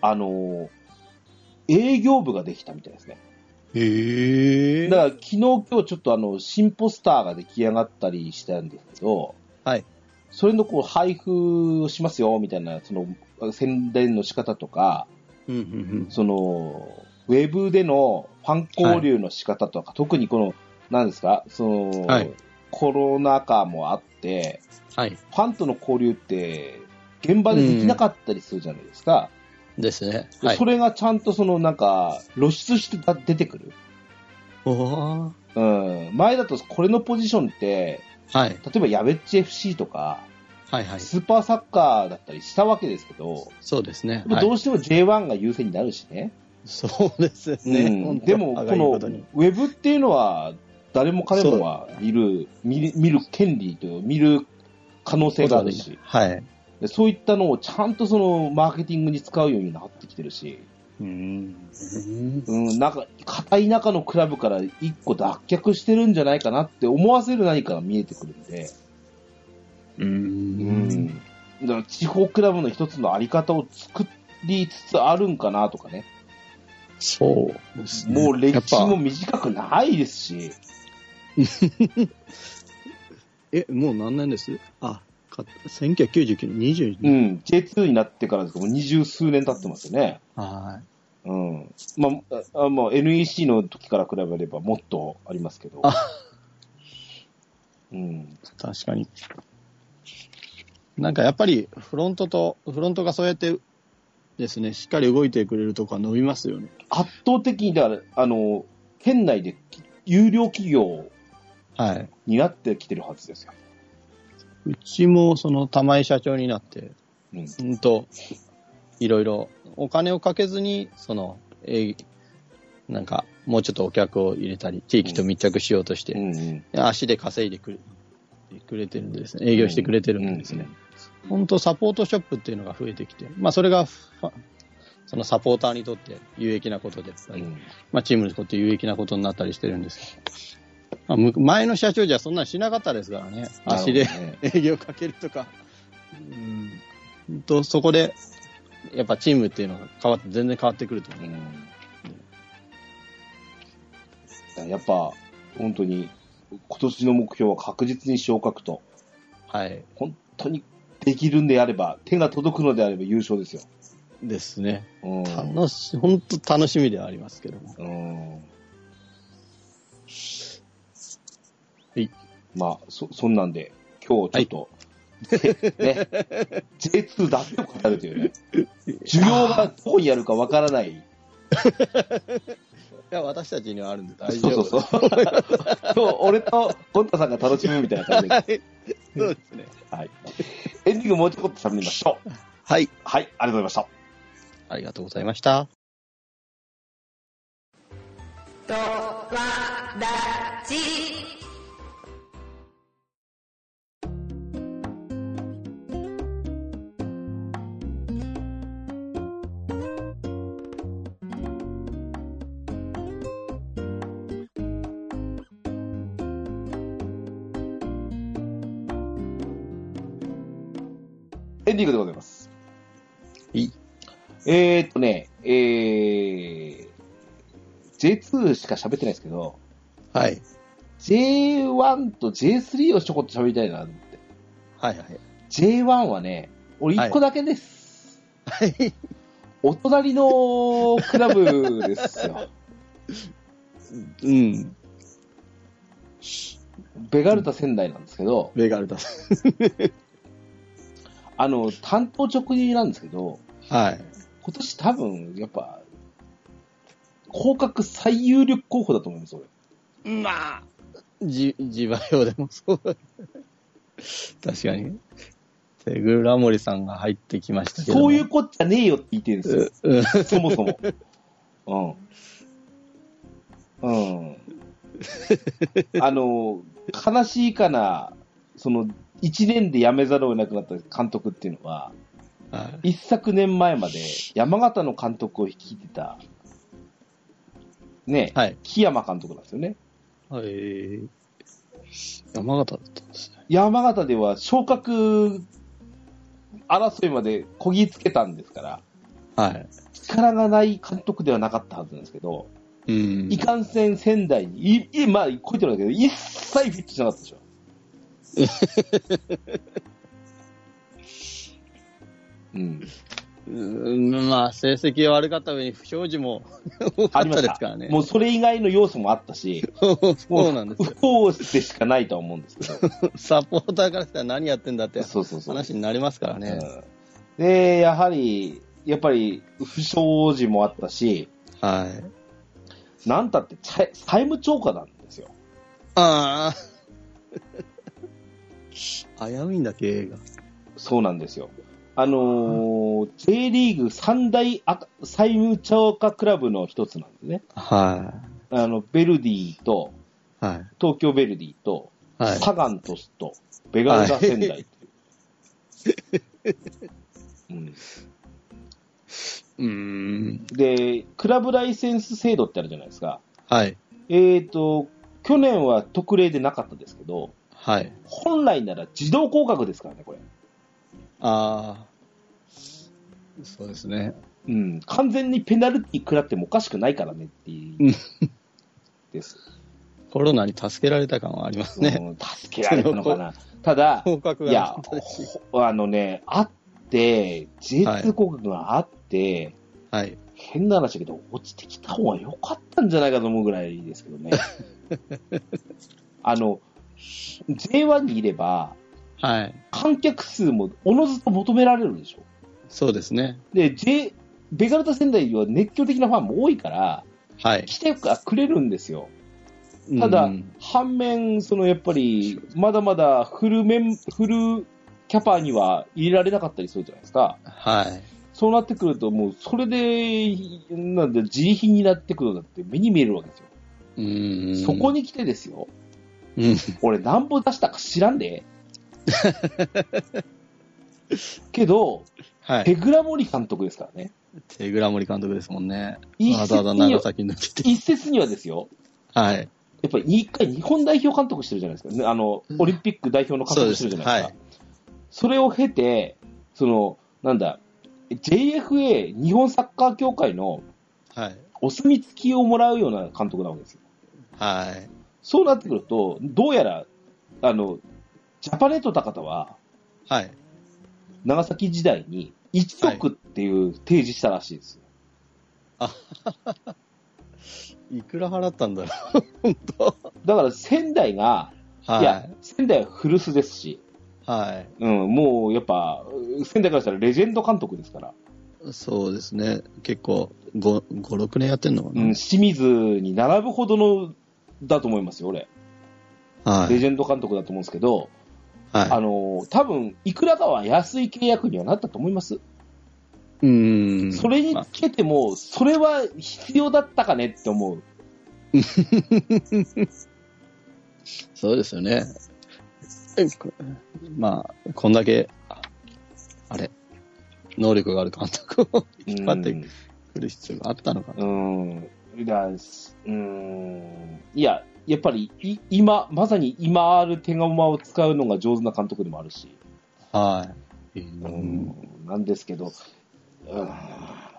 Speaker 1: あのー営業部ができたみたいですね。
Speaker 2: へ
Speaker 1: だから、昨日、今日、ちょっと、あの、新ポスターが出来上がったりしたんですけど、
Speaker 2: はい。
Speaker 1: それの、こう、配布をしますよ、みたいな、その、宣伝の仕方とか、
Speaker 2: うんうんうん。
Speaker 1: その、ウェブでのファン交流の仕方とか、特にこの、何ですか、その、
Speaker 2: はい
Speaker 1: コロナ禍もあって、
Speaker 2: はい。
Speaker 1: ファンとの交流って、現場でできなかったりするじゃないですか。
Speaker 2: ですね。
Speaker 1: で
Speaker 2: はい
Speaker 1: そ。れがちゃんとそのなんか、露出してた出てくる。
Speaker 2: おー
Speaker 1: うん。前だとこれのポジションって、
Speaker 2: はい。
Speaker 1: 例えばやべっち FC とか、
Speaker 2: はいはい。
Speaker 1: スーパーサッカーだったりしたわけですけど、
Speaker 2: そうですね。
Speaker 1: でも
Speaker 2: はい
Speaker 1: どうしても J1 が優先になるしね。
Speaker 2: そうです
Speaker 1: うん
Speaker 2: ね。
Speaker 1: でも、
Speaker 2: 本当
Speaker 1: この、
Speaker 2: あがゆいこ
Speaker 1: ウェブっていうのは、誰も彼もが見る、見る見る権利という、見る可能
Speaker 2: と
Speaker 1: 性
Speaker 2: に
Speaker 1: があるし。
Speaker 2: はい。
Speaker 1: でそういったのをちゃんとそのマーケティングに使うようになってきてるし、
Speaker 2: うん。
Speaker 1: うん、なんか、片田舎のクラブから一個脱却してるんじゃないかなって思わせる何かが見えてくるんで、
Speaker 2: うん。
Speaker 1: だから地方クラブの一つのあり方を作りつつあるんかなとかね。
Speaker 2: そうですね。
Speaker 1: もう歴史も
Speaker 2: やっぱ
Speaker 1: 短くないですし、
Speaker 2: え、もう何年ですあ、か1999年、22
Speaker 1: う
Speaker 2: 年。
Speaker 1: ん、J2 になってからですけど、もう二十数年経ってますよね。
Speaker 2: は
Speaker 1: うん。まあ、あもう NEC の時から比べればもっとありますけど。うん。
Speaker 2: い。確かに。なんかやっぱりフロントと、フロントがそうやってですね、しっかり動いてくれるとか伸びますよね。
Speaker 1: 圧倒的に、だから、あの、県内で有料企業
Speaker 2: はい。
Speaker 1: になってきてるはずですよ。
Speaker 2: うちもその玉井社長になって、
Speaker 1: うん。
Speaker 2: うんと、いろいろ、お金をかけずに、その、えーなんか、もうちょっとお客を入れたり、地域と密着しようとして、
Speaker 1: うんうん、
Speaker 2: 足で稼いでくれくれてるんですね。営業してくれてるんですね。本当サポートショップっていうのが増えてきて、まあそれが、ファそのサポーターにとって有益なことであった
Speaker 1: うん。
Speaker 2: り、
Speaker 1: うん
Speaker 2: まあチームにとって有益なことになったりしてるんですけど、まあむ前の社長じゃそんなんしなかったですからね。足で
Speaker 1: なるほどね
Speaker 2: 営業かけるとか、うん、ほんとそこで、やっぱチームっていうのが変わって、全然変わってくると思
Speaker 1: う
Speaker 2: う。
Speaker 1: んだからやっぱ、本当に、今年の目標は確実に昇格と、
Speaker 2: はい。
Speaker 1: 本当にできるんであれば、手が届くのであれば優勝ですよ。
Speaker 2: ですね。
Speaker 1: うん。
Speaker 2: 楽し、本当楽しみではありますけども。
Speaker 1: うん。
Speaker 2: はい。
Speaker 1: まあ、そ、そんなんで、今日ちょっと、ね、J2 だけを語るというね、需要がどこにあるかわからない。
Speaker 2: いや、私たちにはあるんで大丈
Speaker 1: そう
Speaker 2: 夫。
Speaker 1: そうそう。 そう俺とゴンタさんが楽しむみたいな感じで。
Speaker 2: はい。 そうですね。
Speaker 1: はい。エンディングもうちょこっと喋りましょう。
Speaker 2: はい。
Speaker 1: はい、ありがとうございました。
Speaker 2: ありがとうございました。
Speaker 4: とわらじ
Speaker 1: エンディングでございます。
Speaker 2: はい。
Speaker 1: えーっとね、えー、J2 しか喋ってないですけど、
Speaker 2: はい。
Speaker 1: J1 と J3 をちょこっと喋りたいなって。
Speaker 2: はいはい。
Speaker 1: J1 はね、俺1個だけです。
Speaker 2: はい。
Speaker 1: お隣のクラブです よ。
Speaker 2: うん。
Speaker 1: ベガルタ仙台なんですけど、
Speaker 2: ベガルタ
Speaker 1: あの、担当直入なんですけど、
Speaker 2: はい。
Speaker 1: 今年多分、やっぱ、降格最有力候補だと思います、俺。
Speaker 2: まあ、じ、自賠用でもそう。確かに。テグラモリさんが入ってきましたけど。
Speaker 1: そういうこっちゃねえよって言ってるんです よ、
Speaker 2: う、うん
Speaker 1: そもそも。うん。うん。あの、悲しいかな、その、一年で辞めざるを得なくなった監督っていうのは、
Speaker 2: はい
Speaker 1: 一昨年前まで山形の監督を率いてた、ね、
Speaker 2: はい。
Speaker 1: 木山監督なんですよね。
Speaker 2: はい。山形だったんですね。
Speaker 1: 山形では昇格争いまでこぎつけたんですから、
Speaker 2: はい。
Speaker 1: 力がない監督ではなかったはずなんですけど、
Speaker 2: うん
Speaker 1: いかんせん仙台に、い、いまあ、こいてるんだけど、一切フィットしなかったでしょ。 うん。
Speaker 2: うんまあ、成績は悪かった上に不祥事も 多か
Speaker 1: あ
Speaker 2: っ
Speaker 1: りま
Speaker 2: た
Speaker 1: し
Speaker 2: で
Speaker 1: た
Speaker 2: すからね。
Speaker 1: もうそれ以外の要素もあった し、
Speaker 2: そうなんですよ。
Speaker 1: 不幸でしかないとは思うんですけど。
Speaker 2: サポーターからしたら何やってんだって
Speaker 1: そうそうそう。
Speaker 2: 話になりますからね。
Speaker 1: うんで、やはり、やっぱり、不祥事もあったし、
Speaker 2: はい。
Speaker 1: なんたって債債務超過なんですよ。
Speaker 2: ああ。危ういんだ、経営が。
Speaker 1: そうなんですよ。あのー J リーグ三大赤債務超過クラブの一つなんですね。
Speaker 2: は
Speaker 1: あの、ベルディと、
Speaker 2: い。はい。
Speaker 1: 東京ベルディと、
Speaker 2: はい。
Speaker 1: サガン鳥栖と、ベガルタ仙台っていう、うん。
Speaker 2: うーん。
Speaker 1: で、クラブライセンス制度ってあるじゃないですか。
Speaker 2: はい。
Speaker 1: えっ、と、去年は特例でなかったですけど、
Speaker 2: はい。
Speaker 1: 本来なら自動降格ですからね、これ。
Speaker 2: ああ、そうですね。。
Speaker 1: うん、完全にペナルティ食らってもおかしくないからねっていううんです。
Speaker 2: コロナに助けられた感はありますね。
Speaker 1: うん助けられたのかな。ただ、
Speaker 2: 合格
Speaker 1: いや
Speaker 2: がなかったですし。、
Speaker 1: ほあのね、あって、J2 広告があって、
Speaker 2: はい。
Speaker 1: 変な話だけど、落ちてきた方が良かったんじゃないかと思うぐらいですけ どね。あの、J1 にいれば、
Speaker 2: はい。
Speaker 1: 観客数もおのずと求められるでしょ。
Speaker 2: そうですね。
Speaker 1: で、J、ベガルタ仙台は熱狂的なファンも多いから、
Speaker 2: はい。
Speaker 1: 来てくれるんですよ。ただ
Speaker 2: うん、
Speaker 1: 反面、そのやっぱり、まだまだフルメン、フルキャパーには入れられなかったりするじゃないですか。
Speaker 2: はい。
Speaker 1: そうなってくると、もうそれで、なんで、自費になってくるのだって目に見えるわけですよ。
Speaker 2: うん
Speaker 1: そこに来てですよ。
Speaker 2: うん
Speaker 1: 俺、なんぼ出したか知らん で。けど、
Speaker 2: は
Speaker 1: ペ
Speaker 2: い。
Speaker 1: グラモリ監督ですからね。
Speaker 2: 手倉森監督ですもんね。
Speaker 1: 一
Speaker 2: わ
Speaker 1: 説
Speaker 2: ざわざ
Speaker 1: に
Speaker 2: 長
Speaker 1: は、
Speaker 2: 崎抜けて。
Speaker 1: 一説にはですよ。
Speaker 2: はい。
Speaker 1: やっぱり一回日本代表監督してるじゃないですか。あの、オリンピック代表の監督してるじゃないですか。
Speaker 2: そう
Speaker 1: それを経て、その、なんだ、JFA 日本サッカー協会の
Speaker 2: はい。
Speaker 1: お墨付きをもらうような監督なわけですよ。
Speaker 2: はい。
Speaker 1: そうなってくると、どうやら、あの、ジャパネット高田は、
Speaker 2: はい。
Speaker 1: 長崎時代に1億っていう提示したらしいですよ。
Speaker 2: いくら払ったんだろう。本当。
Speaker 1: だから仙台が、い、
Speaker 2: は
Speaker 1: や
Speaker 2: い。、
Speaker 1: 仙台は古巣ですし、
Speaker 2: はい。
Speaker 1: うん、もうやっぱ、仙台からしたらレジェンド監督ですから、
Speaker 2: そうですね。結構、5、5 6年やってんのか
Speaker 1: う
Speaker 2: な。
Speaker 1: ん、清水に並ぶほどの、だと思いますよ、俺。
Speaker 2: は
Speaker 1: レ
Speaker 2: い。
Speaker 1: ジェンド監督だと思うんですけど、あ
Speaker 2: は
Speaker 1: の、多分、いくらかは安い契約にはなったと思います。
Speaker 2: い。うん。
Speaker 1: それに
Speaker 2: まあ
Speaker 1: つけても、それは必要だったかねって思う。
Speaker 2: そうですよね。えこまあ、こんだけ、ああれ、能力がある監督を引っ張ってくる必要があったのかな。
Speaker 1: うん。うん。だうん。いや、やっぱり、い今、まさに今ある手駒を使うのが上手な監督でもあるし、
Speaker 2: はい。
Speaker 1: う
Speaker 2: うん
Speaker 1: ん、なんですけど、うん、あ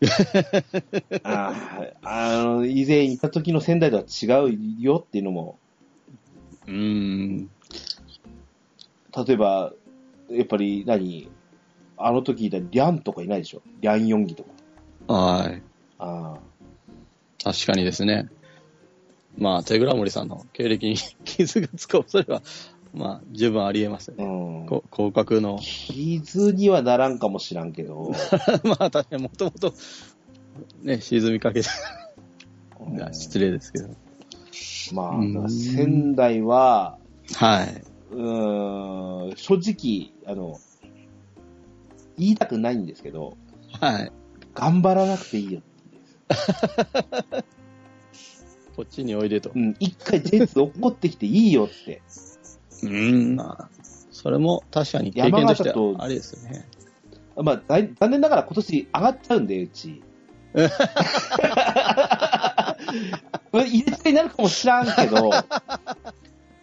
Speaker 1: ーあの以前いた時の仙台とは違うよっていうのも、
Speaker 2: うん。
Speaker 1: 例えば、やっぱり何、あの時いたリャンとかいないでしょ、リャン・ヨンギとか。
Speaker 2: はい。
Speaker 1: あ
Speaker 2: 確かにですね。まあ、手倉森さんの経歴に 傷がつく恐れは、まあ、十分あり得ますよ
Speaker 1: ー
Speaker 2: ね。
Speaker 1: うん、、
Speaker 2: こ降格の
Speaker 1: 傷にはならんかもしらんけ ど、
Speaker 2: まあ、確かにもともと、ね、沈みかけた。いや失礼ですけど。
Speaker 1: まあ、
Speaker 2: うん
Speaker 1: だから仙台は、
Speaker 2: はい。
Speaker 1: うーん、正直、あの、言いたくないんですけど、
Speaker 2: はい。
Speaker 1: 頑張らなくていいよ。
Speaker 2: こっちにおいでと
Speaker 1: う。ん、一回 J2 落っこってきていいよって。
Speaker 2: うん、まあ、それも確かに経験とし
Speaker 1: 山形
Speaker 2: ては
Speaker 1: と
Speaker 2: あれですよね。
Speaker 1: まあ、だい残念ながら今年上がっちゃうんで、うち。 入れ違いになるかもしらんけど、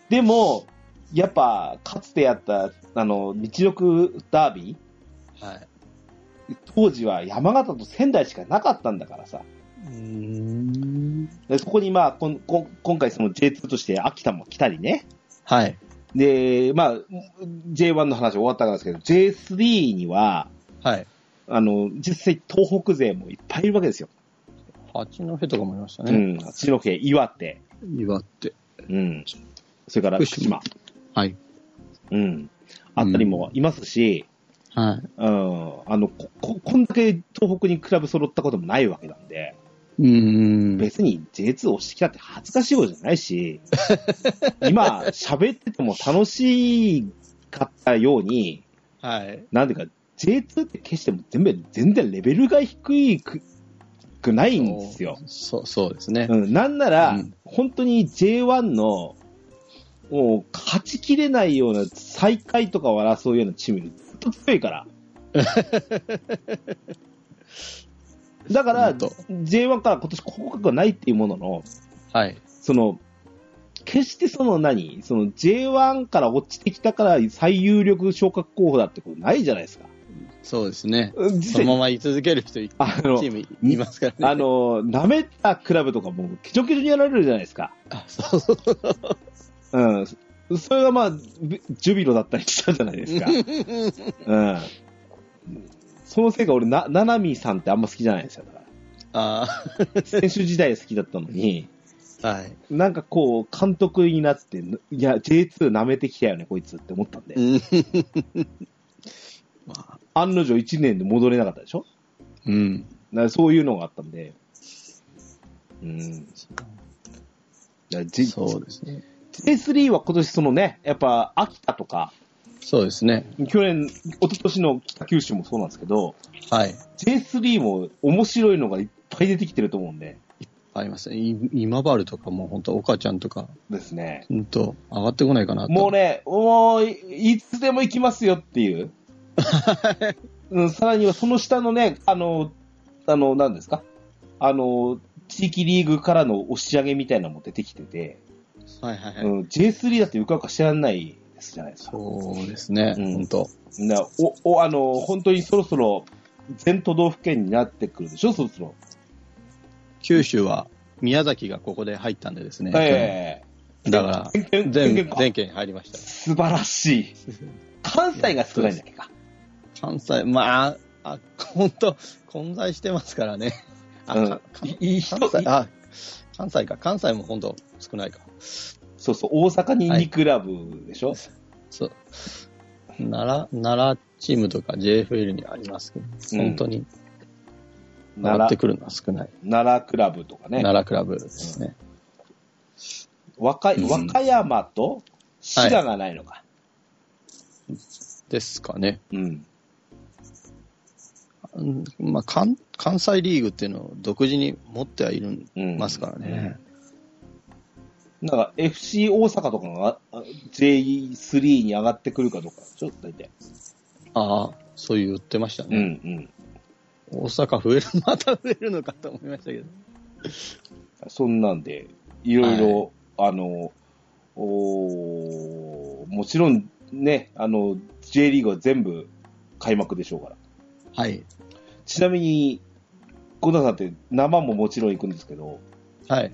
Speaker 1: でも、やっぱ、かつてやった、あの、日力ダービ
Speaker 2: はい。
Speaker 1: ー、当時は山形と仙台しかなかったんだからさ。
Speaker 2: うん。
Speaker 1: でそこにまあ、こんこん今回その J2 として秋田も来たりね。
Speaker 2: はい。
Speaker 1: で、まあ、J1 の話終わったからですけど、J3 には、
Speaker 2: はい。
Speaker 1: あの、実際東北勢もいっぱいいるわけですよ。
Speaker 2: 八戸とかもいました
Speaker 1: う
Speaker 2: ね。
Speaker 1: ん。八戸、岩手、
Speaker 2: 岩手。
Speaker 1: うん。それから
Speaker 2: 福
Speaker 1: 福
Speaker 2: 島
Speaker 1: 島、
Speaker 2: はい。
Speaker 1: うん。あったりもいますし、
Speaker 2: はい。
Speaker 1: うん、あの、こ、ここんだけ東北にクラブ揃ったこともないわけなんで、
Speaker 2: うん。
Speaker 1: 別に J2 を押してきたって恥ずかしいことじゃないし、 今、喋ってても楽しかったように、
Speaker 2: はい。
Speaker 1: なんていうか、J2 って決しても全部、全然レベルが低いく、くないんですよ。
Speaker 2: そう、そうですね。
Speaker 1: うん、なんなら、
Speaker 2: うん
Speaker 1: 本当に J1 の、もう、勝ちきれないような、最下位とかを争うようなチームにずっと強い から。だから、
Speaker 2: 本当
Speaker 1: J1 から今年降格がないっていうものの、
Speaker 2: はい。
Speaker 1: その、決してその何その J1 から落ちてきたから最有力昇格候補だってことないじゃないですか。
Speaker 2: そうですね。
Speaker 1: 実
Speaker 2: その
Speaker 1: 際
Speaker 2: まま居続ける人、チ
Speaker 1: あの、
Speaker 2: ームいますからね。
Speaker 1: あの、舐めたクラブとかもう、キチョキチョにやられるじゃないですか。
Speaker 2: そうそうそう。
Speaker 1: うん。それがまあ、ビジュビロだったりしたじゃないです か。うん。そのせいか俺、な、ナナミさんってあんま好きじゃないんですよ。だか
Speaker 2: あ
Speaker 1: ら選手時代好きだったのに、
Speaker 2: あ、はい。
Speaker 1: なんかこう、監督になって、いや、J2 舐めてきたよね、こいつって思ったんで。
Speaker 2: うん
Speaker 1: 案の定1年で戻れなかったでしょ
Speaker 2: うん。
Speaker 1: だからそういうのがあったんで。うん。だから J-
Speaker 2: そうですね。
Speaker 1: J3 は今年そのね、やっぱ秋田とか、
Speaker 2: そうですね。
Speaker 1: 去年、一昨年の北九州もそうなんですけど、
Speaker 2: はい。
Speaker 1: J3 も面白いのがいっぱい出てきてると思うんで、
Speaker 2: ありますね。い今治とかも本当、岡ちゃんとか、
Speaker 1: ですね。
Speaker 2: 本当、上がってこないかなと。
Speaker 1: もうね、もうい、いつでも行きますよって いう。うん、さらにはその下のね、あの、あの、何ですかあの、地域リーグからの押し上げみたいなのも出てきてて、
Speaker 2: はいはいはい。
Speaker 1: うん、J3 だってうかうか知らないですじゃないですか。
Speaker 2: そうですね。
Speaker 1: うん
Speaker 2: 本当。
Speaker 1: なおおあの本当にそろそろ全都道府県になってくるでしょ、そろそろ。
Speaker 2: 九州は、宮崎がここで入ったんでですね。
Speaker 1: え
Speaker 2: 去年だから、
Speaker 1: え全
Speaker 2: 全
Speaker 1: 県か
Speaker 2: 全県入りました。
Speaker 1: 素晴らしい。関西が少ないんだっけか。
Speaker 2: 関西、まあ、あ、本当混在してますからね。あ、
Speaker 1: うん
Speaker 2: かか
Speaker 1: いいい
Speaker 2: 関西、あ、関西か。関西も本当少ないか。
Speaker 1: そうそう、大阪に
Speaker 2: はい
Speaker 1: 2クラブでしょ。
Speaker 2: そう。奈良、奈良チームとか JFL にありますけど、
Speaker 1: うん
Speaker 2: 本当に上がっ
Speaker 1: 奈
Speaker 2: て
Speaker 1: 良
Speaker 2: くるのは少ない。
Speaker 1: 奈良クラブとかね。
Speaker 2: 奈良クラブですね。
Speaker 1: 和歌
Speaker 2: うん
Speaker 1: 和歌山と滋賀がないのか。
Speaker 2: ですかね。
Speaker 1: うん。
Speaker 2: うんまあ、関関西リーグっていうのを独自に持ってはいる
Speaker 1: うん。
Speaker 2: ますからね。
Speaker 1: なんか FC 大阪とかがあ J3 に上がってくるかどうかでしょ、大体。
Speaker 2: ああ、そう言ってました
Speaker 1: う
Speaker 2: ね。
Speaker 1: んうん。
Speaker 2: 大阪増える、また増えるのかと思いましたけど。
Speaker 1: そんなんで、いろいろ、あの、おーもちろんね、あの、J リーグは全部開幕でしょうから。
Speaker 2: はい。
Speaker 1: ちなみに、ゴダさんって生ももちろん行くんですけど、
Speaker 2: はい。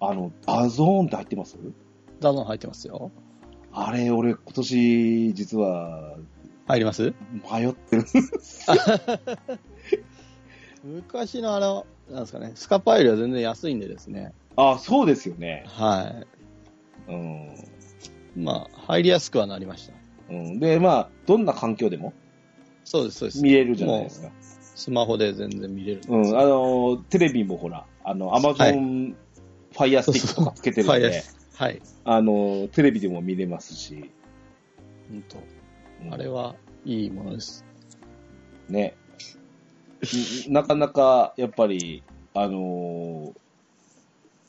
Speaker 1: あの、ダゾーンって入ってます
Speaker 2: ダゾーン入ってますよ。
Speaker 1: あれ、俺今年、実は、
Speaker 2: 入ります
Speaker 1: 迷ってる。
Speaker 2: 昔のあの、なんですかね、スカパーよりは全然安いんでですね。
Speaker 1: あ、そうですよね。
Speaker 2: はい。
Speaker 1: うん。
Speaker 2: まあ、入りやすくはなりました。
Speaker 1: うん、で、まあ、どんな環境でも
Speaker 2: そうです、そうです。
Speaker 1: 見れるじゃないですか。
Speaker 2: スマホで全然見れるんですよ
Speaker 1: うん、あの、テレビもほら、あの、アマゾンファイアスティックとかつけてるん
Speaker 2: そうそう
Speaker 1: で、
Speaker 2: はい。
Speaker 1: あの、テレビでも見れますし、
Speaker 2: 本当
Speaker 1: うん
Speaker 2: あれはいいものです。
Speaker 1: ね。んなかなか、やっぱり、あの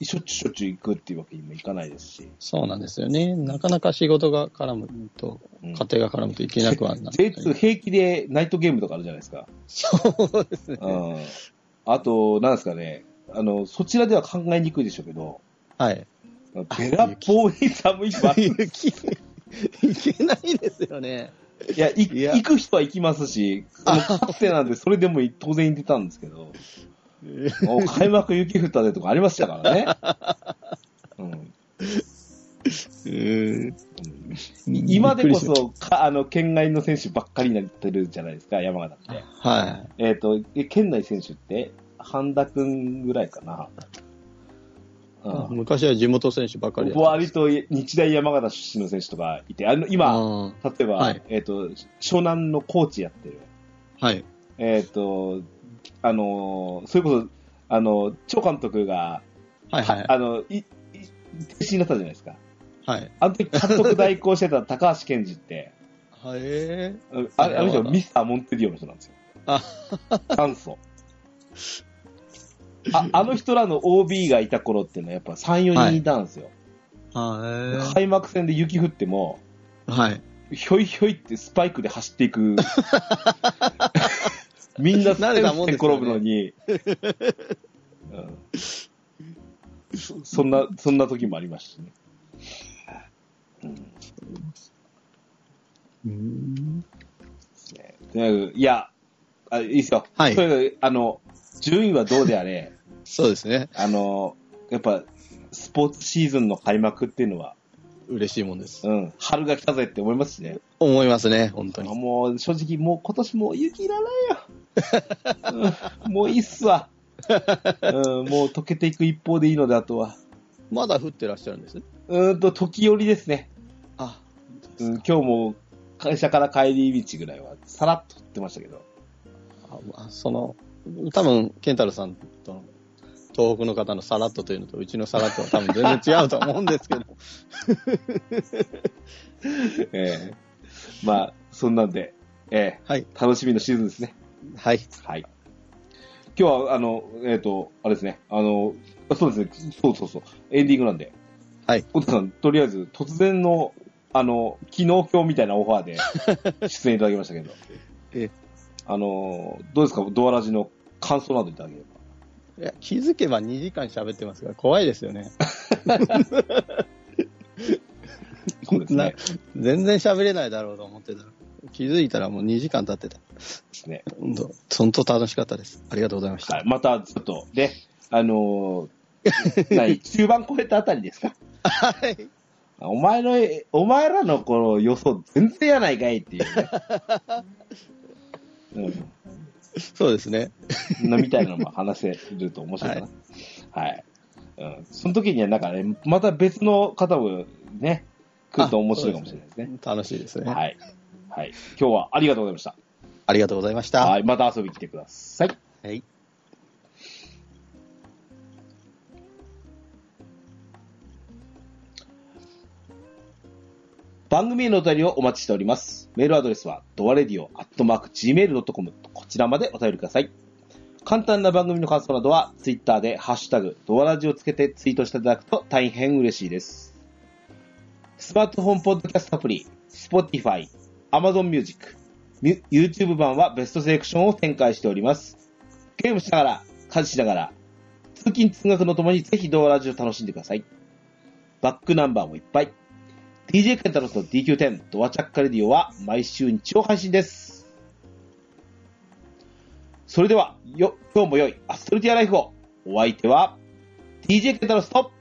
Speaker 1: しょっちゅうしょっちゅう行くっていうわけにもいかないですし、
Speaker 2: そうなんですよね。なかなか仕事が絡むと、
Speaker 1: うん
Speaker 2: 家庭が絡むといけなくはな
Speaker 1: J2 平気でナイトゲームとかあるじゃないですか。
Speaker 2: そうですね。
Speaker 1: うん。あと、なんですかね、あの、そちらでは考えにくいでしょうけど、
Speaker 2: はい。
Speaker 1: べらぼうに寒いわ。い
Speaker 2: 雪、 いけないですよね。
Speaker 1: や、い
Speaker 2: いや
Speaker 1: 行く人は行きますし、もうかつてなんで、それでも当然行ってたんですけど、もう開幕雪降ったでとかありましたからね。 うんうん今でこそか、あの、県外の選手ばっかりになってるじゃないですか、山形って。
Speaker 2: は
Speaker 1: えっ、と、え県内選手って、半田くんぐらいかな。
Speaker 2: い。
Speaker 1: うん。
Speaker 2: 昔は地元選手ばかりだった
Speaker 1: 割と日大山形出身の選手とかいて、あの、今、
Speaker 2: あ
Speaker 1: 例えば、
Speaker 2: はい
Speaker 1: えっ、と、湘南のコーチやってる。
Speaker 2: ーはい。
Speaker 1: えっ、と、あのー、それこそ、あの、超監督が、
Speaker 2: はいはい。
Speaker 1: あの、い、い、停止になったじゃないですか。
Speaker 2: はい。
Speaker 1: あの時、監督代行してた高橋健二って、
Speaker 2: はい。え
Speaker 1: うんああの人、ミスターモンテディオの人なんですよ。
Speaker 2: あ
Speaker 1: 元祖。ああの人らの OB がいた頃っていうのはやっぱ3、4人いたんですよ。
Speaker 2: ーは
Speaker 1: 開幕戦で雪降っても、
Speaker 2: い。はい。
Speaker 1: ひょいひょいってスパイクで走ってい く。みんなスパイクで転ぶのに。うんそそんな、そんな時もありましたね。
Speaker 2: 思います。うん
Speaker 1: とにかくいや、あいいですよ。
Speaker 2: はい
Speaker 1: とにかく、あの、順位はどうであれ、
Speaker 2: そうですね。
Speaker 1: あの、やっぱ、スポーツシーズンの開幕っていうのは、
Speaker 2: 嬉しいもんです。
Speaker 1: うん、春が来たぜって思いますしね。
Speaker 2: 思いますね、本当に。
Speaker 1: もう、正直、もう今年もう雪いらないよ。うんもういいっすわ、うん。もう溶けていく一方でいいので、あとは。
Speaker 2: まだ降ってらっしゃるんですね。
Speaker 1: うーんと、時折ですね。
Speaker 2: あ、
Speaker 1: うん、今日も会社から帰り道ぐらいは、さらっと降ってましたけど。
Speaker 2: あまあその、多分、ケンタロウさんとの、東北の方のさらっとというのと、うちのさらっとは多分全然違うと思うん ですけど。
Speaker 1: ええまあ、そんなんで、ええ
Speaker 2: はい。
Speaker 1: 楽しみのシーズンですね。
Speaker 2: はい。
Speaker 1: はい。今日は、あの、えっ、と、あれですね、あの、あそうですね、そうそうそう、エンディングなんで。
Speaker 2: はい
Speaker 1: コトさん、とりあえず、突然の、あの、昨日今日みたいなオファー で出演いただきましたけど。
Speaker 2: ええ
Speaker 1: あの、どうですか、ドアラジの感想などいただければ。
Speaker 2: いや気づけば2時間喋ってますから、怖いですよね。
Speaker 1: そうですね。
Speaker 2: 全然喋れないだろうと思ってたら、気づいたらもう2時間経ってた。
Speaker 1: ですね。
Speaker 2: ほんと、ほんと楽しかったです。ありがとうございました。
Speaker 1: はい。また、ちょっと、ね、あの ー何中盤超えたあたりですか
Speaker 2: はい。
Speaker 1: お前の、お前らのこの予想全然やないかいって いうね。うん
Speaker 2: そうですね。
Speaker 1: のみたいなのも話せると面白いかな。はい。うん。その時にはなんかね、また別の方もね、来ると面白いかもしれないですね。
Speaker 2: 楽しいですね。
Speaker 1: はい。はい。今日はありがとうございました。
Speaker 2: ありがとうございました。
Speaker 1: はい。また遊びに来てください。
Speaker 2: はい
Speaker 1: 番組へのお便りをお待ちしております。メールアドレスは、ドアレディオアットマーク Gmail.com こちらまでお便りください。簡単な番組の感想などは、ツイッターで、ハッシュタグ、ドアラジをつけてツイートしていただくと大変嬉しいです。スマートフォンポッドキャストアプリ、Spotify、Amazon Music、ミュ YouTube 版はベストセレクションを展開しております。ゲームしながら、家事しながら、通勤通学のともにぜひドアラジを楽しんでください。バックナンバーもいっぱい。DJ ケンタロスの DQ10 ドアチャッカレディオは毎週日曜配信です。それでは、よ、今日も良いアストルティアライフを。お相手は、DJ ケンタロスと、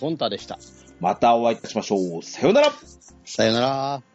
Speaker 2: コンタでした。
Speaker 1: またお会いいたしましょう。さようなら
Speaker 2: さよなら。